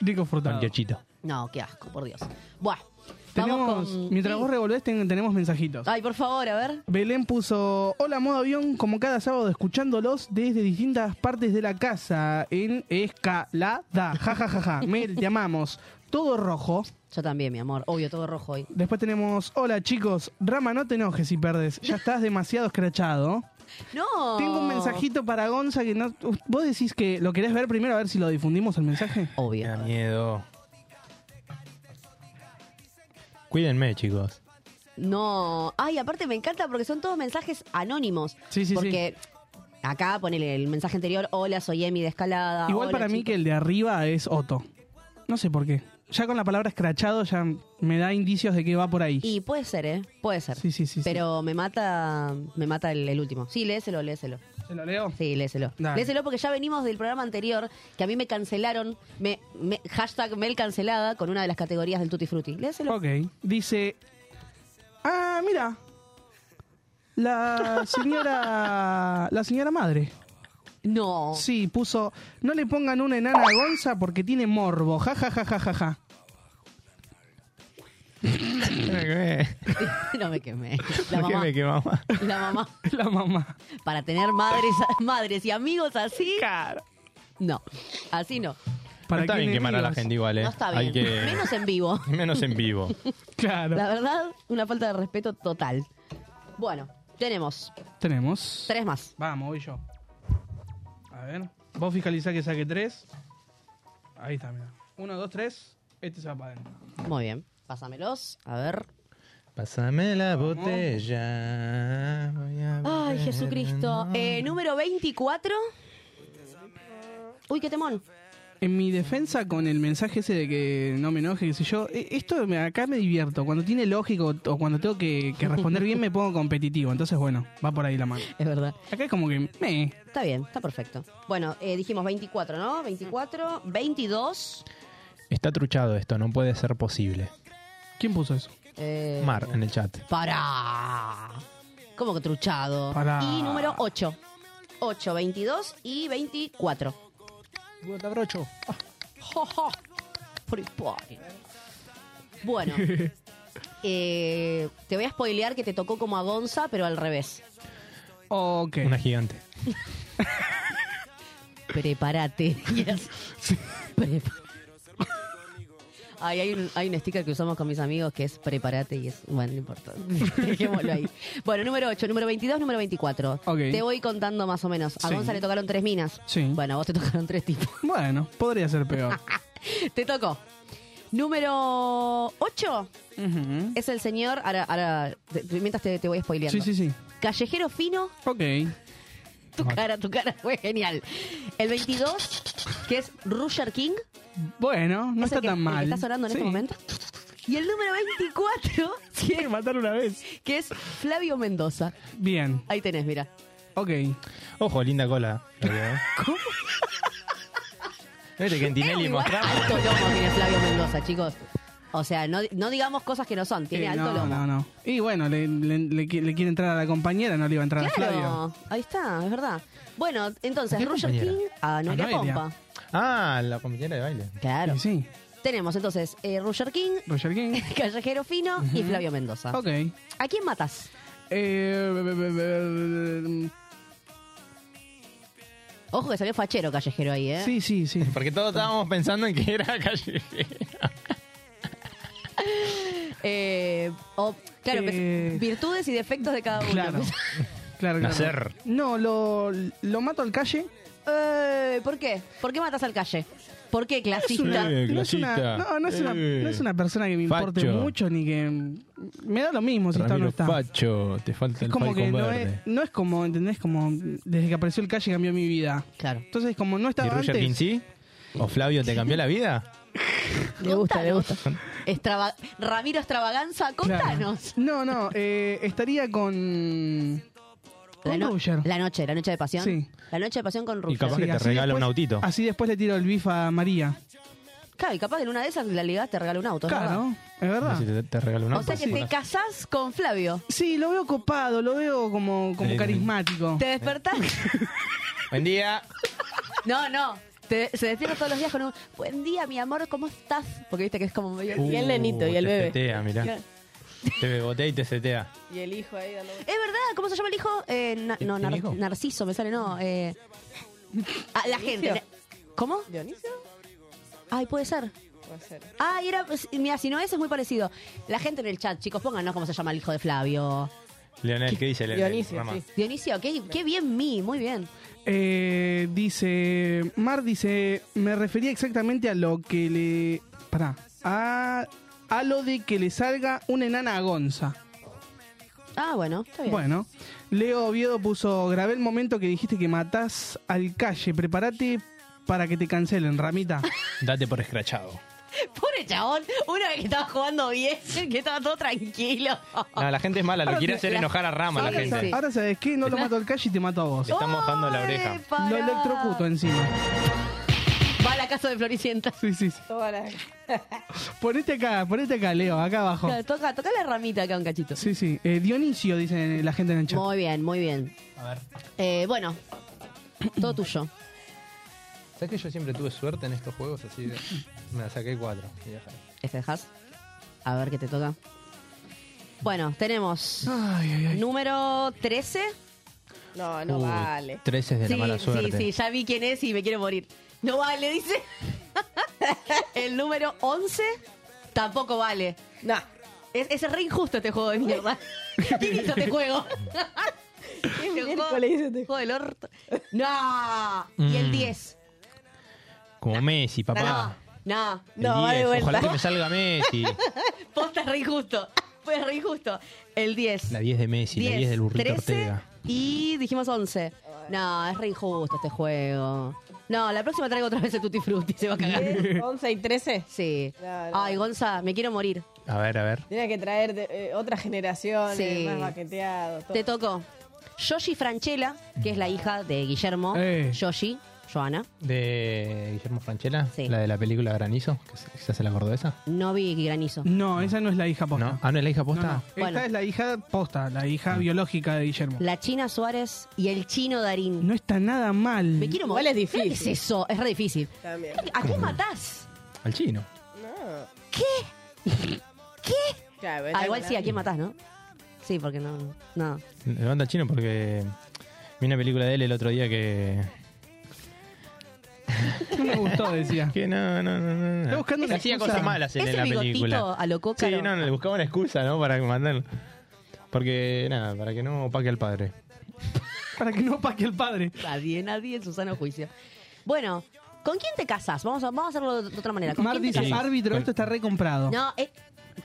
[SPEAKER 5] Rico
[SPEAKER 6] con
[SPEAKER 5] frutado.
[SPEAKER 6] Kiochito.
[SPEAKER 4] No, qué asco, por Dios. Buah, vamos
[SPEAKER 5] Tenemos,
[SPEAKER 4] con...
[SPEAKER 5] mientras
[SPEAKER 4] Sí.
[SPEAKER 5] vos revolvés, ten- tenemos mensajitos.
[SPEAKER 4] Ay, por favor, a ver.
[SPEAKER 5] Belén puso, hola modo avión, como cada sábado escuchándolos desde distintas partes de la casa, en escalada, ja ja ja ja, Mel, te amamos, todo rojo.
[SPEAKER 4] Yo también, mi amor. Obvio, todo rojo hoy.
[SPEAKER 5] Después tenemos, hola chicos, Rama, no te enojes si perdes, ya estás demasiado escrachado.
[SPEAKER 4] No.
[SPEAKER 5] Tengo un mensajito para Gonza que no... ¿Vos decís que lo querés ver primero a ver si lo difundimos el mensaje?
[SPEAKER 6] Me
[SPEAKER 4] Obvio.
[SPEAKER 6] da miedo. Cuídenme, chicos.
[SPEAKER 4] No. Ay, aparte me encanta porque son todos mensajes anónimos.
[SPEAKER 5] Sí, sí,
[SPEAKER 4] Porque acá ponele el mensaje anterior, hola, soy Emi de Escalada.
[SPEAKER 5] Igual
[SPEAKER 4] Ah, hola,
[SPEAKER 5] para mí
[SPEAKER 4] chicos.
[SPEAKER 5] que el de arriba es Otto. No sé por qué. Ya con la palabra escrachado ya me da indicios de que va por ahí.
[SPEAKER 4] Y puede ser, ¿eh? Puede ser.
[SPEAKER 5] Sí, sí, sí, sí.
[SPEAKER 4] Pero me mata me mata el, el último. Sí, léeselo, léeselo.
[SPEAKER 5] ¿Se lo leo?
[SPEAKER 4] Sí, léeselo.
[SPEAKER 5] Dale.
[SPEAKER 4] Léeselo porque ya venimos del programa anterior que a mí me cancelaron. Me, me- hashtag Mel cancelada con una de las categorías del Tutti Frutti. Léeselo.
[SPEAKER 5] Ok. Dice. Ah, mira. La señora. La señora madre.
[SPEAKER 4] No.
[SPEAKER 5] Sí, puso. No le pongan una enana a Gonza porque tiene morbo. Ja, ja, ja, ja, ja, ja.
[SPEAKER 4] no me quemé. La
[SPEAKER 6] ¿Por qué
[SPEAKER 4] mamá.
[SPEAKER 6] me quemaba?
[SPEAKER 4] La mamá.
[SPEAKER 5] La mamá.
[SPEAKER 4] para tener madres, madres y amigos así. No, así no.
[SPEAKER 5] ¿Para
[SPEAKER 6] No está
[SPEAKER 5] qué
[SPEAKER 6] bien quemar a la
[SPEAKER 5] enemigos?
[SPEAKER 6] gente igual, ¿eh?
[SPEAKER 4] No está
[SPEAKER 6] Hay
[SPEAKER 4] bien.
[SPEAKER 6] que-
[SPEAKER 4] Menos en vivo.
[SPEAKER 6] Menos en vivo.
[SPEAKER 5] Claro.
[SPEAKER 4] La verdad, una falta de respeto total. Bueno, tenemos
[SPEAKER 5] Tenemos.
[SPEAKER 4] tres más.
[SPEAKER 5] Vamos, voy yo. A ver. Vos fiscalizá que saque tres. Ahí está, mira. Uno, dos, tres. Este se va para adentro.
[SPEAKER 4] Muy bien, pásamelos. A ver.
[SPEAKER 6] Pásame la botella. voy a
[SPEAKER 4] Ay,
[SPEAKER 6] beber,
[SPEAKER 4] Jesucristo.
[SPEAKER 6] no.
[SPEAKER 4] Eh, número 24. Uy, qué temón.
[SPEAKER 5] En mi defensa con el mensaje ese de que no me enoje, qué sé yo, e- esto me- acá me divierto. Cuando tiene lógico o cuando tengo que, que responder bien me pongo competitivo. Entonces, bueno, va por ahí la mano.
[SPEAKER 4] Es verdad.
[SPEAKER 5] Acá es como que... meh.
[SPEAKER 4] Está bien, está perfecto. Bueno, eh, dijimos 24, ¿no? 24, 22.
[SPEAKER 6] Está truchado esto, no puede ser posible.
[SPEAKER 5] ¿Quién puso eso?
[SPEAKER 4] Eh,
[SPEAKER 6] Mar en el chat.
[SPEAKER 4] Pará. ¿Cómo que truchado?
[SPEAKER 5] Pará.
[SPEAKER 4] Y número 8. 8, 22 y 24. Jo, jo. Por el pobre. Bueno. eh, te voy a spoilear que te tocó como a Gonza, pero al revés.
[SPEAKER 5] Ok.
[SPEAKER 6] Una gigante.
[SPEAKER 4] Prepárate. Yes. Prepa- Ay, hay, un, hay un sticker que usamos con mis amigos que es prepárate y es, bueno, no importa. Dejémoslo ahí. Bueno, número 8, número 22, número 24.
[SPEAKER 5] Ok.
[SPEAKER 4] Te voy contando más o menos. A
[SPEAKER 5] Sí.
[SPEAKER 4] Gonza le tocaron tres minas.
[SPEAKER 5] Sí.
[SPEAKER 4] Bueno, a vos te tocaron tres tipos.
[SPEAKER 5] Bueno, podría ser peor.
[SPEAKER 4] Te tocó. Número 8
[SPEAKER 5] Ujú.
[SPEAKER 4] es el señor, ahora, ahora, te- mientras te, te voy spoileando.
[SPEAKER 5] Sí, sí, sí.
[SPEAKER 4] Callejero fino,
[SPEAKER 5] Ok.
[SPEAKER 4] tu cara, tu cara fue genial. El 22, que es Rusher King.
[SPEAKER 5] Bueno, no
[SPEAKER 4] ¿Es el
[SPEAKER 5] está
[SPEAKER 4] que-
[SPEAKER 5] tan
[SPEAKER 4] el que
[SPEAKER 5] mal.
[SPEAKER 4] está sonando en
[SPEAKER 5] Sí.
[SPEAKER 4] este momento. Y el número 24,
[SPEAKER 5] Quiere matar una vez.
[SPEAKER 4] que es Flavio Mendoza.
[SPEAKER 5] Bien,
[SPEAKER 4] Ahí tenés, mira.
[SPEAKER 5] ok.
[SPEAKER 6] Ojo, linda cola. ¿Cómo? Viste que en Tinelli
[SPEAKER 4] Eh, igual,
[SPEAKER 6] mostramos.
[SPEAKER 4] alto lomo tiene Flavio Mendoza, chicos. O sea, no, no digamos cosas que no son. Tiene
[SPEAKER 5] Eh,
[SPEAKER 4] alto
[SPEAKER 5] no,
[SPEAKER 4] lomo.
[SPEAKER 5] no, no. Y bueno, le, le- le qui- le quiere entrar a la compañera, no le iba a entrar a Flavio.
[SPEAKER 4] Claro, ahí está, es verdad. Bueno, entonces,
[SPEAKER 6] ¿A qué
[SPEAKER 4] Roger
[SPEAKER 6] compañera?
[SPEAKER 4] King a Noelia
[SPEAKER 5] Noelia.
[SPEAKER 4] Ah, Pompa.
[SPEAKER 6] Ah, la compañera de baile.
[SPEAKER 4] Claro.
[SPEAKER 5] Y sí,
[SPEAKER 4] Tenemos entonces eh, Roger King,
[SPEAKER 5] Roger King.
[SPEAKER 4] Callejero Fino y Flavio Mendoza.
[SPEAKER 5] Ok.
[SPEAKER 4] ¿A quién matas?
[SPEAKER 5] Eh, be- be- be- be-
[SPEAKER 4] Ojo que salió fachero Callejero ahí, ¿eh?
[SPEAKER 5] sí, sí, sí.
[SPEAKER 6] Porque todos estábamos pensando en que era callejera.
[SPEAKER 4] Eh, o- claro,
[SPEAKER 5] Eh.
[SPEAKER 4] pues, virtudes y defectos de cada uno.
[SPEAKER 5] Claro. Claro, claro.
[SPEAKER 6] Nacer.
[SPEAKER 5] No, lo, lo mato al calle
[SPEAKER 4] Eh, ¿Por qué? ¿Por qué matas al calle? ¿Por qué
[SPEAKER 5] es
[SPEAKER 4] clasista?
[SPEAKER 5] una- no es una-
[SPEAKER 6] Eh, clasista.
[SPEAKER 5] no, no es una-
[SPEAKER 6] Eh.
[SPEAKER 5] no es una persona que me importe
[SPEAKER 6] Facho.
[SPEAKER 5] mucho ni que. Me da lo mismo si está o no
[SPEAKER 6] Ramiro
[SPEAKER 5] está.
[SPEAKER 6] Facho, te falta
[SPEAKER 5] Es
[SPEAKER 6] el
[SPEAKER 5] como que
[SPEAKER 6] Falcon
[SPEAKER 5] no
[SPEAKER 6] Verde.
[SPEAKER 5] es, no es como, ¿entendés? Como desde que apareció el calle cambió mi vida.
[SPEAKER 4] Claro.
[SPEAKER 5] Entonces, como no
[SPEAKER 6] ¿Y
[SPEAKER 5] estaba
[SPEAKER 6] Roger King
[SPEAKER 5] antes.
[SPEAKER 6] sí? ¿O Flavio te cambió la vida?
[SPEAKER 7] Le gusta, le gusta.
[SPEAKER 4] Extrava- Ramiro Extravaganza,
[SPEAKER 5] Claro.
[SPEAKER 4] contanos.
[SPEAKER 5] No, no, eh, estaría con.
[SPEAKER 4] La,
[SPEAKER 5] Con
[SPEAKER 4] no-
[SPEAKER 5] Roger.
[SPEAKER 4] la noche, la noche de pasión.
[SPEAKER 5] Sí.
[SPEAKER 4] La noche de pasión con
[SPEAKER 6] Y capaz
[SPEAKER 4] Ruger.
[SPEAKER 6] que te regala un autito.
[SPEAKER 5] Así después le tiro el bif a María.
[SPEAKER 4] Claro, y capaz en una de esas la ligás te regala un auto. ¿no?
[SPEAKER 5] Claro, es
[SPEAKER 6] No
[SPEAKER 5] verdad.
[SPEAKER 6] sé si te, te regaló una
[SPEAKER 4] O sea que te casás con Flavio.
[SPEAKER 5] Sí, lo veo copado, lo veo como, como
[SPEAKER 6] Sí.
[SPEAKER 5] carismático.
[SPEAKER 4] Te despertás.
[SPEAKER 6] Buen día.
[SPEAKER 4] No, no. Te- se despierta todos los días con un buen día, mi amor, ¿cómo estás? Porque viste que es como medio.
[SPEAKER 7] Y el
[SPEAKER 6] Uh,
[SPEAKER 7] nenito, y el
[SPEAKER 6] te
[SPEAKER 7] bebé.
[SPEAKER 6] setea, mirá. Te bebotea y te setea.
[SPEAKER 7] Y el hijo ahí dando.
[SPEAKER 4] Es verdad, ¿cómo se llama el hijo? Eh, na- no,
[SPEAKER 6] ¿Tiene
[SPEAKER 4] Nar-
[SPEAKER 6] ¿Este hijo?
[SPEAKER 4] Narciso, me sale, no. eh. Ah, la gente. ¿Cómo?
[SPEAKER 7] ¿Dionisio?
[SPEAKER 4] Ay, puede ser.
[SPEAKER 7] Puede ser.
[SPEAKER 4] Ah, y era. Mira, si no es, es muy parecido. La gente en el chat, chicos, pónganos cómo se llama el hijo de Flavio.
[SPEAKER 6] Leonel, ¿qué dice Leonel?
[SPEAKER 7] Dionisio,
[SPEAKER 6] Mamá.
[SPEAKER 7] sí.
[SPEAKER 4] Dionisio, qué, qué bien mí, muy bien.
[SPEAKER 5] Eh, dice. Mar dice. Me refería exactamente a lo que le. Pará. A, a lo de que le salga una enana a Gonza.
[SPEAKER 4] Ah, bueno, está bien.
[SPEAKER 5] Bueno. Leo Oviedo puso. Grabé el momento que dijiste que matás al calle. Prepárate para que te cancelen, ramita.
[SPEAKER 6] Date por escrachado.
[SPEAKER 4] Pobre chabón, una vez que estaba jugando bien, que estaba todo tranquilo.
[SPEAKER 6] No, la gente es mala, lo
[SPEAKER 5] Ahora
[SPEAKER 6] quiere
[SPEAKER 5] te-
[SPEAKER 6] hacer
[SPEAKER 4] la-
[SPEAKER 6] enojar a Rama la
[SPEAKER 4] Ahora
[SPEAKER 6] gente.
[SPEAKER 4] sí.
[SPEAKER 5] Ahora sabes qué, no lo mato al calle y te mato a vos.
[SPEAKER 6] Le está mojando la
[SPEAKER 4] Ay,
[SPEAKER 6] oreja.
[SPEAKER 4] pará.
[SPEAKER 5] Lo electrocuto encima.
[SPEAKER 4] Va a la casa de Floricienta.
[SPEAKER 5] Sí, sí, sí.
[SPEAKER 7] Toda la.
[SPEAKER 5] Ponete acá, ponete acá, Leo, acá abajo.
[SPEAKER 4] Claro, toca, toca la ramita acá un cachito.
[SPEAKER 5] Sí, sí. Eh, Dionisio, dice la gente en el chat.
[SPEAKER 4] Muy bien, muy bien.
[SPEAKER 5] Ah,
[SPEAKER 6] A ver.
[SPEAKER 4] Eh, bueno, todo tuyo.
[SPEAKER 6] ¿Sabes que yo siempre tuve suerte en estos juegos? Así de- me la saqué cuatro. y ya está.
[SPEAKER 4] Este dejas. A ver qué te toca. Bueno, tenemos
[SPEAKER 5] Ay, ay, ay.
[SPEAKER 4] número 13.
[SPEAKER 7] No, no
[SPEAKER 6] Uh,
[SPEAKER 7] vale.
[SPEAKER 6] Tres es de la mala
[SPEAKER 4] sí,
[SPEAKER 6] suerte.
[SPEAKER 4] sí, ya vi quién es y me quiere morir. No vale, dice. El número 11 tampoco vale.
[SPEAKER 7] No.
[SPEAKER 4] Es, es re injusto este juego de mierda. ¿Quién hizo este juego?
[SPEAKER 7] ¿Qué
[SPEAKER 4] Este
[SPEAKER 7] miércoles hizo este
[SPEAKER 4] juego del orto. ¡No! Y el
[SPEAKER 6] Mm.
[SPEAKER 4] 10.
[SPEAKER 6] Como Messi,
[SPEAKER 4] No,
[SPEAKER 6] papá.
[SPEAKER 4] no.
[SPEAKER 6] El
[SPEAKER 7] No, va de
[SPEAKER 6] 10,
[SPEAKER 7] vuelta.
[SPEAKER 6] Ojalá que me salga Messi.
[SPEAKER 4] Posta es re injusto. Fue re injusto. El 10.
[SPEAKER 6] La 10 de Messi, la 10 del burrito
[SPEAKER 4] 13
[SPEAKER 6] Ortega.
[SPEAKER 4] Y dijimos 11. No, es re injusto este juego. No, la próxima traigo otra vez el Tutti Frutti, se va a cagar.
[SPEAKER 7] 10, 11 y 13.
[SPEAKER 4] Sí.
[SPEAKER 7] No, no.
[SPEAKER 4] Ay, Gonza, me quiero morir.
[SPEAKER 6] A ver, a ver.
[SPEAKER 7] Tiene que traer de- eh, otra generación, eh,
[SPEAKER 4] Sí.
[SPEAKER 7] más baqueteado. Todo.
[SPEAKER 4] Te tocó. Yoshi Franchella, que es la hija de Guillermo.
[SPEAKER 5] Eh.
[SPEAKER 4] Yoshi, Joana.
[SPEAKER 6] De Guillermo Franchella,
[SPEAKER 4] Sí.
[SPEAKER 6] la de la película Granizo, que se- quizás se la acordó de esa.
[SPEAKER 4] No vi granizo.
[SPEAKER 5] No, esa no es la hija posta.
[SPEAKER 6] ¿No? Ah, no es la hija
[SPEAKER 5] No, no.
[SPEAKER 6] posta.
[SPEAKER 4] Bueno.
[SPEAKER 5] Esta es la hija posta, la
[SPEAKER 6] Ah.
[SPEAKER 5] hija biológica de Guillermo.
[SPEAKER 4] La China Suárez y el chino Darín.
[SPEAKER 5] No está nada mal.
[SPEAKER 4] Me quiero
[SPEAKER 7] Igual
[SPEAKER 4] morir.
[SPEAKER 7] es difícil.
[SPEAKER 4] ¿Qué es eso? Es re difícil.
[SPEAKER 7] También.
[SPEAKER 4] ¿A qué matás?
[SPEAKER 6] Al chino.
[SPEAKER 7] No.
[SPEAKER 4] ¿Qué?
[SPEAKER 7] Claro,
[SPEAKER 4] Ah, igual
[SPEAKER 7] está
[SPEAKER 4] sí, ¿a
[SPEAKER 7] bien.
[SPEAKER 4] quién matás, no? Sí, porque no. No.
[SPEAKER 6] Levanta al chino porque vi una película de él el otro día que.
[SPEAKER 5] No me gustó, decía.
[SPEAKER 6] Que no, no, no. no.
[SPEAKER 5] Está buscando una
[SPEAKER 6] Hacía
[SPEAKER 5] excusa.
[SPEAKER 6] cosas malas él
[SPEAKER 4] Ese
[SPEAKER 6] en la
[SPEAKER 4] bigotito
[SPEAKER 6] película.
[SPEAKER 4] a lo
[SPEAKER 6] Sí,
[SPEAKER 4] Cócaro.
[SPEAKER 6] no, no, le buscaba una excusa, ¿no? Para mandarlo. Porque, nada, para que no opaque al padre.
[SPEAKER 5] Para que no paque el padre.
[SPEAKER 4] Nadie, nadie en su sano juicio. Bueno, ¿con quién te casas? Vamos a, vamos a hacerlo de otra manera. ¿Con
[SPEAKER 5] Mar
[SPEAKER 4] quién te
[SPEAKER 5] dice,
[SPEAKER 4] casás?
[SPEAKER 5] árbitro, esto está recomprado.
[SPEAKER 4] No, eh,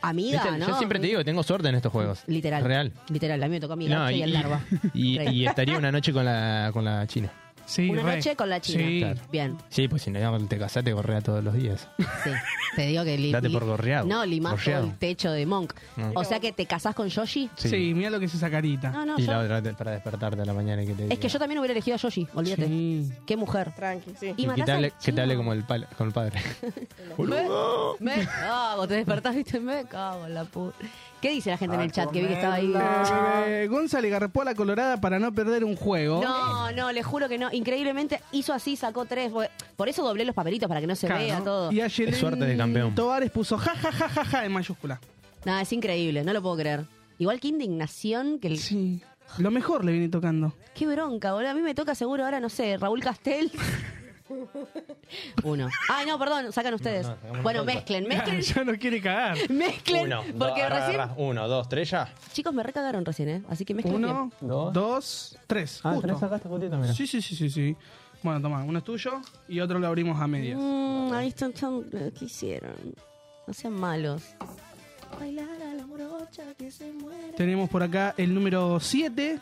[SPEAKER 4] amiga,
[SPEAKER 6] ¿Viste?
[SPEAKER 4] ¿no?
[SPEAKER 6] Yo siempre te digo, tengo suerte en estos juegos.
[SPEAKER 4] Literal.
[SPEAKER 6] Real.
[SPEAKER 4] Literal, a mí me tocó amiga
[SPEAKER 6] No,
[SPEAKER 4] ocho y, el larva.
[SPEAKER 6] y-
[SPEAKER 4] Increíble.
[SPEAKER 6] y estaría una noche con la, con la china.
[SPEAKER 5] Sí,
[SPEAKER 4] Una
[SPEAKER 5] re.
[SPEAKER 4] noche con la china.
[SPEAKER 5] Sí.
[SPEAKER 6] Claro.
[SPEAKER 4] Bien,
[SPEAKER 6] Sí, pues si no te casaste, gorrea todos los días.
[SPEAKER 4] sí. Te digo que... li-
[SPEAKER 6] Date
[SPEAKER 4] li-
[SPEAKER 6] por gorreado.
[SPEAKER 4] No, limas todo
[SPEAKER 6] Gorreado.
[SPEAKER 4] el techo de Monk.
[SPEAKER 6] No.
[SPEAKER 4] O sea que te casás con Yoshi.
[SPEAKER 5] Sí, mira lo que es esa carita.
[SPEAKER 4] No, no,
[SPEAKER 6] y
[SPEAKER 4] yo-
[SPEAKER 6] la otra te- para despertarte a la mañana y que te
[SPEAKER 4] Es que yo también hubiera elegido a Yoshi, olvídate.
[SPEAKER 5] Sí.
[SPEAKER 4] Qué mujer.
[SPEAKER 7] Tranqui, sí.
[SPEAKER 4] Y
[SPEAKER 6] que
[SPEAKER 4] matás
[SPEAKER 6] te hable,
[SPEAKER 4] al
[SPEAKER 6] que te hable
[SPEAKER 4] chino.
[SPEAKER 6] como el, pal- con el padre. Boludo.
[SPEAKER 4] Me cago, te despertás, viste, me cago en la puta. ¿Qué dice la gente
[SPEAKER 5] Ah,
[SPEAKER 4] en el chat que vi que estaba ahí?
[SPEAKER 5] Eh, Gonza le garpó a la colorada para no perder un juego.
[SPEAKER 4] No, no, le juro que no. Increíblemente hizo así, sacó tres. porque- Por eso doblé los papelitos para que no se
[SPEAKER 5] Claro.
[SPEAKER 4] vea todo.
[SPEAKER 5] Y ayer
[SPEAKER 6] Es suerte de campeón.
[SPEAKER 5] Tovares puso ja, ja, ja, ja, ja en mayúscula.
[SPEAKER 4] Nada, es increíble, no lo puedo creer. Igual que indignación, que el-
[SPEAKER 5] Sí. Lo mejor le viene tocando.
[SPEAKER 4] qué bronca, boludo. A mí me toca seguro ahora, no sé, Raúl Castel. Uno. Ah, no, perdón, sacan ustedes.
[SPEAKER 6] No, no, sacamos
[SPEAKER 4] bueno,
[SPEAKER 6] nosotros.
[SPEAKER 4] mezclen, mezclen,
[SPEAKER 5] ya no quiere cagar.
[SPEAKER 4] mezclen.
[SPEAKER 6] Uno,
[SPEAKER 4] porque
[SPEAKER 6] dos, arra,
[SPEAKER 4] recién.
[SPEAKER 6] arra. uno, dos, tres ya.
[SPEAKER 4] Chicos, me recagaron recién, ¿eh? Así que mezclen. bien.
[SPEAKER 5] Uno,
[SPEAKER 6] Dos.
[SPEAKER 5] dos, tres. Justo.
[SPEAKER 6] Ah, sacaste justito, mira.
[SPEAKER 5] Sí, sí, sí, sí, sí. Bueno, toma, uno es tuyo y otro lo abrimos a medias.
[SPEAKER 4] Mm, ahí están, están- ¿qué hicieron? No sean malos. Bailar a la morocha que se muere.
[SPEAKER 5] Tenemos por acá el número 7.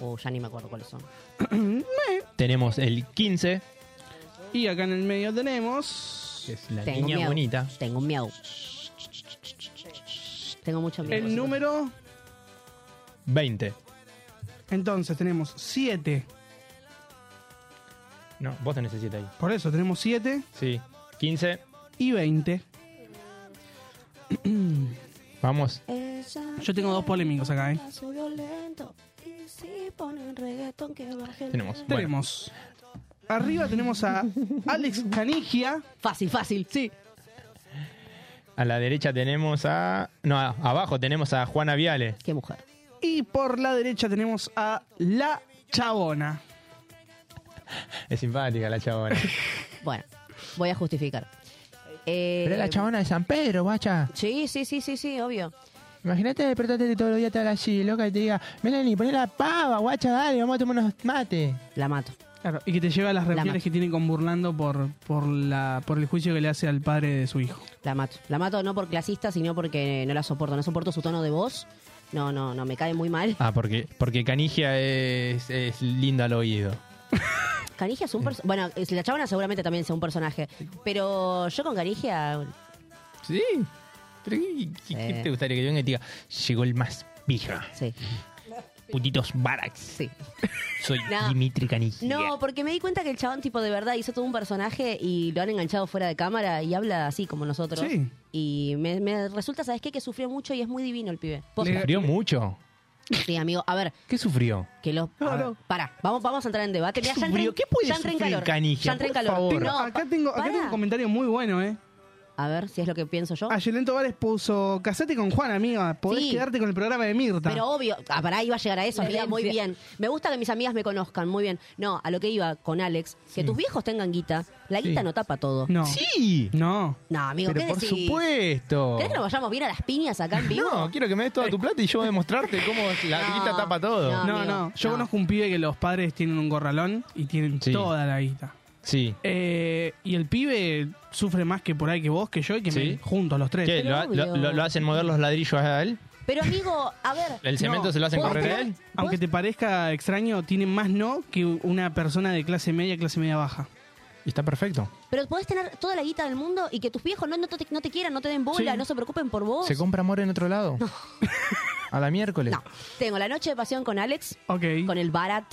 [SPEAKER 4] Uh, ya ni me acuerdo cuáles son.
[SPEAKER 6] Tenemos el 15,
[SPEAKER 5] Y acá en el medio tenemos.
[SPEAKER 6] que es la
[SPEAKER 4] Tengo
[SPEAKER 6] niña
[SPEAKER 4] miedo.
[SPEAKER 6] bonita.
[SPEAKER 4] Tengo un miau. Tengo mucho miedo.
[SPEAKER 5] El número.
[SPEAKER 6] 20.
[SPEAKER 5] Entonces tenemos 7.
[SPEAKER 6] No, vos tenés el 7 ahí.
[SPEAKER 5] Por eso tenemos 7
[SPEAKER 6] Sí. 15.
[SPEAKER 5] y 20.
[SPEAKER 6] Vamos.
[SPEAKER 5] Yo tengo dos polémicos acá, ¿eh?
[SPEAKER 6] Tenemos. Bueno,
[SPEAKER 5] Tenemos. Arriba tenemos a Alex Canigia.
[SPEAKER 4] Fácil, fácil, sí.
[SPEAKER 6] a la derecha tenemos a. No, a- abajo tenemos a Juana Viale.
[SPEAKER 4] Qué mujer.
[SPEAKER 5] Y por la derecha tenemos a La Chabona.
[SPEAKER 6] Es simpática la chabona.
[SPEAKER 4] Bueno, voy a justificar. Eh,
[SPEAKER 6] Pero es la chabona de San Pedro, guacha.
[SPEAKER 4] Sí, sí, sí, sí, sí, obvio.
[SPEAKER 6] Imagínate despertarte todos los días estar allí, loca, y te diga, Melanie, poné la pava, guacha, dale, vamos a tomar unos mates.
[SPEAKER 4] La mato.
[SPEAKER 5] Claro, y que te lleva a las reuniones
[SPEAKER 4] mato.
[SPEAKER 5] que tiene con Burlando por, por, la, por el juicio que le hace al padre de su hijo.
[SPEAKER 4] La mato. La mato no por clasista, sino porque no la soporto. No soporto su tono de voz. No, no, no, me cae muy mal.
[SPEAKER 6] Ah, porque, porque Canigia es, es linda al oído.
[SPEAKER 4] Canigia es un personaje. Bueno, es- la chabona seguramente también sea un personaje. Pero yo con Canigia.
[SPEAKER 6] Sí. Pero ¿qué, qué- qué
[SPEAKER 4] Sí.
[SPEAKER 6] te gustaría que venga y te diga, llegó el más pija,
[SPEAKER 4] Sí,
[SPEAKER 6] putitos barax,
[SPEAKER 4] sí.
[SPEAKER 6] soy
[SPEAKER 4] No.
[SPEAKER 6] Dimitri Canigia.
[SPEAKER 4] No, porque me di cuenta que el chabón, tipo, de verdad hizo todo un personaje y lo han enganchado fuera de cámara y habla así como nosotros.
[SPEAKER 5] Sí.
[SPEAKER 4] Y me, me resulta, ¿sabes qué? Que sufrió mucho y es muy divino el pibe. Posta.
[SPEAKER 6] ¿Sufrió mucho?
[SPEAKER 4] Sí, amigo. A ver,
[SPEAKER 6] ¿Qué sufrió?
[SPEAKER 4] que los.
[SPEAKER 5] No,
[SPEAKER 4] a ver,
[SPEAKER 5] no.
[SPEAKER 4] Pará, vamos, vamos a entrar en debate. Mirá, ya entré
[SPEAKER 6] sufrió?
[SPEAKER 4] en-
[SPEAKER 6] ¿Qué puede
[SPEAKER 4] ya entré en
[SPEAKER 6] sufrir
[SPEAKER 4] calor.
[SPEAKER 6] Canigia?
[SPEAKER 4] Ya entré en
[SPEAKER 6] Por
[SPEAKER 4] calor.
[SPEAKER 6] favor.
[SPEAKER 4] No,
[SPEAKER 5] acá tengo, acá
[SPEAKER 4] pará.
[SPEAKER 5] tengo un comentario muy bueno, ¿eh?
[SPEAKER 4] A ver si es lo que pienso yo.
[SPEAKER 5] Ayelento Vares puso, casate con Juan, amiga, podés
[SPEAKER 4] Sí.
[SPEAKER 5] quedarte con el programa de Mirta.
[SPEAKER 4] Pero obvio, ah, pará, iba a llegar a eso,
[SPEAKER 7] La
[SPEAKER 4] amiga, muy
[SPEAKER 7] herencia.
[SPEAKER 4] bien. Me gusta que mis amigas me conozcan, muy bien. No, a lo que iba con Alex, que tus viejos tengan guita. La guita
[SPEAKER 6] Sí.
[SPEAKER 4] no tapa todo.
[SPEAKER 5] no.
[SPEAKER 6] Sí.
[SPEAKER 5] No.
[SPEAKER 4] No, amigo,
[SPEAKER 6] Pero
[SPEAKER 4] ¿qué
[SPEAKER 6] por
[SPEAKER 4] decís?
[SPEAKER 6] supuesto.
[SPEAKER 4] ¿Querés que nos vayamos bien a las piñas acá en vivo?
[SPEAKER 6] No, quiero que me des toda tu plata y yo voy a demostrarte cómo la
[SPEAKER 4] No.
[SPEAKER 6] guita tapa todo.
[SPEAKER 4] No.
[SPEAKER 5] No,
[SPEAKER 4] Amigo,
[SPEAKER 5] no. Yo
[SPEAKER 4] no.
[SPEAKER 5] conozco un pibe que los padres tienen un gorralón y tienen
[SPEAKER 6] Sí.
[SPEAKER 5] toda la guita.
[SPEAKER 6] Sí.
[SPEAKER 5] Eh, y el pibe sufre más que por ahí que vos, que yo y que
[SPEAKER 6] Sí.
[SPEAKER 5] me- juntos los tres.
[SPEAKER 6] ¿Qué?
[SPEAKER 4] Pero
[SPEAKER 6] ¿Lo, lo-
[SPEAKER 4] obvio.
[SPEAKER 6] lo hacen mover los ladrillos a él?
[SPEAKER 4] Pero amigo, a ver.
[SPEAKER 6] ¿El cemento
[SPEAKER 5] No,
[SPEAKER 6] se lo hacen
[SPEAKER 4] ¿puedo
[SPEAKER 6] correr a
[SPEAKER 4] creer?
[SPEAKER 6] él?
[SPEAKER 5] Aunque te parezca extraño, tiene más no que una persona de clase media, clase media baja.
[SPEAKER 6] Y está perfecto.
[SPEAKER 4] Pero podés tener toda la guita del mundo y que tus viejos no, no, te, no te quieran, no te den bola,
[SPEAKER 5] Sí.
[SPEAKER 4] no se preocupen por vos.
[SPEAKER 6] ¿Se compra amor en otro lado? A la miércoles.
[SPEAKER 4] No. Tengo la noche de pasión con Alex,
[SPEAKER 5] Ok.
[SPEAKER 4] con el Barat,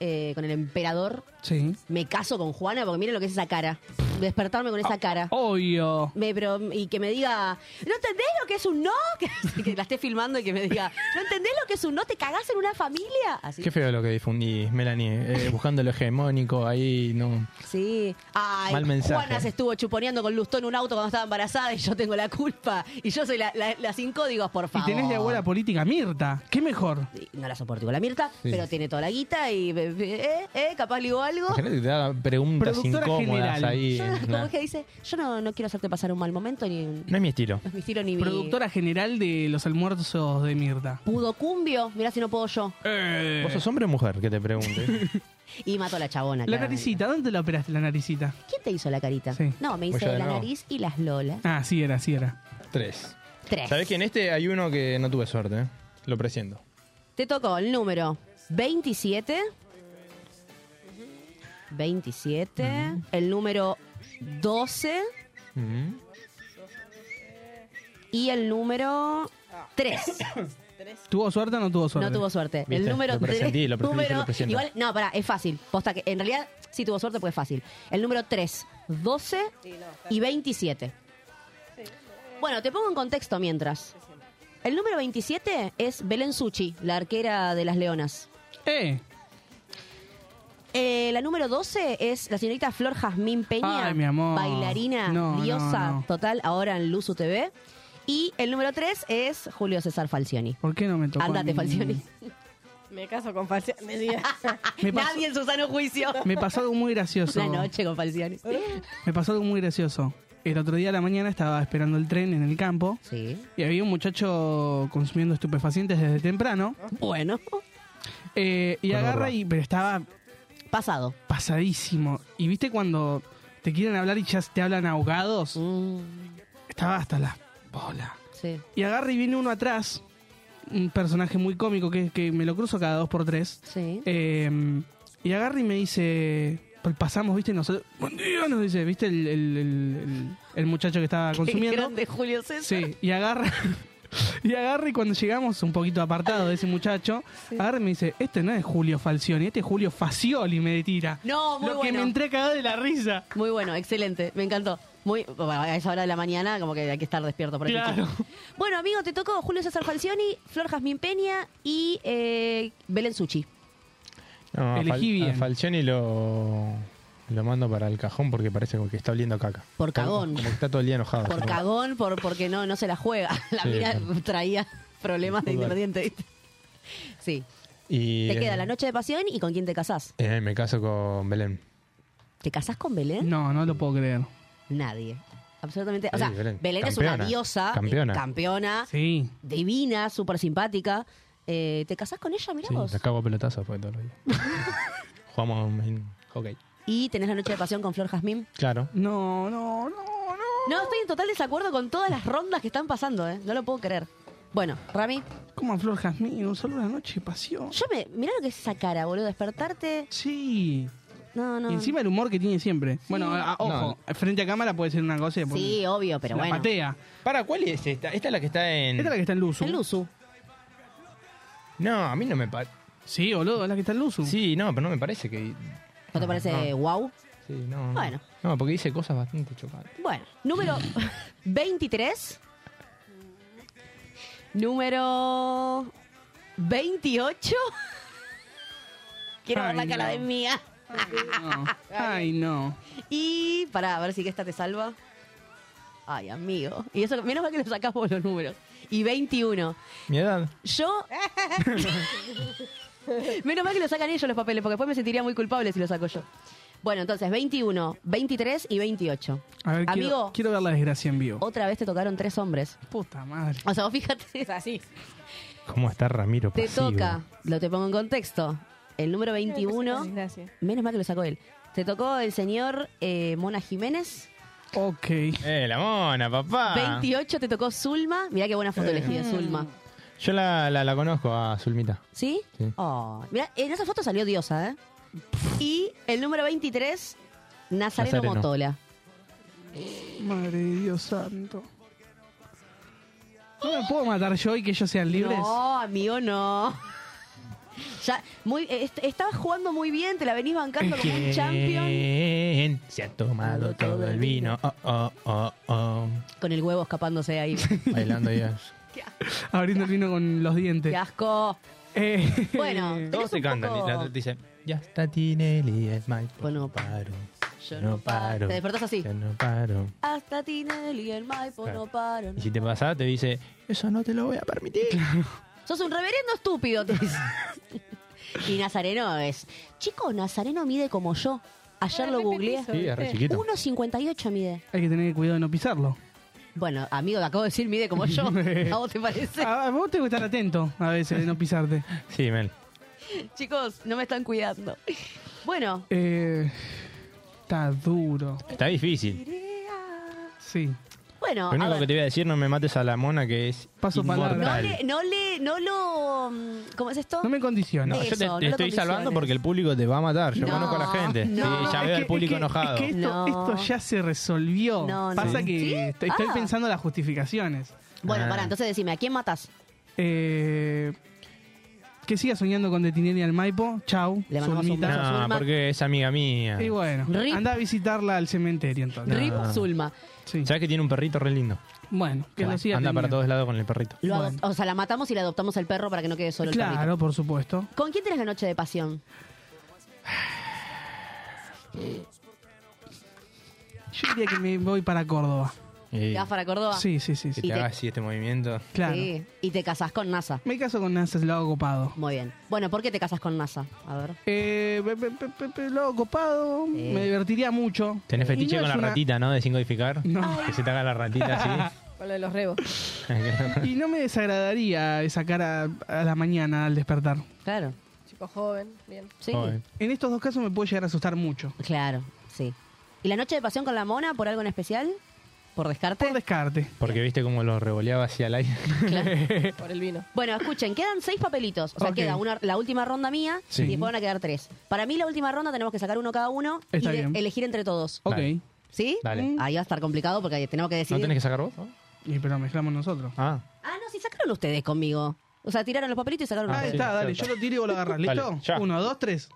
[SPEAKER 4] eh, con el emperador.
[SPEAKER 5] Sí.
[SPEAKER 4] Me caso con Juana porque miren lo que es esa cara. Despertarme con esa cara.
[SPEAKER 6] Oh,
[SPEAKER 5] Obvio.
[SPEAKER 4] Me, pero, y que me diga, ¿no entendés lo que es un no? Que, que la esté filmando y que me diga, ¿no entendés lo que es un no? ¿Te cagás en una familia? Así.
[SPEAKER 6] Qué feo lo que difundí, Melanie. eh, buscando lo hegemónico ahí, no.
[SPEAKER 4] Sí. Ay,
[SPEAKER 6] Mal mensaje.
[SPEAKER 4] Juana se estuvo chuponeando con Lustó en un auto cuando estaba embarazada y yo tengo la culpa. Y yo soy la, la- la sin códigos, por
[SPEAKER 5] Y
[SPEAKER 4] favor.
[SPEAKER 5] tenés de abuela política Mirta. ¿Qué mejor?
[SPEAKER 4] Y No la soporto con la Mirta,
[SPEAKER 6] Sí.
[SPEAKER 4] pero tiene toda la guita y eh, eh, eh, capaz le digo algo.
[SPEAKER 6] Imagínate que te haga preguntas
[SPEAKER 5] Productora
[SPEAKER 6] incómodas
[SPEAKER 5] general.
[SPEAKER 6] ahí.
[SPEAKER 4] Yo,
[SPEAKER 6] nah.
[SPEAKER 4] como que dice, yo no, no quiero hacerte pasar un mal momento ni un-
[SPEAKER 6] No es mi estilo.
[SPEAKER 4] no es mi estilo ni mi-
[SPEAKER 5] Productora general de los almuerzos de Mirta.
[SPEAKER 4] Pudocumbio, mirá si no puedo yo.
[SPEAKER 5] Eh.
[SPEAKER 6] ¿Vos sos hombre o mujer? Que te pregunte.
[SPEAKER 4] Y mato a la chabona.
[SPEAKER 5] La
[SPEAKER 4] claramente.
[SPEAKER 5] naricita, ¿dónde te la operaste la naricita?
[SPEAKER 4] ¿Quién te hizo la carita?
[SPEAKER 5] Sí.
[SPEAKER 4] No, me
[SPEAKER 6] Voy
[SPEAKER 4] hice
[SPEAKER 6] Pues yo de
[SPEAKER 4] la
[SPEAKER 6] nuevo.
[SPEAKER 4] nariz y las lolas.
[SPEAKER 5] Ah, sí era, sí era.
[SPEAKER 6] Tres.
[SPEAKER 4] Tres.
[SPEAKER 6] Sabés que en este hay uno que no tuve suerte, ¿eh? Lo presiento.
[SPEAKER 4] Te tocó el número 27. 27. El número 12.
[SPEAKER 6] Mm.
[SPEAKER 4] Y el número 3.
[SPEAKER 5] ¿Tuvo suerte o no tuvo suerte?
[SPEAKER 4] No tuvo suerte.
[SPEAKER 6] Viste,
[SPEAKER 4] el número
[SPEAKER 6] lo presentí,
[SPEAKER 4] 3.
[SPEAKER 6] lo presentí,
[SPEAKER 4] número,
[SPEAKER 6] lo presento.
[SPEAKER 4] igual, no, pará, es fácil. Posta que en realidad sí tuvo suerte porque es fácil. El número 3, 12 y 27. Bueno, te pongo en contexto mientras. El número 27 es Belén Suchi, la arquera de las Leonas.
[SPEAKER 5] ¡Eh!
[SPEAKER 4] Eh, la número 12 es la señorita Flor Jazmín Peña,
[SPEAKER 5] Ay, mi amor.
[SPEAKER 4] bailarina,
[SPEAKER 5] No, no,
[SPEAKER 4] diosa
[SPEAKER 5] no.
[SPEAKER 4] total, ahora en Luzu TV. Y el número 3 es Julio César Falcioni.
[SPEAKER 5] ¿Por qué no me tocó?
[SPEAKER 4] Andate,
[SPEAKER 5] a mí?
[SPEAKER 4] Falcioni.
[SPEAKER 7] Me caso con falsa. Me diga.
[SPEAKER 5] Me pasó-
[SPEAKER 4] Nadie en su sano juicio.
[SPEAKER 5] Me pasó algo muy gracioso. ¿Eh?
[SPEAKER 4] Una noche con Falcioni.
[SPEAKER 5] Me pasó algo muy gracioso. El otro día a la mañana estaba esperando el tren en el campo
[SPEAKER 4] Sí.
[SPEAKER 5] y había un muchacho consumiendo estupefacientes desde temprano.
[SPEAKER 4] Bueno.
[SPEAKER 5] Eh, y
[SPEAKER 6] Con
[SPEAKER 5] agarra
[SPEAKER 6] horror.
[SPEAKER 5] y. Pero estaba
[SPEAKER 4] Pasado.
[SPEAKER 5] pasadísimo. Y viste cuando te quieren hablar y ya te hablan ahogados.
[SPEAKER 4] Mm.
[SPEAKER 5] Estaba hasta la bola.
[SPEAKER 4] Sí.
[SPEAKER 5] Y agarra y viene uno atrás, un personaje muy cómico que, que me lo cruzo cada dos por tres.
[SPEAKER 4] Sí.
[SPEAKER 5] Eh, y agarra y me dice, pues pasamos, viste, nosotros, buen día, nos dice, viste, el, el- el- el- el muchacho que estaba
[SPEAKER 4] Qué
[SPEAKER 5] consumiendo.
[SPEAKER 4] grande Julio César.
[SPEAKER 5] Sí, y agarra. Y agarra y cuando llegamos un poquito apartado de ese muchacho, agarra y me dice, este no es Julio Falcioni, este es Julio Facioli, me tira.
[SPEAKER 4] No, muy
[SPEAKER 5] Lo que
[SPEAKER 4] bueno.
[SPEAKER 5] me entré cagado de la risa.
[SPEAKER 4] Muy bueno, excelente. Me encantó. Muy, bueno, a esa hora de la mañana, como que hay que estar despierto por aquí.
[SPEAKER 5] Claro.
[SPEAKER 4] Bueno, amigo, te tocó Julio César Falcioni, Flor Jazmín Peña y eh, Belén Suchi.
[SPEAKER 6] No, a Fal-
[SPEAKER 5] Elegí bien.
[SPEAKER 6] a Falcioni lo, lo mando para el cajón porque parece como que está oliendo caca.
[SPEAKER 4] Por cagón.
[SPEAKER 6] Como, como que está todo el día enojado.
[SPEAKER 4] Por
[SPEAKER 6] Como-
[SPEAKER 4] cagón, por, porque no, no se la juega. La
[SPEAKER 6] Sí,
[SPEAKER 4] mina
[SPEAKER 6] claro.
[SPEAKER 4] traía problemas de
[SPEAKER 6] Total.
[SPEAKER 4] ingrediente, ¿viste? Sí.
[SPEAKER 6] Y,
[SPEAKER 4] Te queda
[SPEAKER 6] eh,
[SPEAKER 4] la noche de pasión y con quién te casás.
[SPEAKER 6] eh, me caso con Belén.
[SPEAKER 4] ¿Te casás con Belén?
[SPEAKER 5] No, no lo puedo creer.
[SPEAKER 4] Nadie. Absolutamente. O
[SPEAKER 6] Sí,
[SPEAKER 4] sea, Belén,
[SPEAKER 6] Belén.
[SPEAKER 4] es una
[SPEAKER 6] Campeona.
[SPEAKER 4] diosa,
[SPEAKER 6] Campeona.
[SPEAKER 4] eh, campeona
[SPEAKER 5] Sí.
[SPEAKER 4] divina, súper simpática. Eh, ¿Te casás con ella? Mirá
[SPEAKER 6] Sí,
[SPEAKER 4] vos.
[SPEAKER 6] la cago a pelotazos pues, porque todo el día. Jugamos en hockey.
[SPEAKER 4] Y tenés la noche de pasión con Flor Jazmín.
[SPEAKER 6] Claro.
[SPEAKER 5] No, no, no, no.
[SPEAKER 4] No, estoy en total desacuerdo con todas las rondas que están pasando, ¿eh? No lo puedo creer. Bueno, Rami,
[SPEAKER 5] Como a Flor Jazmín, un solo una noche, pasión.
[SPEAKER 4] yo me. Mirá lo que es esa cara, boludo. Despertarte.
[SPEAKER 5] Sí.
[SPEAKER 4] No, no.
[SPEAKER 5] Y encima el humor que tiene siempre. Bueno, a- a- ojo, frente a cámara puede ser una cosa y después
[SPEAKER 4] Sí, obvio, pero
[SPEAKER 5] la
[SPEAKER 4] bueno.
[SPEAKER 5] patea.
[SPEAKER 6] Para, ¿cuál es esta? Esta es la que está en.
[SPEAKER 5] Esta es la que está en Luzu.
[SPEAKER 4] El Luzu.
[SPEAKER 6] No, a mí no me parece.
[SPEAKER 5] Sí, boludo, es la que está en Luzu.
[SPEAKER 6] Sí, no, pero no me parece que.
[SPEAKER 4] ¿No te parece wow?
[SPEAKER 6] Sí, no. no.
[SPEAKER 4] Bueno.
[SPEAKER 6] No, porque dice cosas bastante chocantes.
[SPEAKER 4] Bueno, número 23. Número 28. Quiero ver la
[SPEAKER 5] Ay,
[SPEAKER 4] cara
[SPEAKER 5] no.
[SPEAKER 4] de mía.
[SPEAKER 5] No. Ay, no.
[SPEAKER 4] Y para ver si que esta te salva. Ay, amigo. Y eso, menos mal que lo sacamos los números. Y 21.
[SPEAKER 6] Mi edad.
[SPEAKER 4] Yo. menos mal que lo sacan ellos los papeles, porque después me sentiría muy culpable si lo saco yo. Bueno, entonces 21, 23 y 28.
[SPEAKER 5] A ver, quiero-
[SPEAKER 4] Amigo,
[SPEAKER 5] quiero, ver la desgracia en vivo.
[SPEAKER 4] otra vez te tocaron tres hombres.
[SPEAKER 5] Puta madre.
[SPEAKER 4] O sea, vos fíjate,
[SPEAKER 7] Es así.
[SPEAKER 6] ¿Cómo está Ramiro?
[SPEAKER 4] te
[SPEAKER 6] pasivo?
[SPEAKER 4] toca, lo te pongo en contexto, el número 21,
[SPEAKER 7] Gracias.
[SPEAKER 4] menos mal que lo sacó él, te tocó el señor eh, Mona Jiménez,
[SPEAKER 5] Ok.
[SPEAKER 6] Eh, la mona, papá.
[SPEAKER 4] 28 te tocó Zulma, mirá qué buena foto
[SPEAKER 5] Eh.
[SPEAKER 4] elegí de Zulma,
[SPEAKER 6] Yo la, la, la conozco a Zulmita.
[SPEAKER 4] ¿sí?
[SPEAKER 6] Sí.
[SPEAKER 4] Oh, mirá, en esa foto salió diosa, ¿eh? Y el número 23, Nazareno,
[SPEAKER 6] Nazareno.
[SPEAKER 4] Motola.
[SPEAKER 5] Madre de Dios santo. ¿No me puedo matar yo y que ellos sean libres?
[SPEAKER 4] No, amigo, no. Ya, muy, eh, est- estabas jugando muy bien, te la venís bancando como un champion.
[SPEAKER 6] ¿Quién se ha tomado todo el vino? Oh, oh, oh, oh.
[SPEAKER 4] Con el huevo escapándose ahí.
[SPEAKER 6] Bailando ya.
[SPEAKER 5] Abriendo el vino con los dientes.
[SPEAKER 4] ¡Qué asco!
[SPEAKER 5] Eh,
[SPEAKER 4] Bueno, tenés
[SPEAKER 6] Todos
[SPEAKER 4] un
[SPEAKER 6] se cantan.
[SPEAKER 4] poco-
[SPEAKER 6] y La otra dice: Ya está Tinelli, es my.
[SPEAKER 4] Bueno,
[SPEAKER 6] paro.
[SPEAKER 4] Yo no paro. Te despertás así.
[SPEAKER 6] Yo no paro.
[SPEAKER 4] Hasta Tinelli y el Maipo
[SPEAKER 6] Claro.
[SPEAKER 4] no paro. no.
[SPEAKER 6] Y si te pasa, te dice: Eso no te lo voy a permitir.
[SPEAKER 4] Sos un reverendo estúpido, te dice. y Nazareno es. Chico, Nazareno mide como yo. Ayer lo googleé.
[SPEAKER 6] Sí, es re chiquito.
[SPEAKER 4] 1,58 mide.
[SPEAKER 5] hay que tener cuidado de no pisarlo.
[SPEAKER 4] Bueno, amigo, te acabo de decir mide como yo. ¿A vos te parece?
[SPEAKER 5] A, a vos tengo que estar atento a veces de no pisarte.
[SPEAKER 6] Sí, Mel.
[SPEAKER 4] Chicos, no me están cuidando. Bueno,
[SPEAKER 5] Eh, está duro.
[SPEAKER 6] Está difícil.
[SPEAKER 5] Sí.
[SPEAKER 4] bueno.
[SPEAKER 6] Lo
[SPEAKER 4] a
[SPEAKER 6] único
[SPEAKER 4] ver.
[SPEAKER 6] que te voy a decir: No me mates a la mona que es.
[SPEAKER 5] Paso
[SPEAKER 6] inmortal.
[SPEAKER 5] palabra.
[SPEAKER 4] No le, no le, no lo. mm, ¿cómo es esto?
[SPEAKER 5] No me condiciona.
[SPEAKER 6] No, yo te,
[SPEAKER 4] Eso,
[SPEAKER 6] te
[SPEAKER 4] no lo
[SPEAKER 6] estoy salvando
[SPEAKER 4] condiciones.
[SPEAKER 6] porque el público te va a matar. Yo
[SPEAKER 4] No,
[SPEAKER 6] conozco a la gente.
[SPEAKER 4] no.
[SPEAKER 6] sí, ya
[SPEAKER 5] Es
[SPEAKER 6] veo
[SPEAKER 5] que-
[SPEAKER 6] al público
[SPEAKER 5] es que-
[SPEAKER 6] enojado.
[SPEAKER 5] Es que esto,
[SPEAKER 4] No.
[SPEAKER 5] esto ya se resolvió.
[SPEAKER 4] No, no.
[SPEAKER 5] Pasa
[SPEAKER 4] Sí.
[SPEAKER 5] que
[SPEAKER 4] ¿Sí?
[SPEAKER 5] est- estoy
[SPEAKER 4] Ah.
[SPEAKER 5] pensando las justificaciones.
[SPEAKER 4] Bueno,
[SPEAKER 6] Ah.
[SPEAKER 4] pará, entonces decime, ¿a quién matas?
[SPEAKER 5] Eh, que siga soñando con Detinelli al Maipo. Chau.
[SPEAKER 4] Le mandamos un
[SPEAKER 5] Zulmita.
[SPEAKER 4] beso.
[SPEAKER 6] No,
[SPEAKER 4] Zulma.
[SPEAKER 6] Ah, porque Ah. es amiga mía.
[SPEAKER 5] Y bueno,
[SPEAKER 4] Rip.
[SPEAKER 5] anda a visitarla al cementerio entonces.
[SPEAKER 4] Rip Zulma.
[SPEAKER 5] Sí.
[SPEAKER 6] ¿Sabes que tiene un perrito re lindo?
[SPEAKER 5] Bueno, que lo siga
[SPEAKER 6] Anda para
[SPEAKER 5] teniendo.
[SPEAKER 6] todos lados con el perrito.
[SPEAKER 4] Lo
[SPEAKER 5] Bueno.
[SPEAKER 4] adop- O sea, la matamos y la adoptamos al perro para que no quede solo el perrito.
[SPEAKER 5] Claro, por supuesto.
[SPEAKER 4] ¿Con quién tenés la noche de pasión?
[SPEAKER 5] Yo diría que me voy para Córdoba.
[SPEAKER 6] Y
[SPEAKER 4] ¿Te vas para Córdoba?
[SPEAKER 5] Sí, sí, sí.
[SPEAKER 6] que
[SPEAKER 5] sí.
[SPEAKER 4] Y
[SPEAKER 6] te haga
[SPEAKER 4] te-
[SPEAKER 6] así este movimiento.
[SPEAKER 5] Claro.
[SPEAKER 4] Sí. Y te casás con NASA.
[SPEAKER 5] Me caso con NASA, lo hago copado.
[SPEAKER 4] Muy bien. Bueno, ¿por qué te casas con NASA? A ver.
[SPEAKER 5] Eh, pe- pe- pe- pe- pe- lo hago copado,
[SPEAKER 4] Eh.
[SPEAKER 5] me divertiría mucho.
[SPEAKER 6] Tenés
[SPEAKER 5] Y
[SPEAKER 6] fetiche
[SPEAKER 5] no
[SPEAKER 6] con
[SPEAKER 5] es
[SPEAKER 6] la
[SPEAKER 5] una-
[SPEAKER 6] ratita, ¿no? De sin codificar.
[SPEAKER 5] No.
[SPEAKER 6] Que se te haga la ratita así.
[SPEAKER 7] Con lo de los rebos.
[SPEAKER 5] Y no me desagradaría esa cara a la mañana al despertar.
[SPEAKER 4] Claro.
[SPEAKER 7] chico joven, bien.
[SPEAKER 4] Sí.
[SPEAKER 6] Joven.
[SPEAKER 5] En estos dos casos me puedo llegar a asustar mucho.
[SPEAKER 4] Claro, sí. ¿Y la noche de pasión con la mona por algo en especial? ¿Por descarte?
[SPEAKER 5] Por descarte.
[SPEAKER 6] Porque viste cómo lo revoleaba hacia el aire.
[SPEAKER 4] Claro.
[SPEAKER 7] Por el vino.
[SPEAKER 4] Bueno, escuchen, quedan seis papelitos. O sea,
[SPEAKER 5] Ok.
[SPEAKER 4] queda una, la última ronda mía
[SPEAKER 6] Sí.
[SPEAKER 4] y después van a quedar tres. Para mí, la última ronda tenemos que sacar uno cada uno
[SPEAKER 5] Está
[SPEAKER 4] y de-
[SPEAKER 5] bien.
[SPEAKER 4] elegir entre todos.
[SPEAKER 5] Ok.
[SPEAKER 6] Dale.
[SPEAKER 4] ¿Sí? Mm.
[SPEAKER 6] Dale.
[SPEAKER 4] Ahí va a estar complicado porque ahí tenemos que
[SPEAKER 6] ¿No
[SPEAKER 4] decidir.
[SPEAKER 6] tenés que sacar vos? no?
[SPEAKER 5] Y pero mezclamos nosotros.
[SPEAKER 6] Ah,
[SPEAKER 4] Ah, no, sí, sacaron ustedes conmigo. O sea, tiraron los papelitos y sacaron
[SPEAKER 5] Ah, Ahí
[SPEAKER 4] ustedes.
[SPEAKER 5] está,
[SPEAKER 6] sí,
[SPEAKER 5] dale,
[SPEAKER 6] está.
[SPEAKER 5] yo lo tiro y vos lo agarrás.
[SPEAKER 6] Dale,
[SPEAKER 5] ¿Listo?
[SPEAKER 6] ya.
[SPEAKER 5] Uno, dos, tres.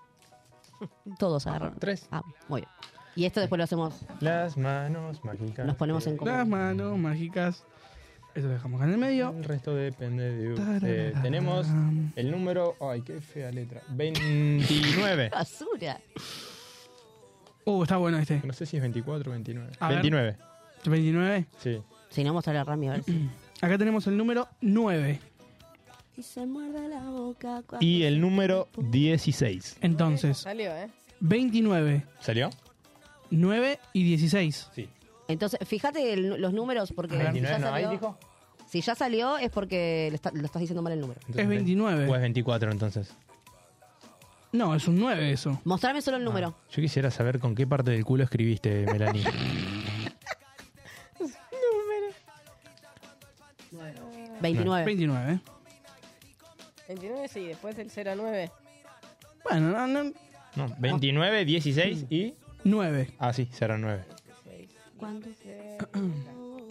[SPEAKER 4] Todos agarraron.
[SPEAKER 6] Tres.
[SPEAKER 4] Ah, muy bien. Y esto después lo hacemos,
[SPEAKER 6] las manos mágicas.
[SPEAKER 4] nos ponemos en
[SPEAKER 5] Las
[SPEAKER 4] común.
[SPEAKER 5] manos mágicas. Eso lo dejamos acá en el medio.
[SPEAKER 6] El resto depende de usted.
[SPEAKER 5] Tararara.
[SPEAKER 6] Tenemos el número. Ay, qué fea letra. 29.
[SPEAKER 4] Basura.
[SPEAKER 5] Uh, está bueno este.
[SPEAKER 6] No sé si es 24 o 29.
[SPEAKER 5] A ver.
[SPEAKER 6] 29,
[SPEAKER 5] 29.
[SPEAKER 6] sí.
[SPEAKER 4] Si no, mostrar a Rami a ver si-
[SPEAKER 5] Acá tenemos el número 9.
[SPEAKER 4] Y se muerde la boca cuando-
[SPEAKER 6] Y el número 16.
[SPEAKER 5] Entonces,
[SPEAKER 7] Salió, ¿eh?
[SPEAKER 5] 29,
[SPEAKER 6] ¿Salió?
[SPEAKER 5] 9 y 16.
[SPEAKER 6] Sí.
[SPEAKER 4] Entonces, fíjate el- los números porque si ya,
[SPEAKER 6] 29 Ah, no hay,
[SPEAKER 4] salió,
[SPEAKER 6] dijo.
[SPEAKER 4] si ya salió es porque le está- lo estás diciendo mal el número.
[SPEAKER 5] Es 29.
[SPEAKER 6] O es 24 entonces.
[SPEAKER 5] No, es un 9 eso.
[SPEAKER 4] Mostrame
[SPEAKER 6] Ah.
[SPEAKER 4] solo el número.
[SPEAKER 6] Yo quisiera saber con qué parte del culo escribiste, Melanie.
[SPEAKER 4] Veintinueve. 29.
[SPEAKER 5] 29.
[SPEAKER 7] 29 sí, después el 09.
[SPEAKER 5] Bueno, no, no,
[SPEAKER 6] No, 29, 16 y...
[SPEAKER 5] 9.
[SPEAKER 6] Ah, sí, 09.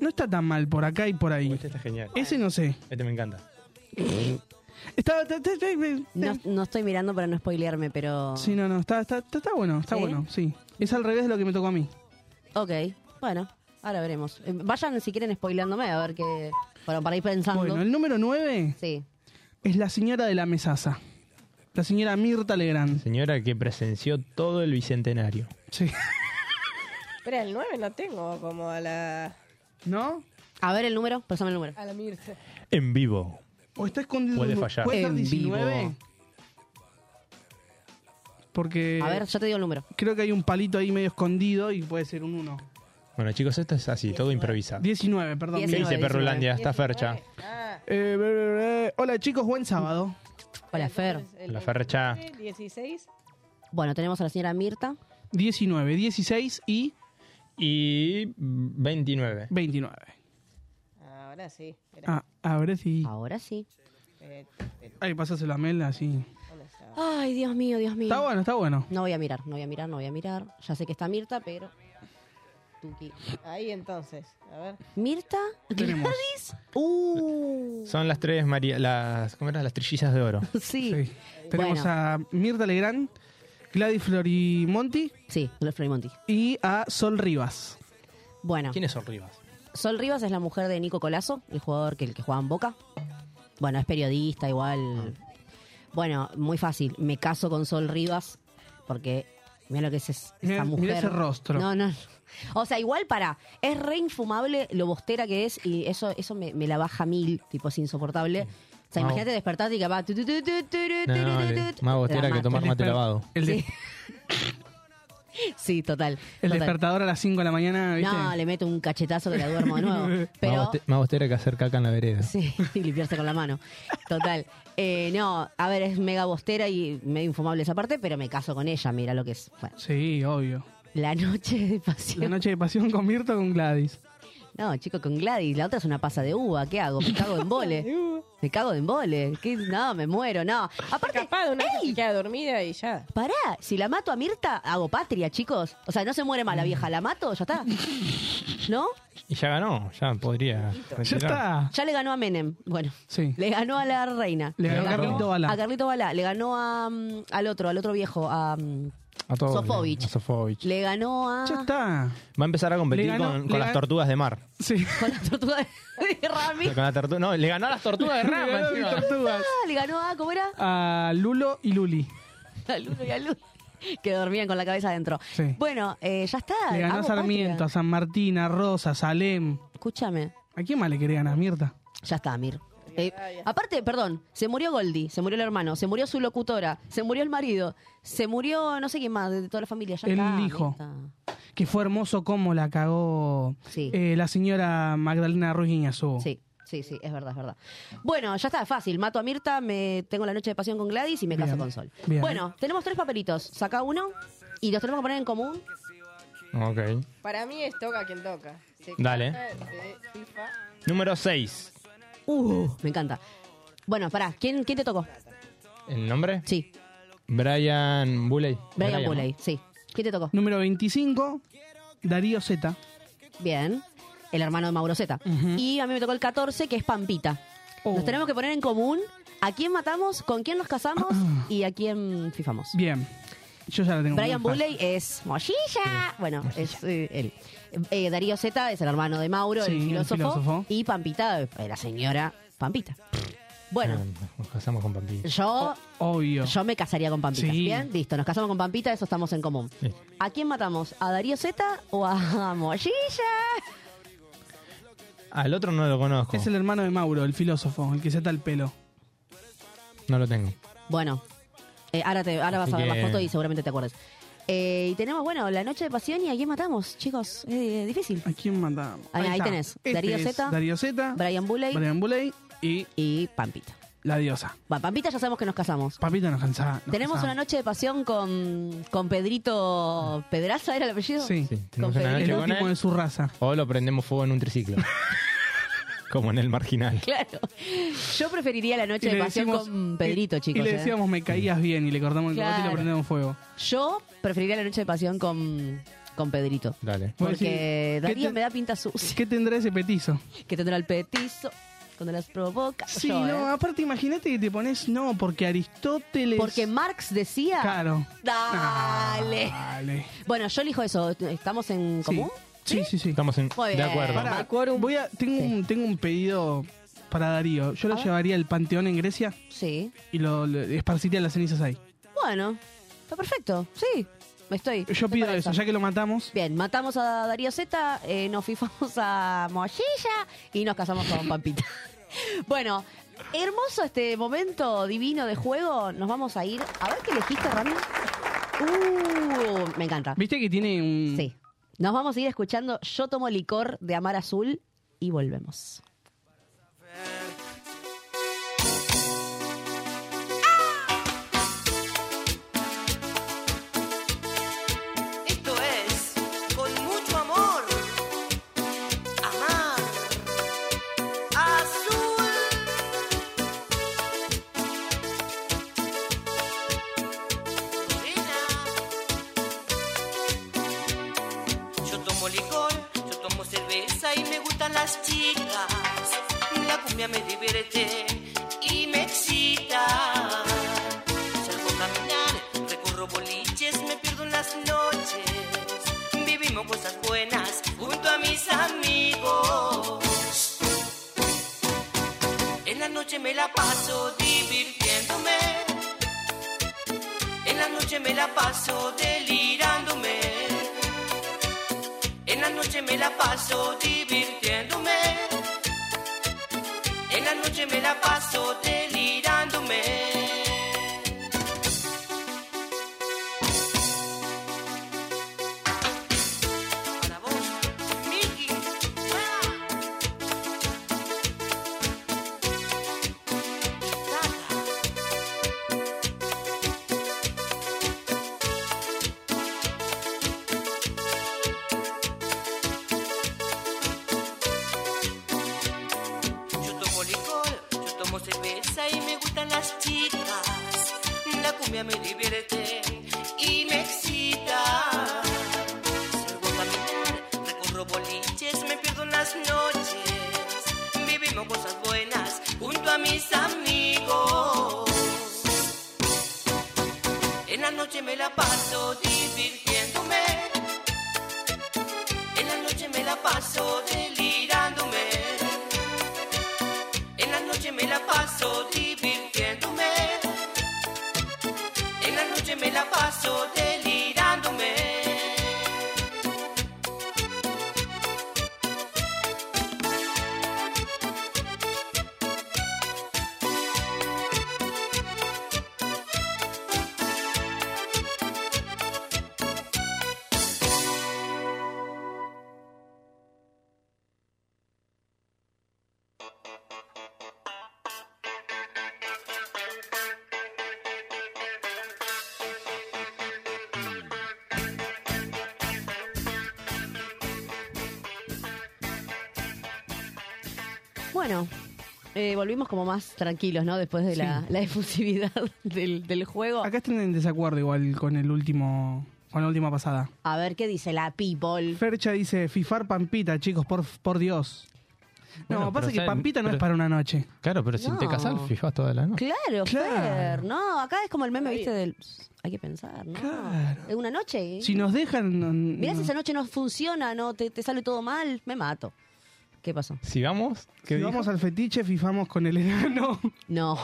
[SPEAKER 5] No está tan mal por acá y por ahí.
[SPEAKER 6] Este está genial.
[SPEAKER 5] Ese no sé.
[SPEAKER 6] Este me encanta.
[SPEAKER 5] Está. está- está- está-
[SPEAKER 4] No, no estoy mirando para no spoilearme, pero...
[SPEAKER 5] Sí, no, no. Está, está, está, está bueno, está
[SPEAKER 4] ¿Sí?
[SPEAKER 5] bueno, sí. Es al revés de lo que me tocó a mí.
[SPEAKER 4] Ok, bueno, ahora veremos. Eh, Vayan si quieren spoileándome a ver qué... Para, para ir pensando.
[SPEAKER 5] Bueno, el número 9
[SPEAKER 4] Sí.
[SPEAKER 5] es la señora de la mesaza. La señora Mirta Legrand.
[SPEAKER 6] Señora que presenció todo el bicentenario.
[SPEAKER 5] Sí.
[SPEAKER 7] Espera, el 9 no tengo como a la.
[SPEAKER 5] ¿No?
[SPEAKER 4] A ver el número, pasame el número.
[SPEAKER 7] a la Mirce.
[SPEAKER 6] En vivo.
[SPEAKER 5] ¿O está escondido?
[SPEAKER 6] Puede fallar.
[SPEAKER 5] ¿Puede ser
[SPEAKER 4] En
[SPEAKER 5] 19?
[SPEAKER 4] vivo.
[SPEAKER 5] Porque
[SPEAKER 4] A ver, ya te digo el número.
[SPEAKER 5] creo que hay un palito ahí medio escondido y puede ser un 1.
[SPEAKER 6] Bueno, chicos, esto es así, todo improvisado.
[SPEAKER 5] 19, perdón.
[SPEAKER 6] ¿Qué dice
[SPEAKER 4] 19.
[SPEAKER 6] Perrulandia? Está Fercha.
[SPEAKER 7] Ah,
[SPEAKER 5] Eh, be- be- be- hola chicos, buen sábado.
[SPEAKER 4] Hola, Fer.
[SPEAKER 7] el
[SPEAKER 6] La Fercha.
[SPEAKER 7] 29, 16.
[SPEAKER 4] Bueno, tenemos a la señora Mirta.
[SPEAKER 5] 19, 16 y
[SPEAKER 6] Y 29.
[SPEAKER 5] 29.
[SPEAKER 7] Ahora sí. espera,
[SPEAKER 5] Ah, ahora sí.
[SPEAKER 4] Ahora sí.
[SPEAKER 7] eh, eh,
[SPEAKER 5] Ahí pasáselo a Mel así.
[SPEAKER 7] ¿dónde está?
[SPEAKER 4] Ay, Dios mío, Dios mío.
[SPEAKER 5] Está bueno, está bueno.
[SPEAKER 4] No voy a mirar, no voy a mirar, no voy a mirar. Ya sé que está Mirta, pero... Tuki.
[SPEAKER 7] Ahí entonces. A ver.
[SPEAKER 4] Mirta,
[SPEAKER 5] tenemos?
[SPEAKER 4] Gladys. Uh,
[SPEAKER 6] Son las tres María, las, ¿cómo eran? Las trillizas de oro.
[SPEAKER 4] sí.
[SPEAKER 5] Sí. Tenemos
[SPEAKER 4] Bueno.
[SPEAKER 5] a Mirta Legrand, Gladys Florimonti
[SPEAKER 4] Sí, Dolores Florimonti.
[SPEAKER 5] y a Sol Rivas.
[SPEAKER 4] Bueno,
[SPEAKER 6] ¿Quiénes son Rivas?
[SPEAKER 4] Sol Rivas es la mujer de Nico Colazo, el jugador que, el que juega en Boca. Bueno, es periodista igual.
[SPEAKER 5] Ah.
[SPEAKER 4] Bueno, muy fácil. Me caso con Sol Rivas porque mira lo que es es-
[SPEAKER 5] Mirá-
[SPEAKER 4] esa mujer.
[SPEAKER 5] mirá ese rostro.
[SPEAKER 4] No, no. O sea, igual para. Es re infumable lo bostera que es y eso, eso me, me la baja mil, tipo es insoportable. O sea,
[SPEAKER 6] Mau.
[SPEAKER 4] imagínate despertarte y capaz. tu, tu, tu, tu, tu, tu,
[SPEAKER 6] No,
[SPEAKER 4] tu,
[SPEAKER 6] no,
[SPEAKER 4] tu,
[SPEAKER 6] de-
[SPEAKER 4] tu.
[SPEAKER 6] más
[SPEAKER 4] Te
[SPEAKER 6] bostera
[SPEAKER 4] la
[SPEAKER 6] que
[SPEAKER 4] mato.
[SPEAKER 6] tomar mate lavado.
[SPEAKER 5] El, de-
[SPEAKER 4] Sí, total.
[SPEAKER 5] el
[SPEAKER 4] total.
[SPEAKER 5] despertador a las 5 de la mañana, ¿viste?
[SPEAKER 4] No, le meto un cachetazo que la duermo de nuevo.
[SPEAKER 6] Más,
[SPEAKER 4] Pero.
[SPEAKER 6] boste- más bostera que hacer caca en la vereda.
[SPEAKER 4] Sí, y limpiarse con la mano. Total. Eh, no, a ver, es mega bostera y medio infumable esa parte, pero me caso con ella, mira lo que es. Bueno,
[SPEAKER 5] Sí, obvio.
[SPEAKER 4] la noche de
[SPEAKER 5] La
[SPEAKER 4] pasión.
[SPEAKER 5] noche de pasión con Mirta o con Gladys.
[SPEAKER 4] No, chico, con Gladys, la otra es una pasa de uva, ¿qué hago? Me cago en vole. Me cago en vole. ¿Qué? No, me muero, no. Aparte,
[SPEAKER 7] Capaz de una vez que se queda dormida y ya.
[SPEAKER 4] pará, si la mato a Mirta, hago patria, chicos. O sea, no se muere mal la vieja, la mato, ya está. ¿No?
[SPEAKER 6] Y ya ganó, ya podría.
[SPEAKER 5] Ya
[SPEAKER 6] retirar.
[SPEAKER 5] está.
[SPEAKER 4] Ya le ganó a Menem. Bueno,
[SPEAKER 5] Sí.
[SPEAKER 4] le ganó a la reina.
[SPEAKER 5] Le ganó
[SPEAKER 6] Le ganó.
[SPEAKER 5] Carlito Balá.
[SPEAKER 4] A Carlito Balá, le ganó a, mm, al otro, al otro viejo, a, mm,
[SPEAKER 6] A todos,
[SPEAKER 4] Sofovich.
[SPEAKER 6] a Sofovich.
[SPEAKER 4] Le ganó a.
[SPEAKER 5] Ya está.
[SPEAKER 6] Va a empezar a competir
[SPEAKER 5] Le ganó-
[SPEAKER 6] con,
[SPEAKER 5] le
[SPEAKER 6] con las
[SPEAKER 5] gan-
[SPEAKER 6] tortugas de mar.
[SPEAKER 5] Sí.
[SPEAKER 4] Con la tortuga de, de Rami.
[SPEAKER 6] Con la tortu- no, le ganó a las tortugas de
[SPEAKER 5] Le
[SPEAKER 6] rama.
[SPEAKER 5] ganó
[SPEAKER 6] encima.
[SPEAKER 5] mis tortugas.
[SPEAKER 4] Ah, le ganó a. ¿Cómo era?
[SPEAKER 5] A Lulo y Luli.
[SPEAKER 4] A Lulo y a Luz. Que dormían con la cabeza adentro.
[SPEAKER 5] Sí.
[SPEAKER 4] Bueno, eh, ya está.
[SPEAKER 5] Le ganó a
[SPEAKER 4] Amo
[SPEAKER 5] Sarmiento, a
[SPEAKER 4] patria.
[SPEAKER 5] San Martín, a Rosa, a Salem.
[SPEAKER 4] Escúchame.
[SPEAKER 5] ¿A quién más le quería ganar, Mirta?
[SPEAKER 4] Ya está, Mir. Eh, aparte, perdón, se murió Goldie, se murió el hermano, se murió su locutora, se murió el marido, se murió no sé quién más de toda la familia. Ya
[SPEAKER 5] El
[SPEAKER 4] está,
[SPEAKER 5] hijo.
[SPEAKER 4] Mirta.
[SPEAKER 5] Que fue hermoso cómo la cagó
[SPEAKER 4] Sí.
[SPEAKER 5] eh, la señora Magdalena Ruiz Iñazú.
[SPEAKER 4] Sí, Sí, sí, es verdad, es verdad. Bueno, ya está, fácil. Mato a Mirta, me tengo la noche de pasión con Gladys y me caso
[SPEAKER 5] Bien,
[SPEAKER 4] con Sol.
[SPEAKER 5] bien.
[SPEAKER 4] Bueno, tenemos tres papelitos. Saca uno y los tenemos que poner en común.
[SPEAKER 6] Ok.
[SPEAKER 11] Para mí es toca quien toca. Se
[SPEAKER 6] Dale.
[SPEAKER 11] canta de FIFA.
[SPEAKER 6] Número 6.
[SPEAKER 4] Uh, me encanta. Bueno, pará, ¿quién, quién te tocó?
[SPEAKER 6] ¿El nombre?
[SPEAKER 4] Sí.
[SPEAKER 6] Brian Bulley.
[SPEAKER 4] Brian
[SPEAKER 6] ¿no?
[SPEAKER 4] Pulley, sí. ¿Quién te tocó?
[SPEAKER 5] Número 25, Darío Z.
[SPEAKER 4] Bien. El hermano de Mauro Zeta. Y a mí me tocó el 14, que es Pampita.
[SPEAKER 5] Oh.
[SPEAKER 4] Nos tenemos que poner en común a quién matamos, con quién nos casamos y a quién fifamos.
[SPEAKER 5] Bien. Yo ya la tengo.
[SPEAKER 4] Brian
[SPEAKER 5] muy fácil.
[SPEAKER 4] Bulley es Mollilla. Bueno, es eh, él. Eh, Darío Zeta es el hermano de Mauro,
[SPEAKER 5] Sí,
[SPEAKER 4] el,
[SPEAKER 5] el
[SPEAKER 4] filósofo,
[SPEAKER 5] filósofo.
[SPEAKER 4] Y Pampita, eh, la señora Pampita. Bueno,
[SPEAKER 6] Ah, Nos casamos con Pampita.
[SPEAKER 4] yo,
[SPEAKER 5] Obvio.
[SPEAKER 4] yo me casaría con Pampita.
[SPEAKER 5] Sí.
[SPEAKER 4] Bien, listo, nos casamos con Pampita, eso estamos en común.
[SPEAKER 6] Sí.
[SPEAKER 4] ¿A quién matamos? ¿A Darío Zeta o a Mollilla?
[SPEAKER 6] Al otro no lo conozco.
[SPEAKER 5] Es el hermano de Mauro, el filósofo, el que se ata el pelo.
[SPEAKER 6] No lo tengo.
[SPEAKER 4] Bueno, eh, ahora, te, ahora vas
[SPEAKER 6] Así
[SPEAKER 4] a ver
[SPEAKER 6] que-
[SPEAKER 4] la foto y seguramente te acuerdes. Eh, y tenemos, bueno, la noche de pasión y a quién matamos, chicos. Eh, difícil.
[SPEAKER 5] ¿A quién mandamos?
[SPEAKER 4] Ahí- ahí
[SPEAKER 5] está.
[SPEAKER 4] tenés.
[SPEAKER 5] Este
[SPEAKER 4] Darío
[SPEAKER 5] es
[SPEAKER 4] Zeta,
[SPEAKER 5] Darío Z.
[SPEAKER 4] Brian Bulley
[SPEAKER 5] Brian Bulley y
[SPEAKER 4] y Pampita.
[SPEAKER 5] la diosa.
[SPEAKER 4] Bueno, Pampita ya sabemos que nos casamos.
[SPEAKER 5] Papita nos cansaba.
[SPEAKER 4] Tenemos una noche de pasión con, con Pedrito Pedraza, ¿era el apellido?
[SPEAKER 5] Sí.
[SPEAKER 6] Sí, tenemos
[SPEAKER 4] Con Federico.
[SPEAKER 6] una noche
[SPEAKER 5] El
[SPEAKER 6] con
[SPEAKER 5] último
[SPEAKER 6] él,
[SPEAKER 5] de su raza.
[SPEAKER 6] O lo prendemos fuego en un triciclo. Como en el marginal.
[SPEAKER 4] Claro. Yo preferiría la noche de pasión con Pedrito,
[SPEAKER 5] y-
[SPEAKER 4] chicos.
[SPEAKER 5] Y le
[SPEAKER 4] ¿eh?
[SPEAKER 5] decíamos, me caías bien, y le cortamos el cogote y
[SPEAKER 4] Claro.
[SPEAKER 5] lo prendemos fuego.
[SPEAKER 4] Yo preferiría la noche de pasión con, con Pedrito.
[SPEAKER 6] Dale.
[SPEAKER 5] Vos
[SPEAKER 4] Porque
[SPEAKER 5] decís, ¿qué
[SPEAKER 4] Darío
[SPEAKER 5] te-
[SPEAKER 4] me da pinta sucia.
[SPEAKER 5] ¿Qué tendrá ese petizo?
[SPEAKER 4] Que tendrá el petizo cuando las provoca.
[SPEAKER 5] Sí,
[SPEAKER 4] Yo,
[SPEAKER 5] no,
[SPEAKER 4] ¿eh?
[SPEAKER 5] aparte imagínate que te pones, no, porque Aristóteles...
[SPEAKER 4] Porque Marx decía.
[SPEAKER 5] Claro.
[SPEAKER 4] Dale.
[SPEAKER 5] Dale.
[SPEAKER 4] Bueno, yo elijo eso. ¿Estamos en común?
[SPEAKER 5] Sí, sí, sí. sí.
[SPEAKER 6] Estamos en,
[SPEAKER 4] Muy
[SPEAKER 6] de
[SPEAKER 4] bien.
[SPEAKER 6] acuerdo.
[SPEAKER 5] Pará, voy a, tengo, un, tengo un pedido para Darío. Yo
[SPEAKER 4] A
[SPEAKER 5] lo
[SPEAKER 4] ver.
[SPEAKER 5] llevaría al Panteón en Grecia
[SPEAKER 4] Sí.
[SPEAKER 5] y lo, lo- esparciría las cenizas ahí.
[SPEAKER 4] Bueno, está perfecto. Sí, me estoy.
[SPEAKER 5] Yo
[SPEAKER 4] estoy
[SPEAKER 5] pido
[SPEAKER 4] para
[SPEAKER 5] eso,
[SPEAKER 4] esa.
[SPEAKER 5] ya que lo matamos.
[SPEAKER 4] Bien, matamos a Darío Z, eh, nos fifamos a Mollilla y nos casamos con Pampita. bueno, hermoso este momento divino de juego. Nos vamos a ir. A ver qué elegiste, Rami. Uh, me encanta.
[SPEAKER 5] ¿Viste que tiene un...
[SPEAKER 4] Sí. Nos vamos a ir escuchando Yo tomo licor de Amar Azul y volvemos.
[SPEAKER 12] Esto es con mucho amor. Amar. Azul. Morena. Yo tomo licor, yo tomo cerveza y me gustan las chicas. La cumbia me divierte y me excita. Salgo a caminar, recorro boliches, me pierdo en las noches. Vivimos cosas buenas junto a mis amigos. En la noche me la paso divirtiéndome. En la noche me la paso delirándome. En la noche me la paso divirtiéndome. En la noche me la paso delirándome. Para vos, Miki. Yo tomo licor, yo tomo cerveza y me gustan las chicas. La cumbia me divierte y me excita. Salgo a caminar, recorro boliches, me pierdo en las noches. Vivimos cosas buenas junto a mis amigos. En la noche me la paso divirtiéndome. En la noche me la paso delirándome. En la noche me la paso divirtiéndome. En la noche me la paso delirándome.
[SPEAKER 4] Bueno, eh, volvimos como más tranquilos, ¿no? Después de la, la efusividad del, del juego.
[SPEAKER 5] Acá están en desacuerdo igual con el último. Con la última pasada.
[SPEAKER 4] A ver, ¿qué dice la people?
[SPEAKER 5] Fercha dice, eh, fifar Pampita, chicos, por, por Dios. No,
[SPEAKER 6] Bueno,
[SPEAKER 5] pasa
[SPEAKER 6] pero
[SPEAKER 5] que
[SPEAKER 6] saben-
[SPEAKER 5] Pampita no
[SPEAKER 6] pero-
[SPEAKER 5] es para una noche.
[SPEAKER 6] Claro, pero si
[SPEAKER 4] No.
[SPEAKER 6] te
[SPEAKER 5] Oh.
[SPEAKER 6] casas, fijas toda la noche.
[SPEAKER 4] Claro,
[SPEAKER 5] Claro.
[SPEAKER 4] Fer, no, acá es como el meme, viste, del... Hay que pensar, ¿no? Es una noche. ¿eh?
[SPEAKER 5] Si nos dejan... no-
[SPEAKER 4] Mirá si
[SPEAKER 5] no-
[SPEAKER 4] esa noche no funciona, no te, te sale todo mal, me mato. ¿Qué pasó?
[SPEAKER 6] Si vamos, ¿qué
[SPEAKER 5] si
[SPEAKER 6] dijo?
[SPEAKER 5] vamos al fetiche, fifamos con el enano.
[SPEAKER 4] No.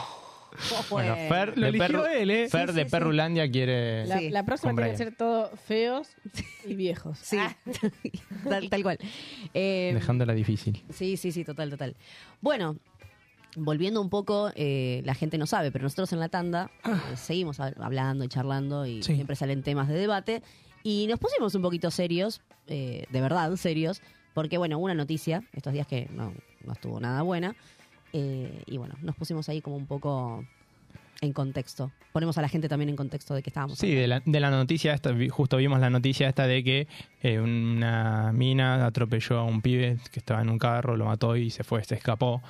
[SPEAKER 6] Bueno, Fer,
[SPEAKER 5] Lo
[SPEAKER 6] de,
[SPEAKER 5] eligió
[SPEAKER 6] perro,
[SPEAKER 5] él, ¿eh?
[SPEAKER 6] Fer
[SPEAKER 4] Sí,
[SPEAKER 6] de
[SPEAKER 4] sí, sí.
[SPEAKER 6] Perrulandia quiere...
[SPEAKER 7] eh, La,
[SPEAKER 4] Sí.
[SPEAKER 7] la próxima
[SPEAKER 6] Con
[SPEAKER 7] tiene que
[SPEAKER 6] Brian.
[SPEAKER 7] ser todos feos y viejos. Ah.
[SPEAKER 4] Sí, tal, tal cual. Eh,
[SPEAKER 6] Dejándola difícil.
[SPEAKER 4] Sí, sí, sí, total, total. Bueno, volviendo un poco, eh, la gente no sabe, pero nosotros en la tanda
[SPEAKER 6] Ah.
[SPEAKER 4] eh, seguimos hab- hablando y charlando y
[SPEAKER 5] Sí.
[SPEAKER 4] siempre salen temas de debate. Y nos pusimos un poquito serios, eh, de verdad serios, porque bueno, hubo una noticia estos días que no, no estuvo nada buena. eh, y bueno, nos pusimos ahí como un poco en contexto. Ponemos a la gente también en contexto de que estábamos.
[SPEAKER 6] Sí, de la, de la noticia esta, vi- justo vimos la noticia esta de que eh, una mina atropelló a un pibe que estaba en un carro, lo mató y se fue, se escapó.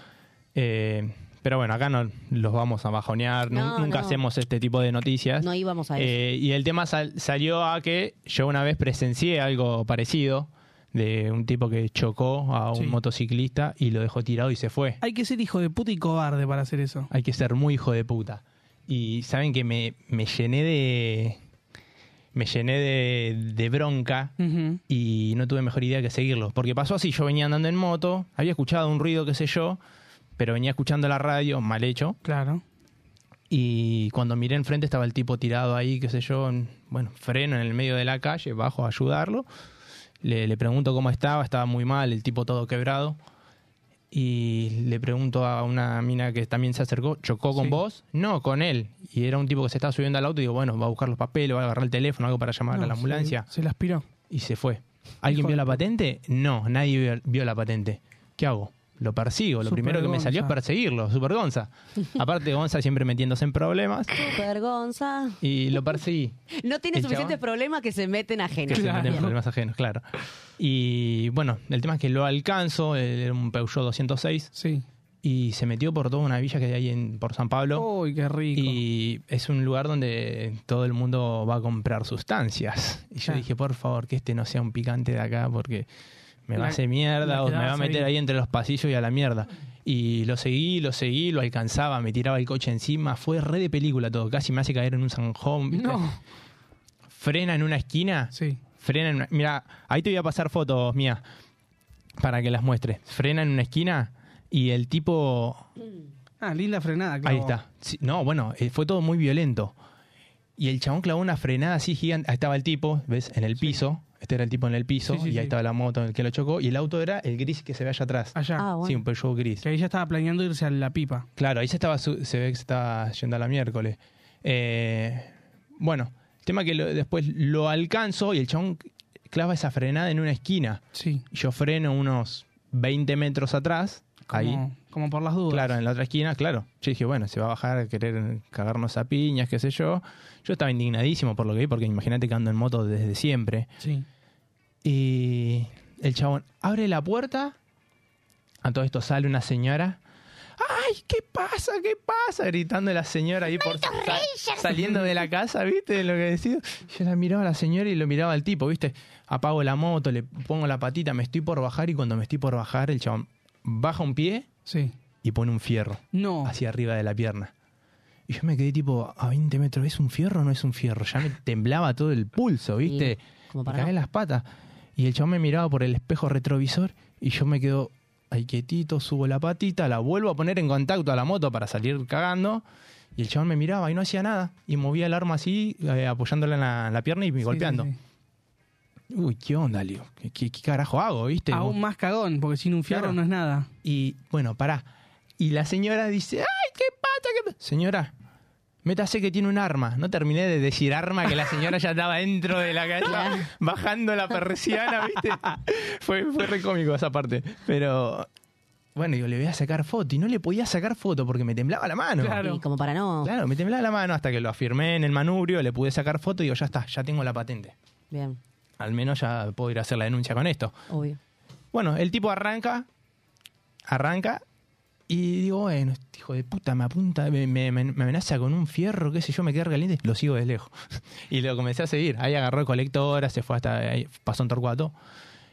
[SPEAKER 6] Eh, pero bueno, acá no los vamos a bajonear, nun-
[SPEAKER 4] No,
[SPEAKER 6] nunca
[SPEAKER 4] no.
[SPEAKER 6] hacemos este tipo de noticias.
[SPEAKER 4] No íbamos a eso.
[SPEAKER 6] Eh, y el tema sal- salió a que yo una vez presencié algo parecido de un tipo que chocó a un
[SPEAKER 5] Sí.
[SPEAKER 6] motociclista y lo dejó tirado y se fue.
[SPEAKER 5] Hay que ser hijo de puta y cobarde para hacer eso.
[SPEAKER 6] Hay que ser muy hijo de puta. Y saben que me, me llené de. Me llené de, de bronca
[SPEAKER 5] Ujú.
[SPEAKER 6] y no tuve mejor idea que seguirlos. Porque pasó así: yo venía andando en moto, había escuchado un ruido, qué sé yo, pero venía escuchando la radio, mal hecho.
[SPEAKER 5] Claro.
[SPEAKER 6] Y cuando miré enfrente estaba el tipo tirado ahí, qué sé yo, en- bueno, freno en el medio de la calle, bajo a ayudarlo. Le, le pregunto cómo estaba, estaba muy mal, el tipo todo quebrado. Y le pregunto a una mina que también se acercó, ¿chocó con
[SPEAKER 5] Sí.
[SPEAKER 6] vos? No, con él. Y era un tipo que se estaba subiendo al auto y digo, bueno, va a buscar los papeles, va a agarrar el teléfono, algo para llamar a
[SPEAKER 5] No,
[SPEAKER 6] la ambulancia.
[SPEAKER 5] Se, se la aspiró.
[SPEAKER 6] Y se fue. ¿Alguien
[SPEAKER 5] Hijo
[SPEAKER 6] vio
[SPEAKER 5] de
[SPEAKER 6] la
[SPEAKER 5] puta.
[SPEAKER 6] patente? No, nadie vio, vio la patente. ¿Qué hago? Lo persigo. Lo
[SPEAKER 5] Super
[SPEAKER 6] primero que me salió es
[SPEAKER 5] Gonza.
[SPEAKER 6] perseguirlo, Super Gonza. Aparte, Gonza siempre metiéndose en problemas.
[SPEAKER 4] Super Gonza.
[SPEAKER 6] Y lo perseguí.
[SPEAKER 4] No tiene
[SPEAKER 6] El
[SPEAKER 4] suficientes
[SPEAKER 6] chabón-
[SPEAKER 4] problemas que se meten
[SPEAKER 6] Que
[SPEAKER 4] ajenos.
[SPEAKER 6] se meten en
[SPEAKER 4] Bien.
[SPEAKER 6] problemas ajenos, claro. Y bueno, el tema es que lo alcanzo, él era un Peugeot 206,
[SPEAKER 5] Sí.
[SPEAKER 6] y se metió por toda una villa que hay ahí en, por San Pablo.
[SPEAKER 5] Uy, qué rico.
[SPEAKER 6] Y es un lugar donde todo el mundo va a comprar sustancias. Y yo
[SPEAKER 5] Ah.
[SPEAKER 6] dije, por favor, que este no sea un picante de acá porque me va
[SPEAKER 5] La-
[SPEAKER 6] a hacer
[SPEAKER 5] la
[SPEAKER 6] mierda o me va a
[SPEAKER 5] quedabas
[SPEAKER 6] meter
[SPEAKER 5] ahí.
[SPEAKER 6] ahí. entre los pasillos y a la mierda. Y lo seguí, lo seguí, lo alcanzaba, me tiraba el coche encima. Fue re de película todo, casi me hace caer en un zanjón. ¿viste?
[SPEAKER 5] No.
[SPEAKER 6] Frena en una esquina.
[SPEAKER 5] Sí.
[SPEAKER 6] Frena en una... Mira, ahí te voy a pasar fotos, mía, para que las muestres. Frena en una esquina y el tipo
[SPEAKER 5] Ah, linda frenada, claro.
[SPEAKER 6] Ahí está. Sí, no, bueno, eh, fue todo muy violento. Y el chabón clavó una frenada así gigante. Ahí estaba el tipo, ¿ves? En el piso. Este era el tipo en el piso.
[SPEAKER 5] Sí, sí,
[SPEAKER 6] y ahí
[SPEAKER 5] sí.
[SPEAKER 6] estaba la moto en el que lo chocó. Y el auto era el gris que se ve allá atrás.
[SPEAKER 5] Allá.
[SPEAKER 4] Ah, bueno.
[SPEAKER 6] Sí, un Peugeot gris.
[SPEAKER 5] Que ahí ya estaba planeando irse a la pipa.
[SPEAKER 6] Claro, ahí se, estaba su- se ve que se estaba yendo a la miércoles. Eh, bueno, tema que lo- después lo alcanzo y el chabón clava esa frenada en una esquina.
[SPEAKER 5] Sí.
[SPEAKER 6] Yo freno unos 20 metros atrás.
[SPEAKER 5] Como,
[SPEAKER 6] ahí.
[SPEAKER 5] como por las dudas.
[SPEAKER 6] Claro, en la otra esquina, claro. Yo dije, bueno, se va a bajar a querer cagarnos a piñas, qué sé yo. Yo estaba indignadísimo por lo que vi, porque imagínate que ando en moto desde siempre.
[SPEAKER 5] Sí.
[SPEAKER 6] Y el chabón abre la puerta. A todo esto sale una señora. ¡Ay, qué pasa, qué pasa! Gritando la señora ahí por sa- saliendo de la casa, ¿viste? Lo que decía. Yo la miraba a la señora y lo miraba al tipo, ¿viste? Apago la moto, le pongo la patita, me estoy por bajar y cuando me estoy por bajar, el chabón baja un pie
[SPEAKER 5] Sí.
[SPEAKER 6] y pone un fierro
[SPEAKER 5] No.
[SPEAKER 6] hacia arriba de la pierna. Y yo me quedé tipo a 20 metros, ¿es un fierro o no es un fierro? Ya me temblaba todo el pulso, ¿viste?
[SPEAKER 4] Y, como
[SPEAKER 6] me
[SPEAKER 4] para
[SPEAKER 6] cagué
[SPEAKER 4] no.
[SPEAKER 6] las patas. Y el chabón me miraba por el espejo retrovisor y yo me quedo ahí quietito, subo la patita, la vuelvo a poner en contacto a la moto para salir cagando. Y el chabón me miraba y no hacía nada. Y movía el arma así, eh, apoyándola en la, en la pierna y me
[SPEAKER 5] Sí,
[SPEAKER 6] golpeando.
[SPEAKER 5] sí, sí.
[SPEAKER 6] Uy, ¿qué onda, Leo? ¿Qué, qué- qué carajo hago, viste?
[SPEAKER 5] Aún más cagón, porque sin un fierro
[SPEAKER 6] Claro.
[SPEAKER 5] no es nada.
[SPEAKER 6] Y bueno, pará. Y la señora dice, ¡ay, qué pata! Qué... pa-". Señora, métase que tiene un arma. No terminé de decir arma, que la señora ya estaba dentro de la casa, bajando la persiana, ¿viste? fue, fue re cómico esa parte. Pero, bueno, yo le voy a sacar foto. Y no le podía sacar foto porque me temblaba la mano.
[SPEAKER 5] Claro.
[SPEAKER 4] Y como para no.
[SPEAKER 6] Claro, me temblaba la mano hasta que lo afirmé en el manubrio, le pude sacar foto y digo, ya está, ya tengo la patente.
[SPEAKER 4] Bien,
[SPEAKER 6] Al menos ya puedo ir a hacer la denuncia con esto.
[SPEAKER 4] obvio.
[SPEAKER 6] Bueno, el tipo arranca, arranca Y digo, bueno, este hijo de puta me apunta, me, me- me- me amenaza con un fierro, qué sé yo, me quedé caliente, lo sigo de lejos. y lo comencé a seguir. Ahí agarró el colectora, se fue hasta, ahí pasó en Torcuato.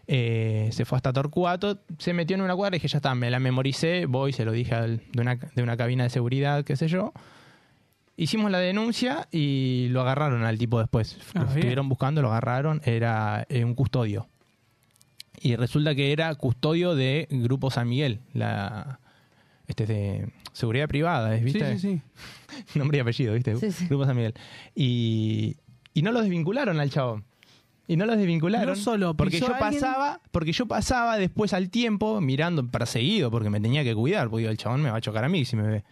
[SPEAKER 6] Eh, se fue hasta Torcuato, se metió en una cuadra y dije, ya está, me la memoricé, voy, se lo dije al- de, una, de una cabina de seguridad, qué sé yo. Hicimos la denuncia y lo agarraron al tipo después.
[SPEAKER 5] Ah,
[SPEAKER 6] Lo
[SPEAKER 5] bien.
[SPEAKER 6] estuvieron buscando, lo agarraron, era eh, un custodio. Y resulta que era custodio de Grupo San Miguel, la este es de seguridad privada, ¿es, ¿viste?
[SPEAKER 5] Sí, sí, sí.
[SPEAKER 6] Nombre y apellido, ¿viste?
[SPEAKER 4] Sí, sí.
[SPEAKER 6] Grupo San Miguel. Y, y no los desvincularon al chabón. Y no los desvincularon.
[SPEAKER 5] No solo
[SPEAKER 6] porque
[SPEAKER 5] pisó
[SPEAKER 6] yo
[SPEAKER 5] a alguien-
[SPEAKER 6] pasaba, porque yo pasaba después al tiempo mirando perseguido porque me tenía que cuidar, porque digo, el chabón me va a chocar a mí si me ve.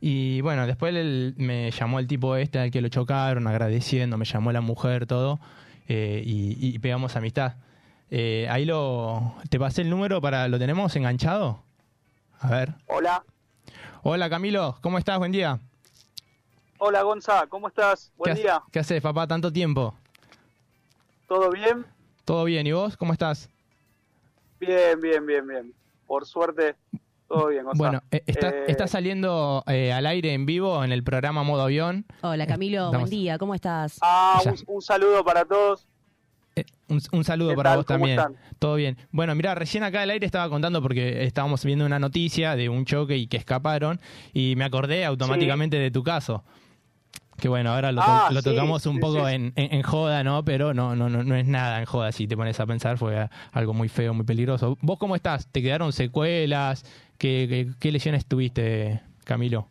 [SPEAKER 6] Y bueno, después el- me llamó el tipo este al que lo chocaron, agradeciendo, me llamó la mujer, todo, eh, y, y pegamos amistad. Eh, ahí lo. Te pasé el número para. ¿Lo tenemos enganchado? A ver.
[SPEAKER 13] Hola.
[SPEAKER 6] Hola Camilo, ¿cómo estás? Buen día.
[SPEAKER 13] Hola Gonza, ¿cómo estás?
[SPEAKER 6] ¿Qué
[SPEAKER 13] Buen
[SPEAKER 6] haces-
[SPEAKER 13] día,
[SPEAKER 6] ¿Qué haces, papá? Tanto tiempo.
[SPEAKER 13] ¿todo bien?
[SPEAKER 6] ¿Todo bien? ¿Y vos? ¿Cómo estás?
[SPEAKER 13] Bien, bien, bien, bien. Por suerte, todo bien, Gonza.
[SPEAKER 6] Bueno, eh, está,
[SPEAKER 13] Eh,
[SPEAKER 6] está saliendo eh, al aire en vivo en el programa Modo Avión.
[SPEAKER 4] Hola Camilo,
[SPEAKER 6] Estamos-
[SPEAKER 4] buen día, ¿cómo estás?
[SPEAKER 13] ah,
[SPEAKER 6] ya.
[SPEAKER 13] un, un saludo para todos.
[SPEAKER 6] Eh, Un, un saludo
[SPEAKER 13] ¿Qué
[SPEAKER 6] para
[SPEAKER 13] tal?
[SPEAKER 6] vos
[SPEAKER 13] ¿Cómo
[SPEAKER 6] también.
[SPEAKER 13] están?
[SPEAKER 6] Todo bien. Bueno, mira, recién acá al aire estaba contando porque estábamos viendo una noticia de un choque y que escaparon y me acordé automáticamente de tu caso. Que bueno, ahora lo, to-
[SPEAKER 13] Ah,
[SPEAKER 6] lo
[SPEAKER 13] sí,
[SPEAKER 6] tocamos un
[SPEAKER 13] sí,
[SPEAKER 6] poco
[SPEAKER 13] sí.
[SPEAKER 6] En, en- en joda, ¿no? Pero no, no, no, no es nada en joda si te pones a pensar, fue algo muy feo, muy peligroso. ¿Vos cómo estás? ¿Te quedaron secuelas? ¿Qué, qué- qué lesiones tuviste, Camilo?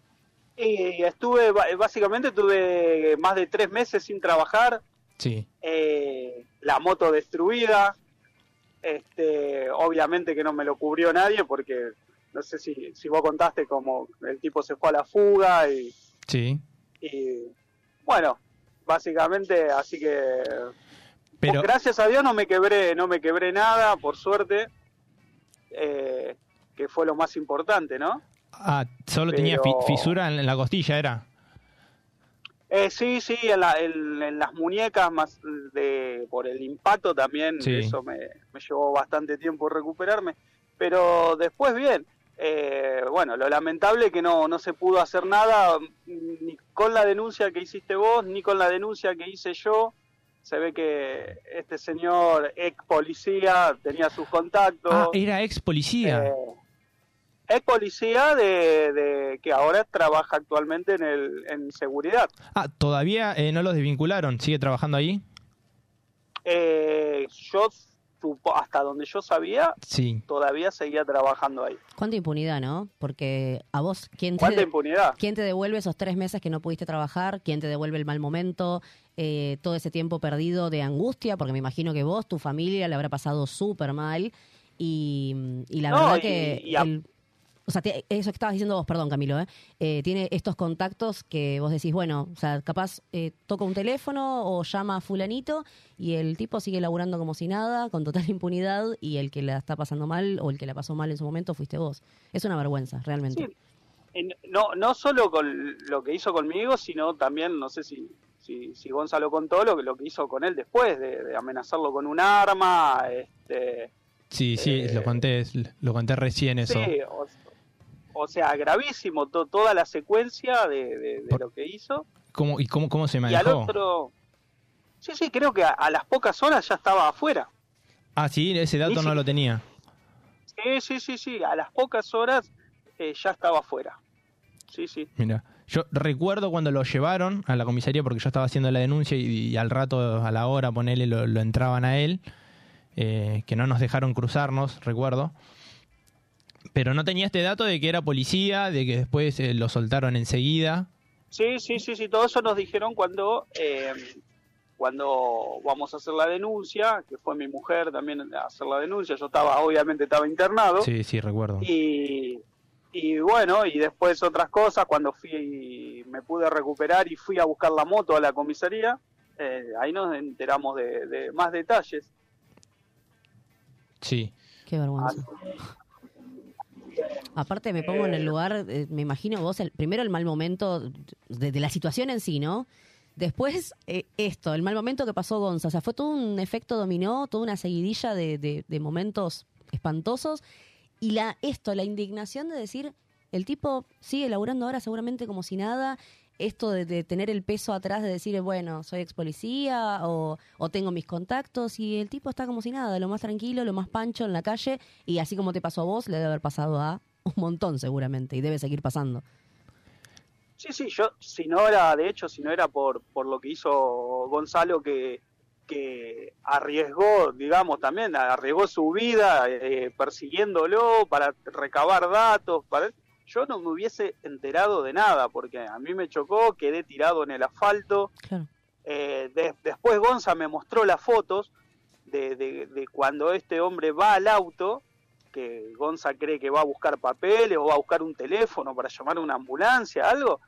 [SPEAKER 13] Y estuve, ba- básicamente tuve más de tres meses sin trabajar,
[SPEAKER 6] Sí.
[SPEAKER 13] eh, la moto destruida. Este, obviamente que no me lo cubrió nadie porque no sé si, si vos contaste como el tipo se fue a la fuga y
[SPEAKER 6] Sí.
[SPEAKER 13] Y bueno, básicamente, así que
[SPEAKER 6] Pero,
[SPEAKER 13] gracias a Dios no me quebré, no me quebré nada, por suerte, eh, que fue lo más importante, ¿no?
[SPEAKER 6] ah, solo tenía fi-
[SPEAKER 13] Pero-
[SPEAKER 6] fisura en, en la costilla, ¿era?
[SPEAKER 13] Eh, sí, sí, en, la- en- en las muñecas más de por el impacto también,
[SPEAKER 6] Sí.
[SPEAKER 13] eso me, me llevó bastante tiempo recuperarme, pero después bien. eh, bueno, lo lamentable que no, no se pudo hacer nada ni con la denuncia que hiciste vos, ni con la denuncia que hice yo. Se ve que este señor ex policía tenía sus contactos.
[SPEAKER 6] Ah, era ex policía.
[SPEAKER 13] Eh, es policía de, de- que ahora trabaja actualmente en, el, en seguridad.
[SPEAKER 6] Ah, todavía eh, no los desvincularon. ¿Sigue trabajando ahí?
[SPEAKER 13] Eh, yo, supo- hasta donde yo sabía,
[SPEAKER 6] Sí.
[SPEAKER 13] todavía seguía trabajando ahí.
[SPEAKER 4] Cuánta impunidad, ¿no? Porque a vos, ¿quién te,
[SPEAKER 13] ¿Cuánta impunidad?
[SPEAKER 4] quién te devuelve esos tres meses que no pudiste trabajar? ¿Quién te devuelve el mal momento? Eh, todo ese tiempo perdido de angustia, porque me imagino que vos, tu familia, le habrá pasado súper mal. Y, y la
[SPEAKER 13] No,
[SPEAKER 4] verdad
[SPEAKER 13] y-
[SPEAKER 4] que...
[SPEAKER 13] y a-
[SPEAKER 4] el- o sea, te- eso que estabas diciendo vos, perdón Camilo, ¿eh? Eh, tiene estos contactos que vos decís, bueno, o sea, capaz eh, toca un teléfono o llama a fulanito y el tipo sigue laburando como si nada, con total impunidad, y el que la está pasando mal o el que la pasó mal en su momento fuiste vos. Es una vergüenza, realmente.
[SPEAKER 13] Sí. En- no, no solo con lo que hizo conmigo, sino también, no sé si, si, si Gonzalo contó lo, que- lo que hizo con él después, de, de amenazarlo con un arma. Este,
[SPEAKER 6] Sí, sí,
[SPEAKER 13] Eh,
[SPEAKER 6] lo conté, lo conté recién eso.
[SPEAKER 13] Sí, o, o sea, gravísimo to- toda la secuencia de, de- de
[SPEAKER 6] Por-
[SPEAKER 13] lo que hizo.
[SPEAKER 6] ¿Cómo, ¿Y cómo, cómo se
[SPEAKER 13] y al
[SPEAKER 6] manejó?
[SPEAKER 13] otro... Sí, sí, creo que a, a las pocas horas ya estaba afuera.
[SPEAKER 6] Ah, sí, ese
[SPEAKER 13] Ni
[SPEAKER 6] dato no
[SPEAKER 13] si-
[SPEAKER 6] lo tenía.
[SPEAKER 13] Sí, sí, sí, sí, a las pocas horas eh, ya estaba afuera. Sí, sí.
[SPEAKER 6] Mira, yo recuerdo cuando lo llevaron a la comisaría porque yo estaba haciendo la denuncia y, y al rato, a la hora, ponele, lo, lo entraban a él, eh, que no nos dejaron cruzarnos, recuerdo. Pero no tenía este dato de que era policía, de que después eh, lo soltaron enseguida.
[SPEAKER 13] Sí, sí, sí, sí, todo eso nos dijeron cuando, eh, cuando vamos a hacer la denuncia, que fue mi mujer también a hacer la denuncia, yo estaba, obviamente estaba internado,
[SPEAKER 6] Sí, sí, recuerdo.
[SPEAKER 13] y, y bueno, y después otras cosas, cuando fui, me pude recuperar y fui a buscar la moto a la comisaría, eh, ahí nos enteramos de, de más detalles.
[SPEAKER 6] Sí.
[SPEAKER 4] Qué vergüenza. Aparte me pongo en el lugar, eh, me imagino vos, el, primero el mal momento de, de la situación en sí, ¿no? Después eh, esto, el mal momento que pasó Gonza. O sea, fue todo un efecto dominó, toda una seguidilla de, de- de momentos espantosos. Y la esto, la indignación de decir, El tipo sigue laburando ahora seguramente como si nada. Esto de, de tener el peso atrás de decir, eh, bueno, soy ex policía o, o tengo mis contactos y el tipo está como si nada, lo más tranquilo, lo más pancho en la calle y así como te pasó a vos, le debe haber pasado a un montón seguramente y debe seguir pasando.
[SPEAKER 13] Sí, sí, yo, si no era, de hecho, si no era por, por lo que hizo Gonzalo, que, que arriesgó, digamos, también, arriesgó su vida eh, persiguiéndolo para recabar datos, para... Yo no me hubiese enterado de nada, porque a mí me chocó, quedé tirado en el asfalto. Eh, de- después Gonza me mostró las fotos de, de- de cuando este hombre va al auto, que Gonza cree que va a buscar papeles o va a buscar un teléfono para llamar a una ambulancia, algo,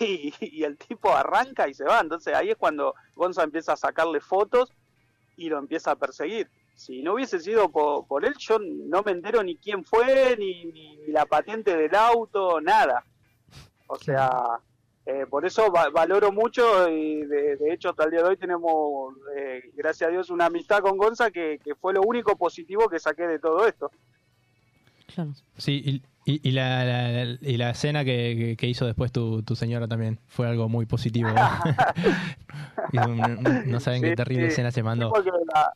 [SPEAKER 13] y, y el tipo arranca y se va. Entonces ahí es cuando Gonza empieza a sacarle fotos y lo empieza a perseguir. Si no hubiese sido po- por, él, yo no me entero ni quién fue, ni, ni- ni la patente del auto, nada. O sea, eh, por eso va- valoro mucho y de, de hecho hasta el día de hoy tenemos, eh, gracias a Dios, una amistad con Gonza que, que fue lo único positivo que saqué de todo esto.
[SPEAKER 6] Sí, y, y- y la, la- la- y la escena que, que- que hizo después tu, tu señora también fue algo muy positivo. Hizo un- un- no saben qué
[SPEAKER 13] Sí,
[SPEAKER 6] terrible
[SPEAKER 13] sí.
[SPEAKER 6] escena se mandó.
[SPEAKER 13] Sí, porque la,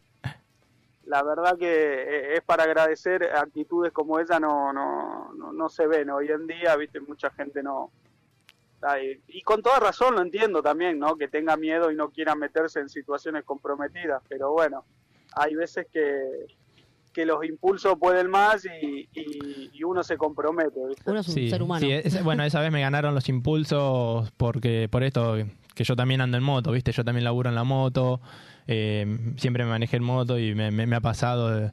[SPEAKER 13] la verdad que eh, es para agradecer actitudes como esa no no, no no se ven hoy en día, viste, mucha gente no Ay, y con toda razón lo entiendo también, ¿no? Que tenga miedo y no quiera meterse en situaciones comprometidas, pero bueno, hay veces que, que los impulsos pueden más y, y- y uno se compromete. ¿viste?
[SPEAKER 6] Sí, sí, es- bueno, esa vez me ganaron los impulsos porque por esto que yo también ando en moto, ¿viste? Yo también laburo en la moto, eh, siempre me manejé en moto y me, me- me ha pasado de,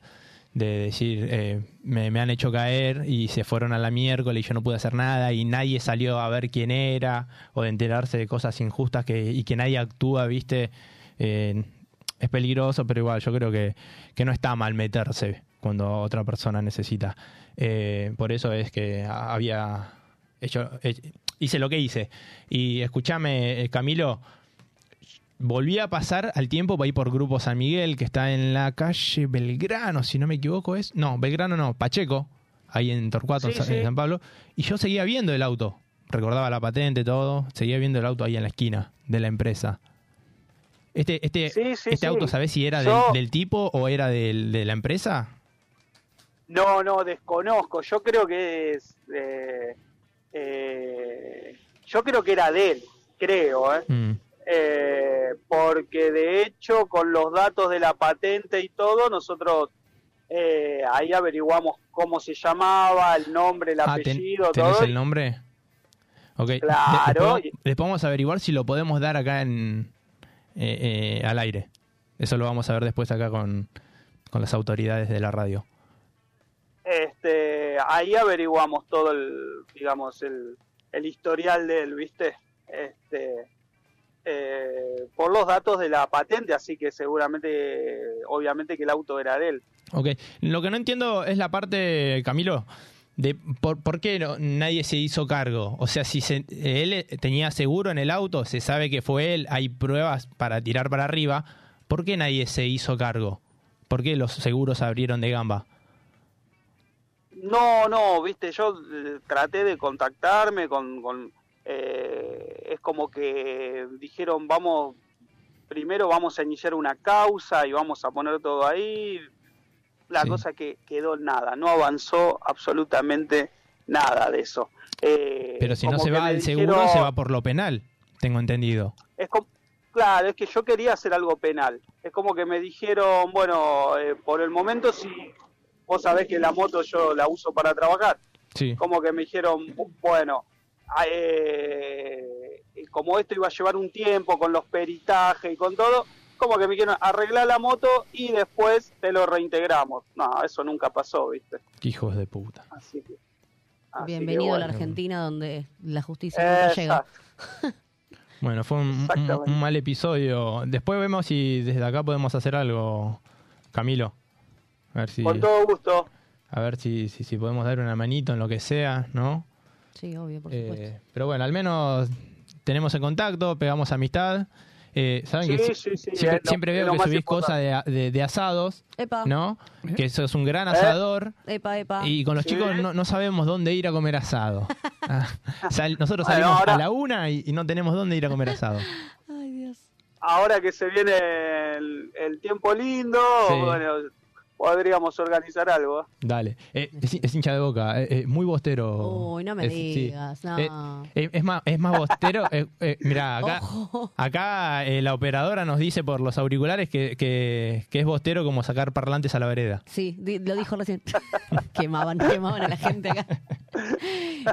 [SPEAKER 6] de decir, eh, me, me han hecho caer y se fueron a la miércoles y yo no pude hacer nada y nadie salió a ver quién era o de enterarse de cosas injustas que, y que nadie actúa, ¿viste? Eh, es peligroso, pero igual yo creo que, que no está mal meterse cuando otra persona necesita. Eh, por eso es que a- había hecho, he- eh, hice lo que hice. Y escúchame, eh, Camilo, volví a pasar al tiempo para ir por Grupo San Miguel, que está en la calle Belgrano, si no me equivoco es. No, Belgrano no, Pacheco, ahí en Torcuato, en
[SPEAKER 12] Sí,
[SPEAKER 6] Sa- en
[SPEAKER 12] sí.
[SPEAKER 6] San Pablo. Y yo seguía viendo el auto. Recordaba la patente, todo. Seguía viendo el auto ahí en la esquina de la empresa. Este, este, este
[SPEAKER 13] sí.
[SPEAKER 6] auto, ¿sabés si era
[SPEAKER 13] Yo-
[SPEAKER 6] del, del tipo o era del- de la empresa?
[SPEAKER 13] No, no, desconozco. Yo creo que es. eh, eh, yo creo que era de él, creo, ¿eh?
[SPEAKER 6] Mm.
[SPEAKER 13] Eh, porque de hecho, con los datos de la patente y todo, nosotros eh, ahí averiguamos cómo se llamaba, el nombre, el
[SPEAKER 6] Ah, ten-
[SPEAKER 13] apellido,
[SPEAKER 6] ¿Tenés
[SPEAKER 13] todo.
[SPEAKER 6] el nombre? Ok. de-
[SPEAKER 13] Claro.
[SPEAKER 6] Después, después vamos a averiguar si lo podemos dar acá en eh, eh, al aire. Eso lo vamos a ver después acá con, con las autoridades de la radio.
[SPEAKER 13] Este, ahí averiguamos todo el, digamos, el, el historial de él, ¿viste? Este, eh, por los datos de la patente, así que seguramente, obviamente que el auto era de él.
[SPEAKER 6] Ok. Lo que no entiendo es la parte, Camilo, de por, por qué no- nadie se hizo cargo. O sea, si se- él eh, tenía seguro en el auto, se sabe que fue él, hay pruebas para tirar para arriba. ¿Por qué nadie se hizo cargo? ¿Por qué los seguros abrieron de gamba?
[SPEAKER 13] No, no, viste, yo eh, traté de contactarme con... con, eh, es como que dijeron, vamos, primero vamos a iniciar una causa y vamos a poner todo ahí. La cosa que quedó en nada, no avanzó absolutamente nada de eso. Eh,
[SPEAKER 6] Pero si no
[SPEAKER 13] como
[SPEAKER 6] se
[SPEAKER 13] que
[SPEAKER 6] va
[SPEAKER 13] me
[SPEAKER 6] al seguro,
[SPEAKER 13] dijeron-
[SPEAKER 6] se va por lo penal, tengo entendido.
[SPEAKER 13] es como, claro, es que yo quería hacer algo penal. Es como que me dijeron, bueno, eh, por el momento si vos sabés que la moto yo la uso para trabajar.
[SPEAKER 6] Sí.
[SPEAKER 13] Como que me dijeron, bu- bueno, ah, eh, como esto iba a llevar un tiempo con los peritajes y con todo, como que me dijeron, arreglá la moto y después te lo reintegramos. No, eso nunca pasó, ¿viste?
[SPEAKER 6] Qué hijos de puta.
[SPEAKER 13] Así que-
[SPEAKER 12] Ah,
[SPEAKER 13] así que
[SPEAKER 4] Bienvenido a la
[SPEAKER 13] bueno.
[SPEAKER 4] Argentina donde la justicia nunca llega.
[SPEAKER 6] Bueno, fue un, un- un mal episodio. Después vemos si desde acá podemos hacer algo, Camilo. A ver si,
[SPEAKER 13] Con todo gusto.
[SPEAKER 6] a ver si, si, si podemos dar una manito en lo que sea, ¿no?
[SPEAKER 4] Sí, obvio, por
[SPEAKER 6] Eh,
[SPEAKER 4] supuesto.
[SPEAKER 6] pero bueno, al menos tenemos el contacto, pegamos amistad. Eh, ¿Saben
[SPEAKER 13] Sí,
[SPEAKER 6] que si-
[SPEAKER 13] sí, sí,
[SPEAKER 6] siempre,
[SPEAKER 13] es lo-
[SPEAKER 6] siempre
[SPEAKER 13] es
[SPEAKER 6] veo
[SPEAKER 13] lo
[SPEAKER 6] que
[SPEAKER 13] más
[SPEAKER 6] subís cosas de, de- de asados,
[SPEAKER 4] Epa.
[SPEAKER 6] ¿no? Que sos un
[SPEAKER 12] ¿Eh?
[SPEAKER 13] ¿Eh?
[SPEAKER 6] gran asador.
[SPEAKER 4] Epa, epa.
[SPEAKER 6] Y con los chicos no, no sabemos dónde ir a comer asado. Ah, sal- nosotros salimos
[SPEAKER 13] Bueno, ahora-
[SPEAKER 6] a la una y, y no tenemos dónde ir a comer asado.
[SPEAKER 13] Ahora que se viene el, el tiempo lindo,
[SPEAKER 6] Sí.
[SPEAKER 13] bueno, podríamos organizar algo.
[SPEAKER 6] Dale. Eh, es, es hincha de boca, eh, eh, muy bostero.
[SPEAKER 4] Uy, no me
[SPEAKER 6] Es- sí.
[SPEAKER 4] digas, no.
[SPEAKER 6] Eh, eh, es, más, es más bostero. eh, eh, mirá, acá, acá eh, la operadora nos dice por los auriculares que, que- que es bostero como sacar parlantes a la vereda.
[SPEAKER 4] Sí, di- lo dijo recién. quemaban, quemaban a la gente acá.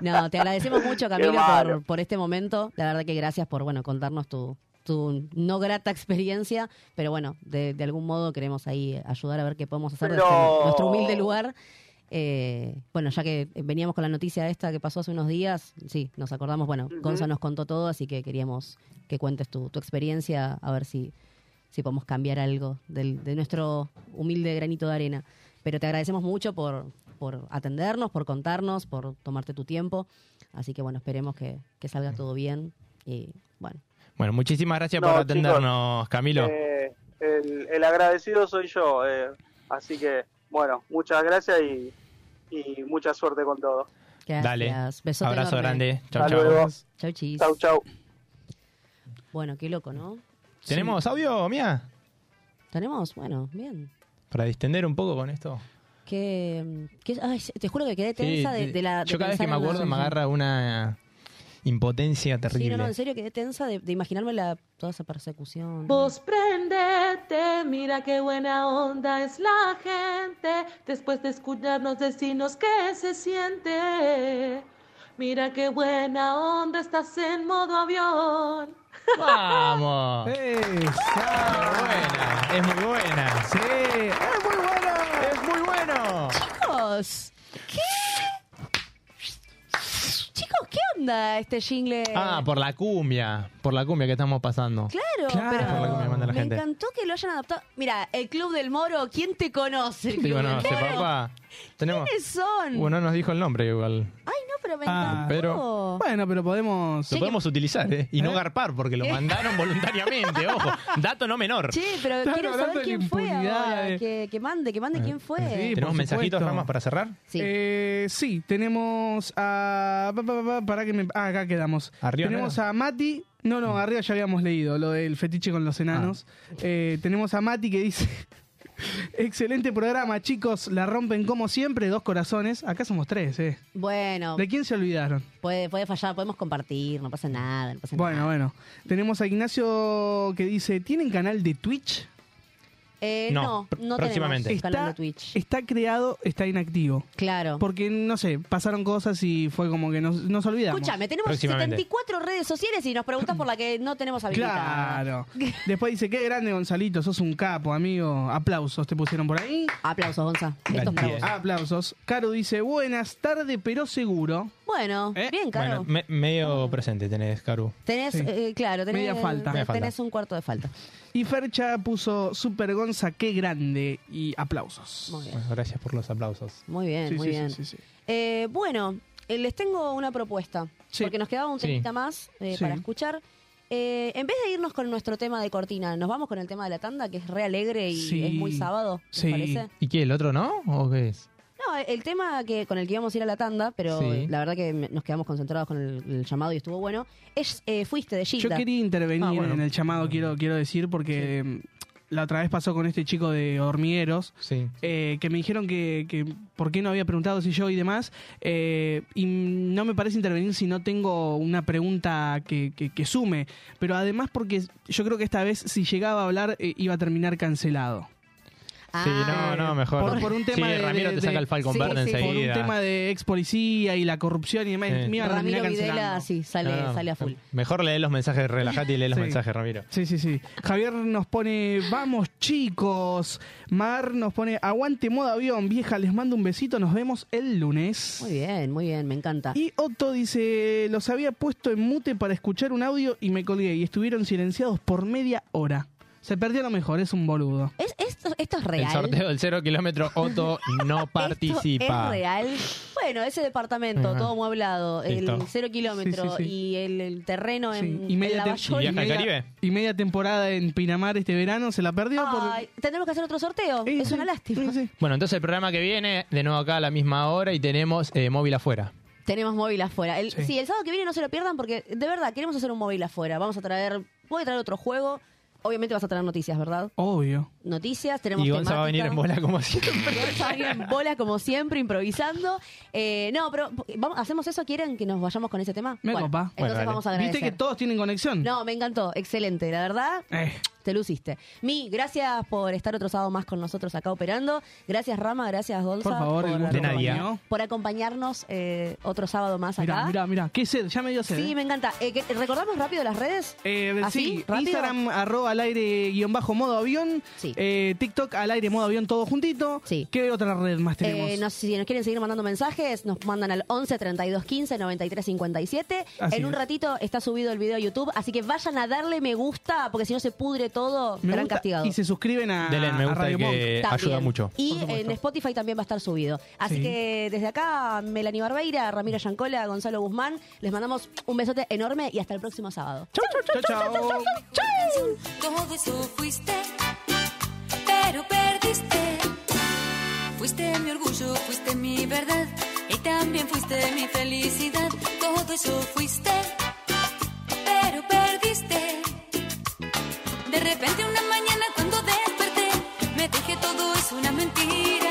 [SPEAKER 4] No, te agradecemos mucho, Camilo,
[SPEAKER 12] malo.
[SPEAKER 4] por, por este momento. La verdad que gracias por, bueno, contarnos tu, tu no grata experiencia, pero bueno, de, de algún modo queremos ahí eh, ayudar a ver qué podemos hacer desde
[SPEAKER 12] Pero-
[SPEAKER 4] nuestro humilde lugar. Eh, bueno, ya que veníamos con la noticia esta que pasó hace unos días, sí, nos acordamos, bueno, Gonza nos contó todo, así que queríamos que cuentes tu, tu experiencia, a ver si, si podemos cambiar algo del- de nuestro humilde granito de arena. Pero te agradecemos mucho por, por atendernos, por contarnos, por tomarte tu tiempo. Así que bueno, esperemos que, que salga todo bien. Y bueno,
[SPEAKER 6] Bueno, muchísimas gracias
[SPEAKER 13] No,
[SPEAKER 6] por
[SPEAKER 13] chicos,
[SPEAKER 6] atendernos, Camilo.
[SPEAKER 13] Eh, el, el agradecido soy yo. eh, así que, bueno, muchas gracias y, y mucha suerte con todo.
[SPEAKER 4] gracias.
[SPEAKER 6] Dale.
[SPEAKER 4] Besote
[SPEAKER 6] Abrazo
[SPEAKER 4] enorme.
[SPEAKER 6] grande. Chau,
[SPEAKER 13] Hasta
[SPEAKER 6] chau.
[SPEAKER 13] luego.
[SPEAKER 4] Chau, chis.
[SPEAKER 13] Chau, chau.
[SPEAKER 4] Bueno, qué loco, ¿no?
[SPEAKER 6] ¿Tenemos audio, Mía?
[SPEAKER 4] Tenemos, bueno, bien.
[SPEAKER 6] Para distender un poco con esto.
[SPEAKER 4] Que, mm, que- ay, te juro que quedé
[SPEAKER 6] Sí,
[SPEAKER 4] tensa de, de la. de
[SPEAKER 6] yo cada vez que me
[SPEAKER 4] pensar en
[SPEAKER 6] acuerdo
[SPEAKER 4] la-
[SPEAKER 6] me agarra una impotencia
[SPEAKER 4] Sí,
[SPEAKER 6] terrible.
[SPEAKER 4] no, no, en serio quedé tensa de, de imaginarme la, toda esa persecución.
[SPEAKER 12] Vos prendete, mira qué buena onda es la gente. Después de escucharnos decirnos qué se siente. Mira qué buena onda estás en modo avión.
[SPEAKER 6] ¡Vamos! Es muy buena. Sí, es muy bueno. Es muy bueno.
[SPEAKER 4] Chicos, ¿qué? Chicos, ¿qué onda este jingle?
[SPEAKER 6] Ah, por la cumbia. Por la cumbia que estamos pasando.
[SPEAKER 4] Claro,
[SPEAKER 6] Por la cumbia que
[SPEAKER 4] pero
[SPEAKER 6] manda la
[SPEAKER 4] me
[SPEAKER 6] gente.
[SPEAKER 4] encantó que lo hayan adaptado. Mira, el Club del Moro, ¿quién te conoce? El
[SPEAKER 6] Sí,
[SPEAKER 4] Club
[SPEAKER 6] bueno,
[SPEAKER 4] del
[SPEAKER 6] se
[SPEAKER 4] Moro?
[SPEAKER 6] papá. Tenemos.
[SPEAKER 4] ¿Quiénes son?
[SPEAKER 6] Bueno, no nos dijo el nombre igual.
[SPEAKER 4] Ay, no, pero me
[SPEAKER 6] Ah,
[SPEAKER 4] encantó.
[SPEAKER 6] pero-
[SPEAKER 5] Bueno, pero podemos.
[SPEAKER 6] Lo podemos utilizar, ¿eh? Y no garpar, porque lo
[SPEAKER 4] ¿Eh?
[SPEAKER 6] mandaron voluntariamente, ojo. Dato no menor.
[SPEAKER 4] Che, pero
[SPEAKER 5] Están
[SPEAKER 4] quiero
[SPEAKER 5] hablando
[SPEAKER 4] saber
[SPEAKER 5] de
[SPEAKER 4] quién fue
[SPEAKER 5] impunidad,
[SPEAKER 4] ahora.
[SPEAKER 5] eh.
[SPEAKER 4] Que, que mande, que mande quién fue.
[SPEAKER 6] ¿Tenemos mensajitos, Ramas, para cerrar?
[SPEAKER 4] Sí.
[SPEAKER 5] Eh, sí, tenemos a. pa, pa, pa, Para que me. ah, acá quedamos.
[SPEAKER 6] ¿Arriba no
[SPEAKER 5] tenemos a Mati. No, no, arriba ya habíamos leído lo del fetiche con los enanos. Eh, tenemos a Mati que dice. Excelente programa, chicos. La rompen como siempre, dos corazones. Acá somos tres, ¿eh?
[SPEAKER 4] Bueno,
[SPEAKER 5] ¿De quién se olvidaron?
[SPEAKER 4] puede, puede fallar, podemos compartir, no pasa nada, no pasa
[SPEAKER 5] Bueno,
[SPEAKER 4] nada.
[SPEAKER 5] bueno. Tenemos a Ignacio que dice, ¿tienen canal de Twitch?
[SPEAKER 4] Eh, no, no, tenemos
[SPEAKER 5] Está,
[SPEAKER 4] canal de Twitch.
[SPEAKER 5] está creado, está inactivo.
[SPEAKER 4] Claro.
[SPEAKER 5] Porque, no sé, pasaron cosas y fue como que nos, nos olvidamos.
[SPEAKER 4] Escúchame, tenemos 74 redes sociales y nos preguntas por la que no tenemos habilitada.
[SPEAKER 5] Claro. Después dice, qué grande Gonzalito, sos un capo, amigo. Aplausos te pusieron por ahí.
[SPEAKER 4] Aplausos, Gonza. Esto es para vos.
[SPEAKER 5] Aplausos. Caro dice, buenas tarde, pero seguro.
[SPEAKER 4] Bueno, bien, Caro.
[SPEAKER 6] Bueno, me- medio presente tenés, Caru.
[SPEAKER 4] Ah. Tenés,
[SPEAKER 5] Eh, Sí.
[SPEAKER 4] eh, claro, tenés,
[SPEAKER 5] Media falta.
[SPEAKER 4] tenés
[SPEAKER 5] Media falta.
[SPEAKER 4] un cuarto de falta.
[SPEAKER 5] Y Fercha puso, super Gonza, qué grande. Y aplausos.
[SPEAKER 4] Muy bien.
[SPEAKER 6] Bueno, gracias por los aplausos.
[SPEAKER 4] Muy bien,
[SPEAKER 5] Sí,
[SPEAKER 4] muy
[SPEAKER 5] sí,
[SPEAKER 4] bien.
[SPEAKER 5] sí, sí, sí.
[SPEAKER 4] Eh, bueno, eh, les tengo una propuesta. Porque nos quedaba un
[SPEAKER 5] Sí.
[SPEAKER 4] temita más eh,
[SPEAKER 5] Sí.
[SPEAKER 4] para escuchar. Eh, en vez de irnos con nuestro tema de cortina, nos vamos con el tema de la tanda, que es re alegre y
[SPEAKER 6] Sí.
[SPEAKER 4] es muy sábado, ¿les parece?
[SPEAKER 6] ¿Y qué? ¿El otro no? ¿O qué es?
[SPEAKER 4] No, el tema que con el que íbamos a ir a la tanda, pero
[SPEAKER 6] Sí.
[SPEAKER 4] la verdad que me- nos quedamos concentrados con el, el llamado y estuvo bueno, es eh, Fuiste de Gilda.
[SPEAKER 5] Yo quería intervenir
[SPEAKER 4] Ah, bueno.
[SPEAKER 5] en el llamado, quiero, quiero decir, porque mm, la otra vez pasó con este chico de hormigueros, eh, que me dijeron que, que por qué no había preguntado si yo y demás, eh, y mm, no me parece intervenir si no tengo una pregunta que, que- que sume, pero además porque yo creo que esta vez si llegaba a hablar eh, iba a terminar cancelado.
[SPEAKER 4] Ah.
[SPEAKER 6] Sí, no, no, mejor.
[SPEAKER 5] Por, por un tema
[SPEAKER 6] sí,
[SPEAKER 5] de,
[SPEAKER 6] Ramiro
[SPEAKER 5] de-
[SPEAKER 6] te saca el Falcon
[SPEAKER 5] sí,
[SPEAKER 6] Bird
[SPEAKER 5] sí.
[SPEAKER 6] enseguida.
[SPEAKER 5] Por un tema de ex policía y la corrupción y demás.
[SPEAKER 6] Sí. Ah.
[SPEAKER 5] me iba a terminar
[SPEAKER 4] Ramiro Videla,
[SPEAKER 5] cancelando.
[SPEAKER 4] sí, sale,
[SPEAKER 6] No, no,
[SPEAKER 4] sale a full.
[SPEAKER 6] Mejor lee los mensajes, relajate y lee los
[SPEAKER 5] Sí.
[SPEAKER 6] mensajes, Ramiro.
[SPEAKER 5] Sí, sí, sí. Javier nos pone, vamos chicos. Mar nos pone, aguante moda avión, vieja, les mando un besito, nos vemos el lunes.
[SPEAKER 4] Muy bien, muy bien, me encanta.
[SPEAKER 5] Y Otto dice, los había puesto en mute para escuchar un audio y me colgué y estuvieron silenciados por media hora. Se perdió lo mejor, es un boludo.
[SPEAKER 4] ¿Es, esto, esto es
[SPEAKER 6] El
[SPEAKER 4] real.
[SPEAKER 6] sorteo del cero kilómetro, Otto no
[SPEAKER 4] ¿Esto
[SPEAKER 6] participa.
[SPEAKER 4] ¿Es real? bueno, ese departamento,
[SPEAKER 5] Ajá.
[SPEAKER 4] todo mueblado, el
[SPEAKER 5] Listo.
[SPEAKER 4] cero kilómetro
[SPEAKER 5] Sí, sí, sí.
[SPEAKER 4] y el, el terreno
[SPEAKER 5] Sí,
[SPEAKER 4] en,
[SPEAKER 5] y
[SPEAKER 4] en
[SPEAKER 5] media, tem-
[SPEAKER 4] Lavallol.
[SPEAKER 5] y media- y media temporada en Pinamar este verano se la perdió por
[SPEAKER 4] Ay, Tendremos que hacer otro sorteo. es una lástima.
[SPEAKER 6] Bueno, entonces el programa que viene, de nuevo acá a la misma hora y tenemos eh, móvil afuera.
[SPEAKER 4] Tenemos móvil afuera. El, sí.
[SPEAKER 6] Sí.
[SPEAKER 4] el sábado que viene no se lo pierdan porque de verdad queremos hacer un móvil afuera. Vamos a traer, voy a traer otro juego. Obviamente vas a traer noticias, ¿verdad?
[SPEAKER 5] obvio.
[SPEAKER 4] Noticias, tenemos
[SPEAKER 6] y Gonza va a venir en
[SPEAKER 4] temática.
[SPEAKER 6] bola como siempre.
[SPEAKER 4] Gonza va a venir en bola como siempre, improvisando. Eh, no, pero vamos, hacemos eso, ¿quieren que nos vayamos con ese tema?
[SPEAKER 5] Me
[SPEAKER 4] Bueno,
[SPEAKER 5] copa.
[SPEAKER 4] Entonces vamos a agradecer.
[SPEAKER 5] Viste que todos tienen conexión.
[SPEAKER 4] No, me encantó, excelente, la verdad.
[SPEAKER 5] Eh.
[SPEAKER 4] Te luciste. Mi, gracias por estar otro sábado más con nosotros acá operando. Gracias Rama, gracias Dolza.
[SPEAKER 5] Por favor, el gusto
[SPEAKER 6] De nadie.
[SPEAKER 4] acompañar- por acompañarnos eh, otro sábado más
[SPEAKER 5] Mirá,
[SPEAKER 4] acá.
[SPEAKER 5] mirá, mirá. Qué sed, ya me dio sed.
[SPEAKER 4] Sí,
[SPEAKER 5] eh.
[SPEAKER 4] me encanta. Eh, ¿qué- ¿Recordamos rápido las redes?
[SPEAKER 5] Eh,
[SPEAKER 4] ¿Así? ¿Ah,
[SPEAKER 5] sí,
[SPEAKER 4] ¿Rápido? Eh,
[SPEAKER 5] Instagram arroba al aire guión bajo modo avión. Eh, TikTok al aire modo avión todo juntito. ¿Qué otra red más tenemos?
[SPEAKER 4] Eh, no sé si nos quieren seguir mandando mensajes, nos mandan al 11 32 15 93 57.
[SPEAKER 5] Así
[SPEAKER 4] en un
[SPEAKER 5] es.
[SPEAKER 4] ratito está subido el video a YouTube, así que vayan a darle me gusta, porque si no se pudre todo,
[SPEAKER 5] Me
[SPEAKER 4] serán
[SPEAKER 5] gusta,
[SPEAKER 4] castigados.
[SPEAKER 5] Y se eh, suscriben a,
[SPEAKER 6] Denle me
[SPEAKER 5] a
[SPEAKER 6] gusta
[SPEAKER 5] Radio
[SPEAKER 6] que
[SPEAKER 5] Monk.
[SPEAKER 6] ayuda También. mucho.
[SPEAKER 4] Y eh, en Spotify también va a estar subido. Así
[SPEAKER 5] Sí.
[SPEAKER 4] que desde acá, Melanie Barbeira, Ramiro Yancola, Gonzalo Guzmán, les mandamos un besote enorme y hasta el próximo sábado. Chau,
[SPEAKER 5] chau, chau, chau, chau, chau.
[SPEAKER 14] Todo eso fuiste, pero perdiste. Fuiste mi orgullo, fuiste mi verdad y también fuiste mi felicidad. Todo eso fuiste, pero perdiste. De repente una mañana cuando desperté, me dije todo es una mentira.